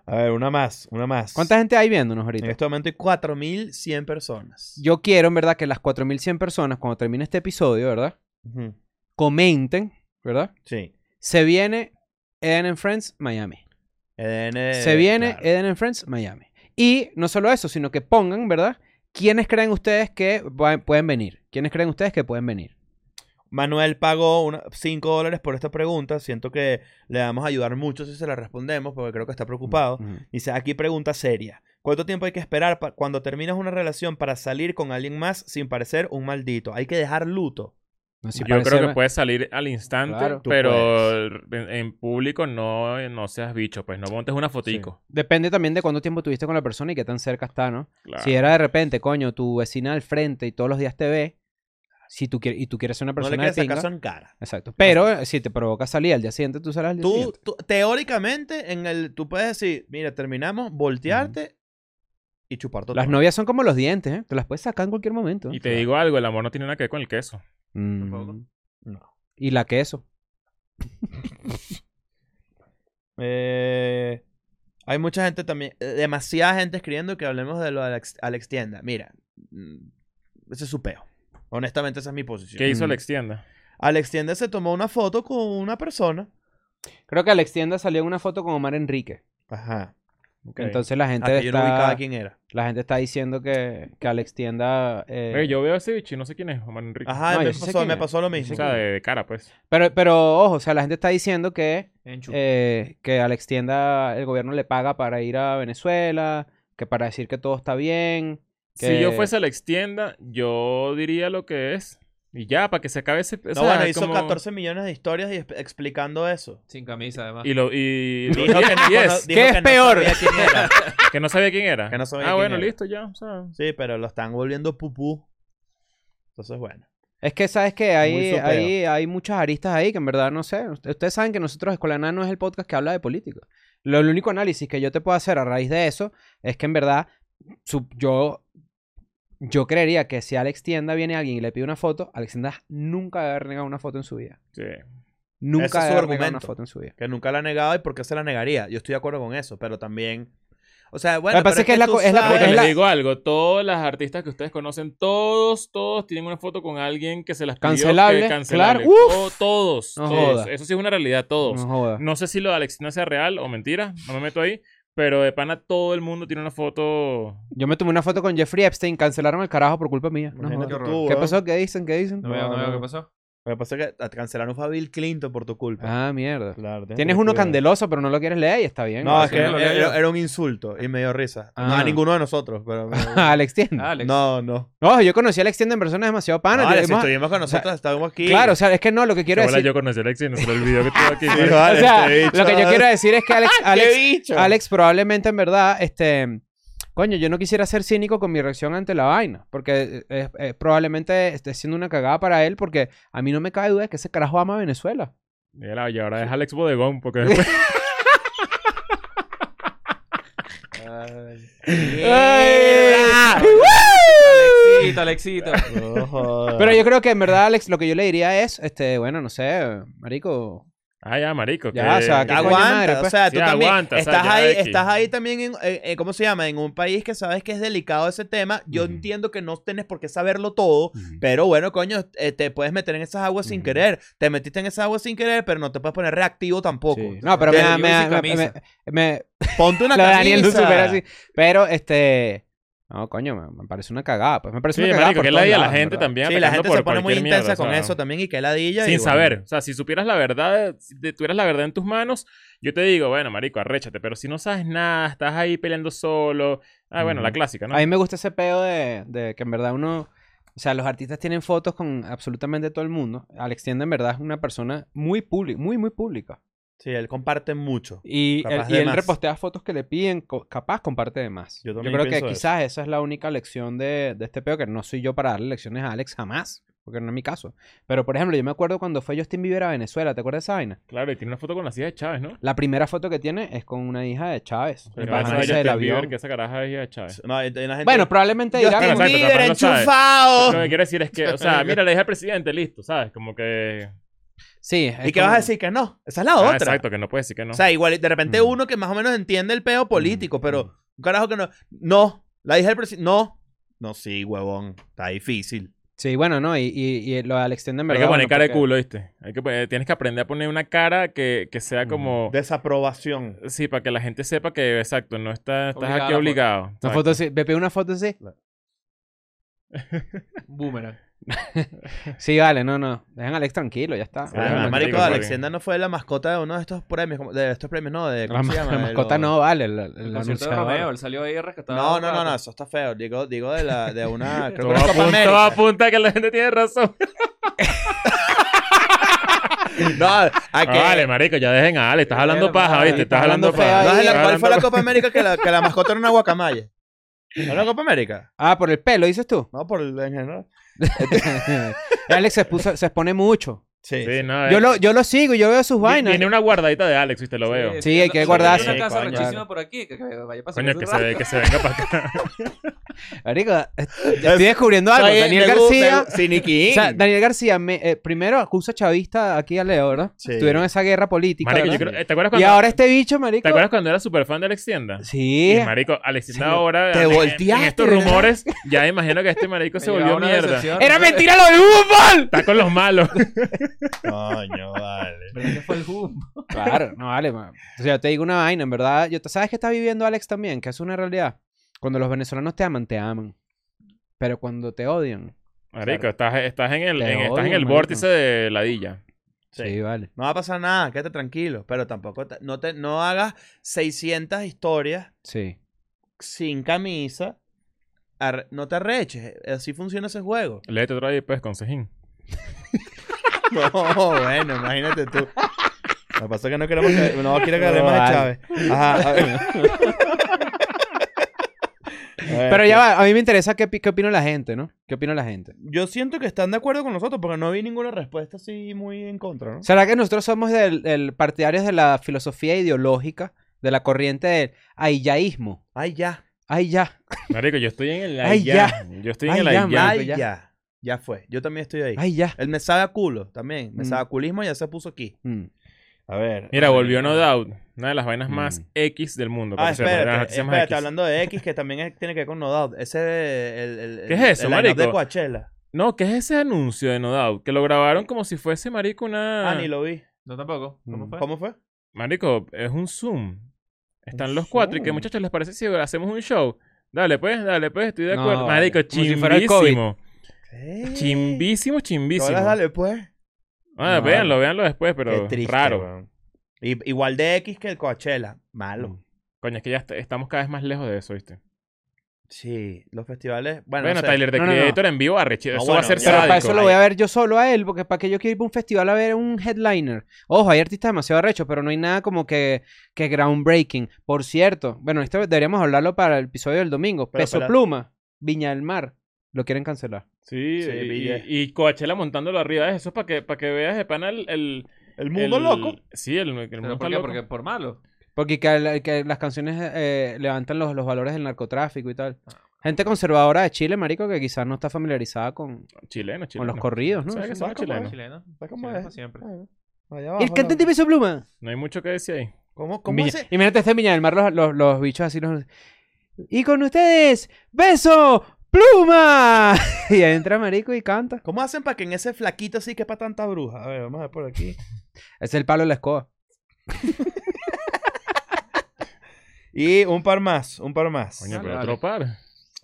B: A ver, una más, una más.
C: ¿Cuánta gente hay viéndonos ahorita?
B: En este momento hay 4100 personas.
C: Yo quiero, en verdad, que las 4100 personas, cuando termine este episodio, ¿verdad?
B: Ujú.
C: Comenten, ¿verdad?
B: Sí.
C: Se viene Eden and Friends Miami.
B: EDN,
C: Se viene
B: E Eh, claro.
C: Eden and Friends Miami. Y no solo eso, sino que pongan, ¿verdad? ¿Quiénes creen ustedes que va- pueden venir? ¿Quiénes creen ustedes que pueden venir?
B: Manuel pagó 5 dólares por esta pregunta. Siento que le vamos a ayudar mucho si se la respondemos, porque creo que está preocupado.
C: Ujú.
B: Dice, aquí pregunta seria. ¿Cuánto tiempo hay que esperar pa- cuando terminas una relación para salir con alguien más sin parecer un maldito? Hay que dejar luto.
C: No, si
A: Yo creo
C: parece-
A: que puedes salir al instante,
C: Claro.
B: Tú
A: pero en, en público no, no seas bicho, pues no montes una fotico.
C: Depende también de cuánto tiempo tuviste con la persona y qué tan cerca está, ¿no?
A: Claro.
C: Si era de repente, coño, tu vecina al frente y todos los días te ve, si tú quieres, y tú quieres ser una
B: No le
C: persona de
B: quieres sacar
C: pinga-
B: eso en cara.
C: Exacto. Pero eh, si te provoca salir al día siguiente, tú sales al día
B: Tú,
C: siguiente.
B: tú- teóricamente, en el, tú puedes decir, mira, terminamos, voltearte y chupar todo.
C: Las novias son como los dientes, ¿eh? Te las puedes sacar en cualquier momento.
A: Y te digo algo, el amor no tiene nada que ver con el queso.
C: Mm.
D: Tampoco.
B: No.
C: Y la queso.
B: Eh, hay mucha gente también, eh, demasiada gente escribiendo que hablemos de lo de Alex, Alex Tienda. Mira, mm, ese es su peo. Honestamente, esa es mi posición.
A: ¿Qué hizo
C: Mm.
A: la extienda?
B: Alex Tienda se tomó una foto con una persona.
C: Creo que Alex Tienda salió en una foto con Omar Enrique.
B: Ajá.
C: Entonces la gente
B: Ah, que yo no
C: está...
B: ubicaba quién era.
C: La gente está diciendo que, que Alex Tienda. eh,
A: Oye, yo veo a ese bicho y no sé quién es, Omar Enrique.
B: Ajá,
C: No,
B: me,
C: yo sí sé
B: pasó,
C: quién
B: me
C: es.
B: pasó lo mismo.
A: o sea, de, de cara, pues.
C: pero, pero ojo, o sea, la gente está diciendo que,
D: Enchu.
C: eh, que Alex Tienda, el gobierno le paga para ir a Venezuela, que para decir que todo está bien.
A: Si
C: que-
A: yo fuese a la extienda, yo diría lo que es. Y ya, para que se acabe ese... o
B: No,
A: sea,
B: bueno, hizo
A: como-
B: 14 millones de historias y esp- explicando eso.
D: Sin camisa, además.
A: Y lo... Y,
B: Dijo que no,
A: y es,
B: cono- dijo
C: ¿Qué es
B: que no
C: peor?
B: sabía quién era.
A: que no sabía quién era.
B: Que no sabía
A: ah,
B: quién
A: bueno,
B: era.
A: listo, ya. O sea,
B: Sí, pero lo están volviendo pupú. Entonces, bueno.
C: Es que sabes que hay,
B: supeo.
C: hay, hay muchas aristas ahí que en verdad no sé. Ust- Ustedes saben que nosotros, Escuela de Nada, no es el podcast que habla de política. Lo, el único análisis que yo te puedo hacer a raíz de eso es que en verdad su- yo, yo creería que si Alex Tienda viene alguien y le pide una foto, Alex Tienda nunca debe haber negado una foto en su vida.
A: sí.
C: Nunca
B: Ese es su
C: debe haber negado una
B: argumento.
C: foto en su vida.
B: Que nunca la ha negado y por qué se la negaría. Yo estoy de acuerdo con eso, pero también. O sea, bueno.
C: Lo que pasa
B: pero
C: es que es la
B: tú
C: co- es la co-
A: Porque
B: sabes-
C: es
A: les
C: la-
A: digo algo, todas las artistas que ustedes conocen, todos, todos tienen una foto con alguien que se las pidió
C: Cancelable,
A: que cancelable.
C: claro.
A: To- todos,
C: No
A: todos.
C: joda.
A: Eso sí es una realidad, todos.
C: No
A: No,
C: joda.
A: sé si lo de Alexina sea real o mentira, no me meto ahí, pero de pana todo el mundo tiene una foto.
C: Yo me tomé una foto con Jeffrey Epstein, cancelaron el carajo por culpa mía. No
B: Imagínate
C: joda.
D: horror.
B: tú,
C: ¿Qué
B: weón.
C: pasó? ¿Qué dicen? ¿Qué dicen?
D: No veo, no
B: no,
D: veo
B: no.
D: qué pasó.
B: Lo que pasa es que te cancelaron fue a Bill Clinton por tu culpa.
C: Ah, mierda.
B: Claro, tienes
C: Tienes
B: que
C: uno ¿eh? Ah,
B: cuidar.
C: candeloso, pero no lo quieres leer y está bien.
B: No, es que
D: Sí, lo leí yo.
B: era, era un insulto y me dio risa.
C: Ah.
B: No, a ninguno de nosotros, pero.
C: Alex
B: Ah,
C: Tienda.
D: Alex.
B: No, no.
C: Mm, No, yo conocí a Alex Tienda en persona demasiado pana.
B: Vale,
C: Yo-
B: si
C: hemos-
B: estuvimos con nosotros, estábamos aquí.
C: Claro, o sea, es que no, lo que quiero
A: Que bola,
C: decir.
A: yo conocí a Alexina, no se le olvidó que estuvo aquí. pues.
B: Sí,
C: O
B: vale,
C: sea,
B: este bicho.
C: lo que yo quiero decir es que Alex, Alex,
B: ¡Qué bicho!
C: Alex probablemente en verdad, este, coño, yo no quisiera ser cínico con mi reacción ante la vaina, porque eh, eh, eh, probablemente esté siendo una cagada para él, porque a mí no me cabe duda de que ese carajo ama a Venezuela.
A: Mira, y ahora es Alex Bodegón, porque después...
B: ¡Mierda!
D: Alexito, Alexito.
B: No jodas.
C: Pero yo creo que en verdad, Alex, lo que yo le diría es, este, bueno, no sé, marico,
A: Ah, ya, marico.
C: Ya,
A: que-
C: o sea, que-
B: aguanta,
C: coño madre,
B: o
C: pues.
B: sea, tú
A: Sí,
B: también
A: aguanta, o sea,
B: estás
A: ya
B: ahí,
A: de aquí.
B: estás ahí también en, eh, eh, ¿cómo se llama? En un país que sabes que es delicado ese tema. Yo
C: Ujú.
B: entiendo que no tienes por qué saberlo todo, pero bueno, coño, eh, te puedes meter en esas aguas sin
C: Ujú.
B: querer. Te metiste en esas aguas sin querer, pero no te puedes poner reactivo tampoco.
C: Sí. No, pero me,
B: Yo
C: da-
D: digo
C: me,
D: sin
C: da- me-
D: camisa.
C: me- me-
B: Ponte una
C: lo de
B: camisa.
C: Daniel no supera así. Pero, este, No, coño, me, me parece una cagada. Pues me parece
A: Sí,
C: una cagada.
A: marico,
C: por
A: que
C: todos
A: la a la
C: lados, en
A: gente
C: verdad.
A: también.
B: Sí, la
A: atacando
B: gente se
A: por
B: pone muy
A: cualquier mierda,
B: intensa con
A: o sea,
B: eso también y que ladilla. y
A: Sin
B: bueno.
A: saber. O sea, si supieras la verdad, si te- tuvieras la verdad en tus manos, yo te digo, bueno, marico, arréchate. Pero si no sabes nada, estás ahí peleando solo. Ah, bueno,
C: Ujú.
A: la clásica, ¿no?
C: A mí me gusta ese peo de, de que en verdad uno. O sea, los artistas tienen fotos con absolutamente todo el mundo. Alex Tienda en verdad es una persona muy pública, muy, muy pública.
B: Sí, él comparte mucho.
C: Y él,
B: Capaz
C: y
B: de
C: él
B: más.
C: repostea fotos que le piden, co- capaz comparte de más.
B: Yo
C: Yo,
B: también
C: creo que
B: pienso eso.
C: quizás esa es la única lección de, de este peo, que no soy yo para darle lecciones a Alex jamás, porque no es mi caso. Pero, por ejemplo, yo me acuerdo cuando fue Justin Bieber a Venezuela, ¿te acuerdas de esa vaina?
A: Claro, y tiene una foto con la silla de Chávez, ¿no?
C: La primera foto que tiene es con una hija de Chávez.
A: Pero
C: bajándose
A: esa de
C: del
A: Justin Bieber,
C: avión.
A: este que esa caraja es hija de Chávez.
B: No, hay- hay una gente-
C: Bueno, probablemente dirá
A: Justin
C: como-
A: Pues. Exacto,
B: Bieber
A: capaz no sabe.
B: enchufado.
A: Lo que quiero decir es que, o sea, mira, le dije al presidente, listo, ¿sabes? Como que.
C: Sí, es
B: ¿Y qué
C: como-
B: vas a decir que no? Esa es la
A: Ah,
B: otra.
A: exacto, que no puede decir que no.
B: O sea, igual de repente
C: Mm.
B: uno que más o menos entiende el peo político,
C: Mm,
B: pero un carajo que no. No, la hija del presidente. No. No, sí, huevón. Está difícil.
C: Sí, bueno, no, y, y, y lo de Alex Tienda en
A: Hay
C: verdad.
A: que poner
C: bueno,
A: cara de
C: porque-
A: culo, ¿viste? Hay que poner- tienes que aprender a poner una cara que, que sea como.
B: Desaprobación.
A: Sí, para que la gente sepa que, exacto, no está, estás
D: Obligada a
A: aquí
D: la
A: obligado.
C: pues. Una
A: Exacto.
C: foto así, me pegó una foto así.
D: Boomerang.
C: Sí, vale, no, no. Dejen a Alex tranquilo, ya está.
A: Sí,
B: Ah,
A: bueno,
B: marico,
A: marico,
B: Alexander no fue la mascota de uno de estos premios. ¿cómo- De estos premios, no. De, ¿cómo
C: La,
B: se
C: ma-
B: llama?
C: la
B: De
C: mascota
B: los-
C: no vale. La, el
D: El concierto de
C: anunciador.
D: Romeo, él salió ahí rescatado.
B: No, no, no, no, eso está feo. Digo, digo de, la, de una. Creo
A: Todo
B: que una Copa
A: apunta, todo
B: América.
A: apunta que la gente tiene razón.
B: No, a
A: Ah,
B: que-
A: vale, marico, ya dejen a Ale. Estás hablando
C: Mierda,
A: paja, ¿viste?
C: estás
A: Estás hablando
C: hablando feo
A: paja.
C: ahí.
B: ¿No es la-
A: Estás
B: ¿Cuál fue la
A: hablando-
B: Copa América que la, que la mascota era una guacamaya? ¿No era la Copa América?
C: Ah, por el pelo, dices tú.
B: No, por el en general.
C: Alex se, expuso- se expone mucho.
B: Sí.
A: Sí, no,
C: Yo
A: eh.
C: lo, yo lo sigo, yo veo sus
A: Vi-
C: vainas.
A: Viene una guardadita de Alex, ¿viste? Lo veo.
C: Sí, hay que guardarse.
D: Una casa
B: Sí, coño.
D: rechísima por aquí. Que, que vaya a pasar
A: Coño,
D: por
A: que
D: su
A: se, ve-
D: rato.
A: que se venga para acá.
C: Marico, estoy descubriendo algo.
B: Oye,
C: Daniel
B: me gusta,
C: García.
B: me gu- Sí, Nicky.
C: O sea, Daniel García, me- eh, primero acusa chavista aquí a Leo, ¿verdad?
B: Sí.
C: Tuvieron esa guerra política.
A: Marico, yo
C: ¿verdad?
A: creo, eh, ¿te acuerdas
C: Y
A: cuando,
C: ahora este bicho, marico.
A: ¿te acuerdas cuando era súper fan de Alex Tienda?
C: Sí.
A: Y, marico, Alex Tienda
C: Se lo-
A: ahora.
B: te
A: en- en- En
B: volteaste,
A: estos
B: ¿verdad?
A: rumores, ya imagino que este marico se
D: Me llegaba
A: volvió
D: una
A: mierda.
D: decepción,
C: ¡Era
D: ¿no?
C: mentira lo del fútbol!
A: Está con los malos.
B: Coño, vale.
D: ¿Pero qué fue el boom?
C: Claro, no vale, man. O sea, yo te digo una vaina, en verdad. Yo, ¿Sabes qué está viviendo Alex también? Que es una realidad. Cuando los venezolanos te aman, te aman. Pero cuando te odian.
A: Marico, estás, estás en el,
C: Te
A: en- estás en
C: odio,
A: el
C: marico.
A: vórtice de ladilla.
B: Sí.
C: Sí, vale.
B: No va a pasar nada, quédate tranquilo. Pero tampoco, te- no, te, no hagas 600 historias
C: Sí.
B: sin camisa. Arre- no te arreches, así funciona ese juego.
A: Léete otra vez, pues, consejín.
B: No, bueno, imagínate tú. Lo que pasa es que no queremos que, no quiero que hablemos de
C: Vale.
B: Chávez. Ajá, a ver. Eh,
C: Pero ya va, a mí me interesa qué, pi- qué opina la gente, ¿no? ¿Qué opina la gente?
B: Yo siento que están de acuerdo con nosotros porque no vi ninguna respuesta así muy en contra, ¿no?
C: ¿Será que nosotros somos del, del partidarios de la filosofía ideológica? De la corriente del ayaísmo.
B: Ay, ya.
C: Ay, ya.
A: Marico, yo estoy en el
C: Ay,
A: allá. Yo estoy en
C: Ay,
A: el
C: ya,
A: allá.
C: marico,
B: Ay,
C: ya.
B: ya. ya. fue. Yo también estoy ahí.
C: Ay, ya.
B: Él me sabe a culo también. Me
C: Mm.
B: sabe a culismo ya se puso aquí.
C: Mm.
B: A ver.
A: Mira, volvió No Doubt. Una de las vainas más
C: Mm.
A: X del mundo.
B: Ah,
A: por cierto, de las
B: espérate,
A: noticias más
B: espérate,
A: X.
B: hablando de X, que también es- tiene que ver con No Doubt. Ese el, el, el-
A: ¿Qué es eso,
B: el line-up de
A: marico?
B: Coachella.
A: No, ¿qué es ese anuncio de No Doubt? Que lo grabaron como si fuese, marico, una...
B: Ah, ni lo vi.
D: No, tampoco. ¿Cómo
C: Mm.
D: fue?
B: ¿Cómo fue?
A: Marico, es un Zoom. Están
B: Un
A: los cuatro. Y que,
B: Zoom.
A: muchachos, ¿les parece si hacemos un show? Dale, pues, dale, pues, estoy de
C: No,
A: acuerdo.
C: vale.
A: Marico,
C: Como si fuera el COVID.
A: chimbísimo.
B: ¿Qué?
A: Chimbísimo, chimbísimo.
B: Ahora dale, pues.
A: Ah,
C: No,
A: véanlo,
C: vale.
A: véanlo después, pero
B: Qué triste,
A: raro.
B: weón. I- Igual de X que el Coachella. Malo.
A: Mm. Coño, es que ya est- estamos cada vez más lejos de eso, ¿viste?
B: Sí, los festivales. Bueno,
A: Bueno,
B: no sé.
A: Tyler, The
C: No, no, no.
A: Creator en vivo, arrechido.
B: No,
A: eso va a
B: bueno,
A: ser
B: ya.
C: Pero para
A: sádico.
C: eso lo voy a ver yo solo a él, porque para que yo quiero ir para un festival a ver un headliner. Ojo, hay artistas demasiado arrechos, pero no hay nada como que, que groundbreaking. Por cierto, bueno, esto deberíamos hablarlo para el episodio del domingo.
B: Pero,
C: Peso
B: pero-
C: Pluma, Viña del Mar, lo quieren cancelar.
A: Sí,
B: Sí,
A: y-
B: pilla.
A: y, y Coachella montándolo arriba de eso para que, para que veas de pana el... el
B: El mundo
A: el-
B: loco.
A: Sí, el, el mundo
D: ¿Pero
A: está
D: por qué?
A: loco.
D: Porque por malo.
C: Porque que, la- que las canciones eh, levantan los, los valores del narcotráfico y tal. Gente conservadora de Chile, marico, que quizás no está familiarizada con,
A: Chileno, chileno.
C: con los corridos, ¿no?
A: ¿Sabes que
B: Sí,
A: son
B: va
A: los
B: como
A: chilenos?
D: Chileno.
B: Está como
D: Chileno
B: es.
D: como siempre.
B: Allá abajo,
C: El cantante
B: la-
C: Peso Pluma.
A: No hay mucho que decir ahí.
B: ¿Cómo, cómo
C: Viña-
B: hace?
C: Imagínate este en Viña del Mar, los, los, los bichos así. Los... Y con ustedes, beso, pluma. y entra Marico y canta.
B: ¿Cómo hacen para que en ese flaquito sí quepa tanta bruja? A ver, vamos a ver por aquí.
C: Es el palo de la escoba.
B: Y un par más, un par más.
A: Coño,
D: Ah,
A: pero
D: vale.
A: otro par.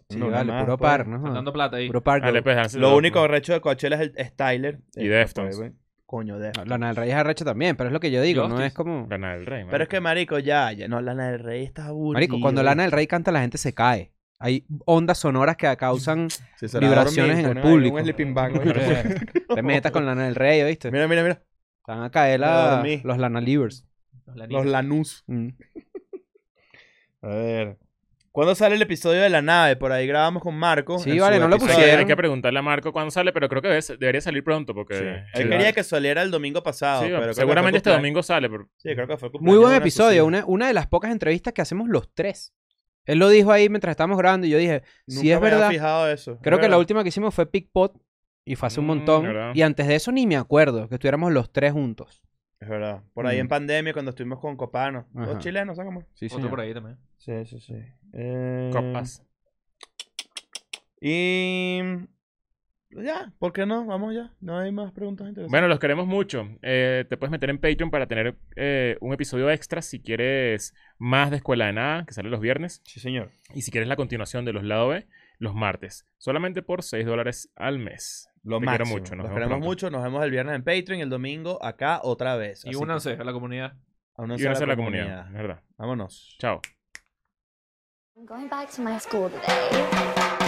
C: Sí,
H: No,
C: vale,
H: nada más,
C: puro
H: pues.
C: par, ¿no?
D: Están dando plata ahí.
C: Puro par.
A: Dale,
C: yo-
A: pues, dánselo.
H: Lo
B: único
H: único
B: recho de Coachella es el es Tyler.
A: Y
B: Eh,
A: Deftones.
B: pues, Coño, Deftones.
C: Lana del Rey es arrecha también, pero es lo que yo digo, no
D: Justice.
C: es como...
A: Lana del Rey,
H: Pero
B: Es que, marico, ya, ya. No, Lana del Rey está aburrido.
C: Marico, cuando Lana del Rey canta la gente se cae. Hay ondas sonoras que causan...
H: Sí, se la va a
C: vibraciones en
H: dormir,
C: el
H: una-
C: público.
H: un sleeping bag, güey.
C: Te metas con Lana del Rey, ¿oíste?
H: Mira, mira, mira.
C: Van a caer la-
H: Me dormí.
C: los Lana Livers.
D: Los lanitos.
H: Los Lanús.
C: Mm.
H: A ver.
B: ¿Cuándo sale el episodio de la nave? Por ahí grabamos con Marco.
C: Sí,
B: en su
C: vale, no lo
A: Hay que,
B: episodio.
A: hay que preguntarle a Marco cuándo sale, pero creo que debe- debería salir pronto porque...
H: Sí.
A: Sí,
B: Él quería que saliera el domingo pasado.
A: sí,
B: pero creo que
A: seguramente este
B: fue cumplea-
A: domingo sale, pero...
B: Sí, creo que fue cumpleaños
C: Muy buen
B: de una
C: episodio,
B: Susana.
C: una, una de las pocas entrevistas que hacemos los tres. Él lo dijo ahí mientras estábamos grabando y yo dije,
B: Nunca
C: si es
B: me había
C: verdad,
B: fijado eso.
C: creo que la
B: Verdad.
C: última que hicimos fue Pickpot y fue hace
A: Mm,
C: un montón.
A: ¿verdad?
C: Y antes de eso ni me acuerdo que estuviéramos los tres juntos.
B: Es verdad. Por ahí
C: Mm.
B: en pandemia, cuando estuvimos con Copano.
C: Ajá.
B: Los chilenos, ¿sabes cómo?
C: Sí,
D: Otro por ahí también.
B: Sí, sí, sí. Eh,
A: Copas.
B: Y. Eh, Ya, ¿por qué no? Vamos ya. No hay más preguntas interesantes.
A: Bueno, los queremos mucho. Eh, te puedes meter en Patreon para tener eh, un episodio extra si quieres más de Escuela de Nada, que sale los viernes.
B: Sí, señor.
A: Y si quieres la continuación de los Lado B, los martes. Solamente por 6 dólares al mes.
B: Lo
A: Te quiero
B: máximo.
A: mucho. Nos
B: Los
A: vemos
B: queremos
A: pronto.
B: mucho. Nos vemos el viernes en Patreon y el domingo acá otra vez. Así
D: Y
B: que,
D: únanse a la comunidad.
A: Y
B: únanse
A: gracias a la comunidad. es ¿verdad?
B: Vámonos.
A: Chao.
I: I'm going back to my school today.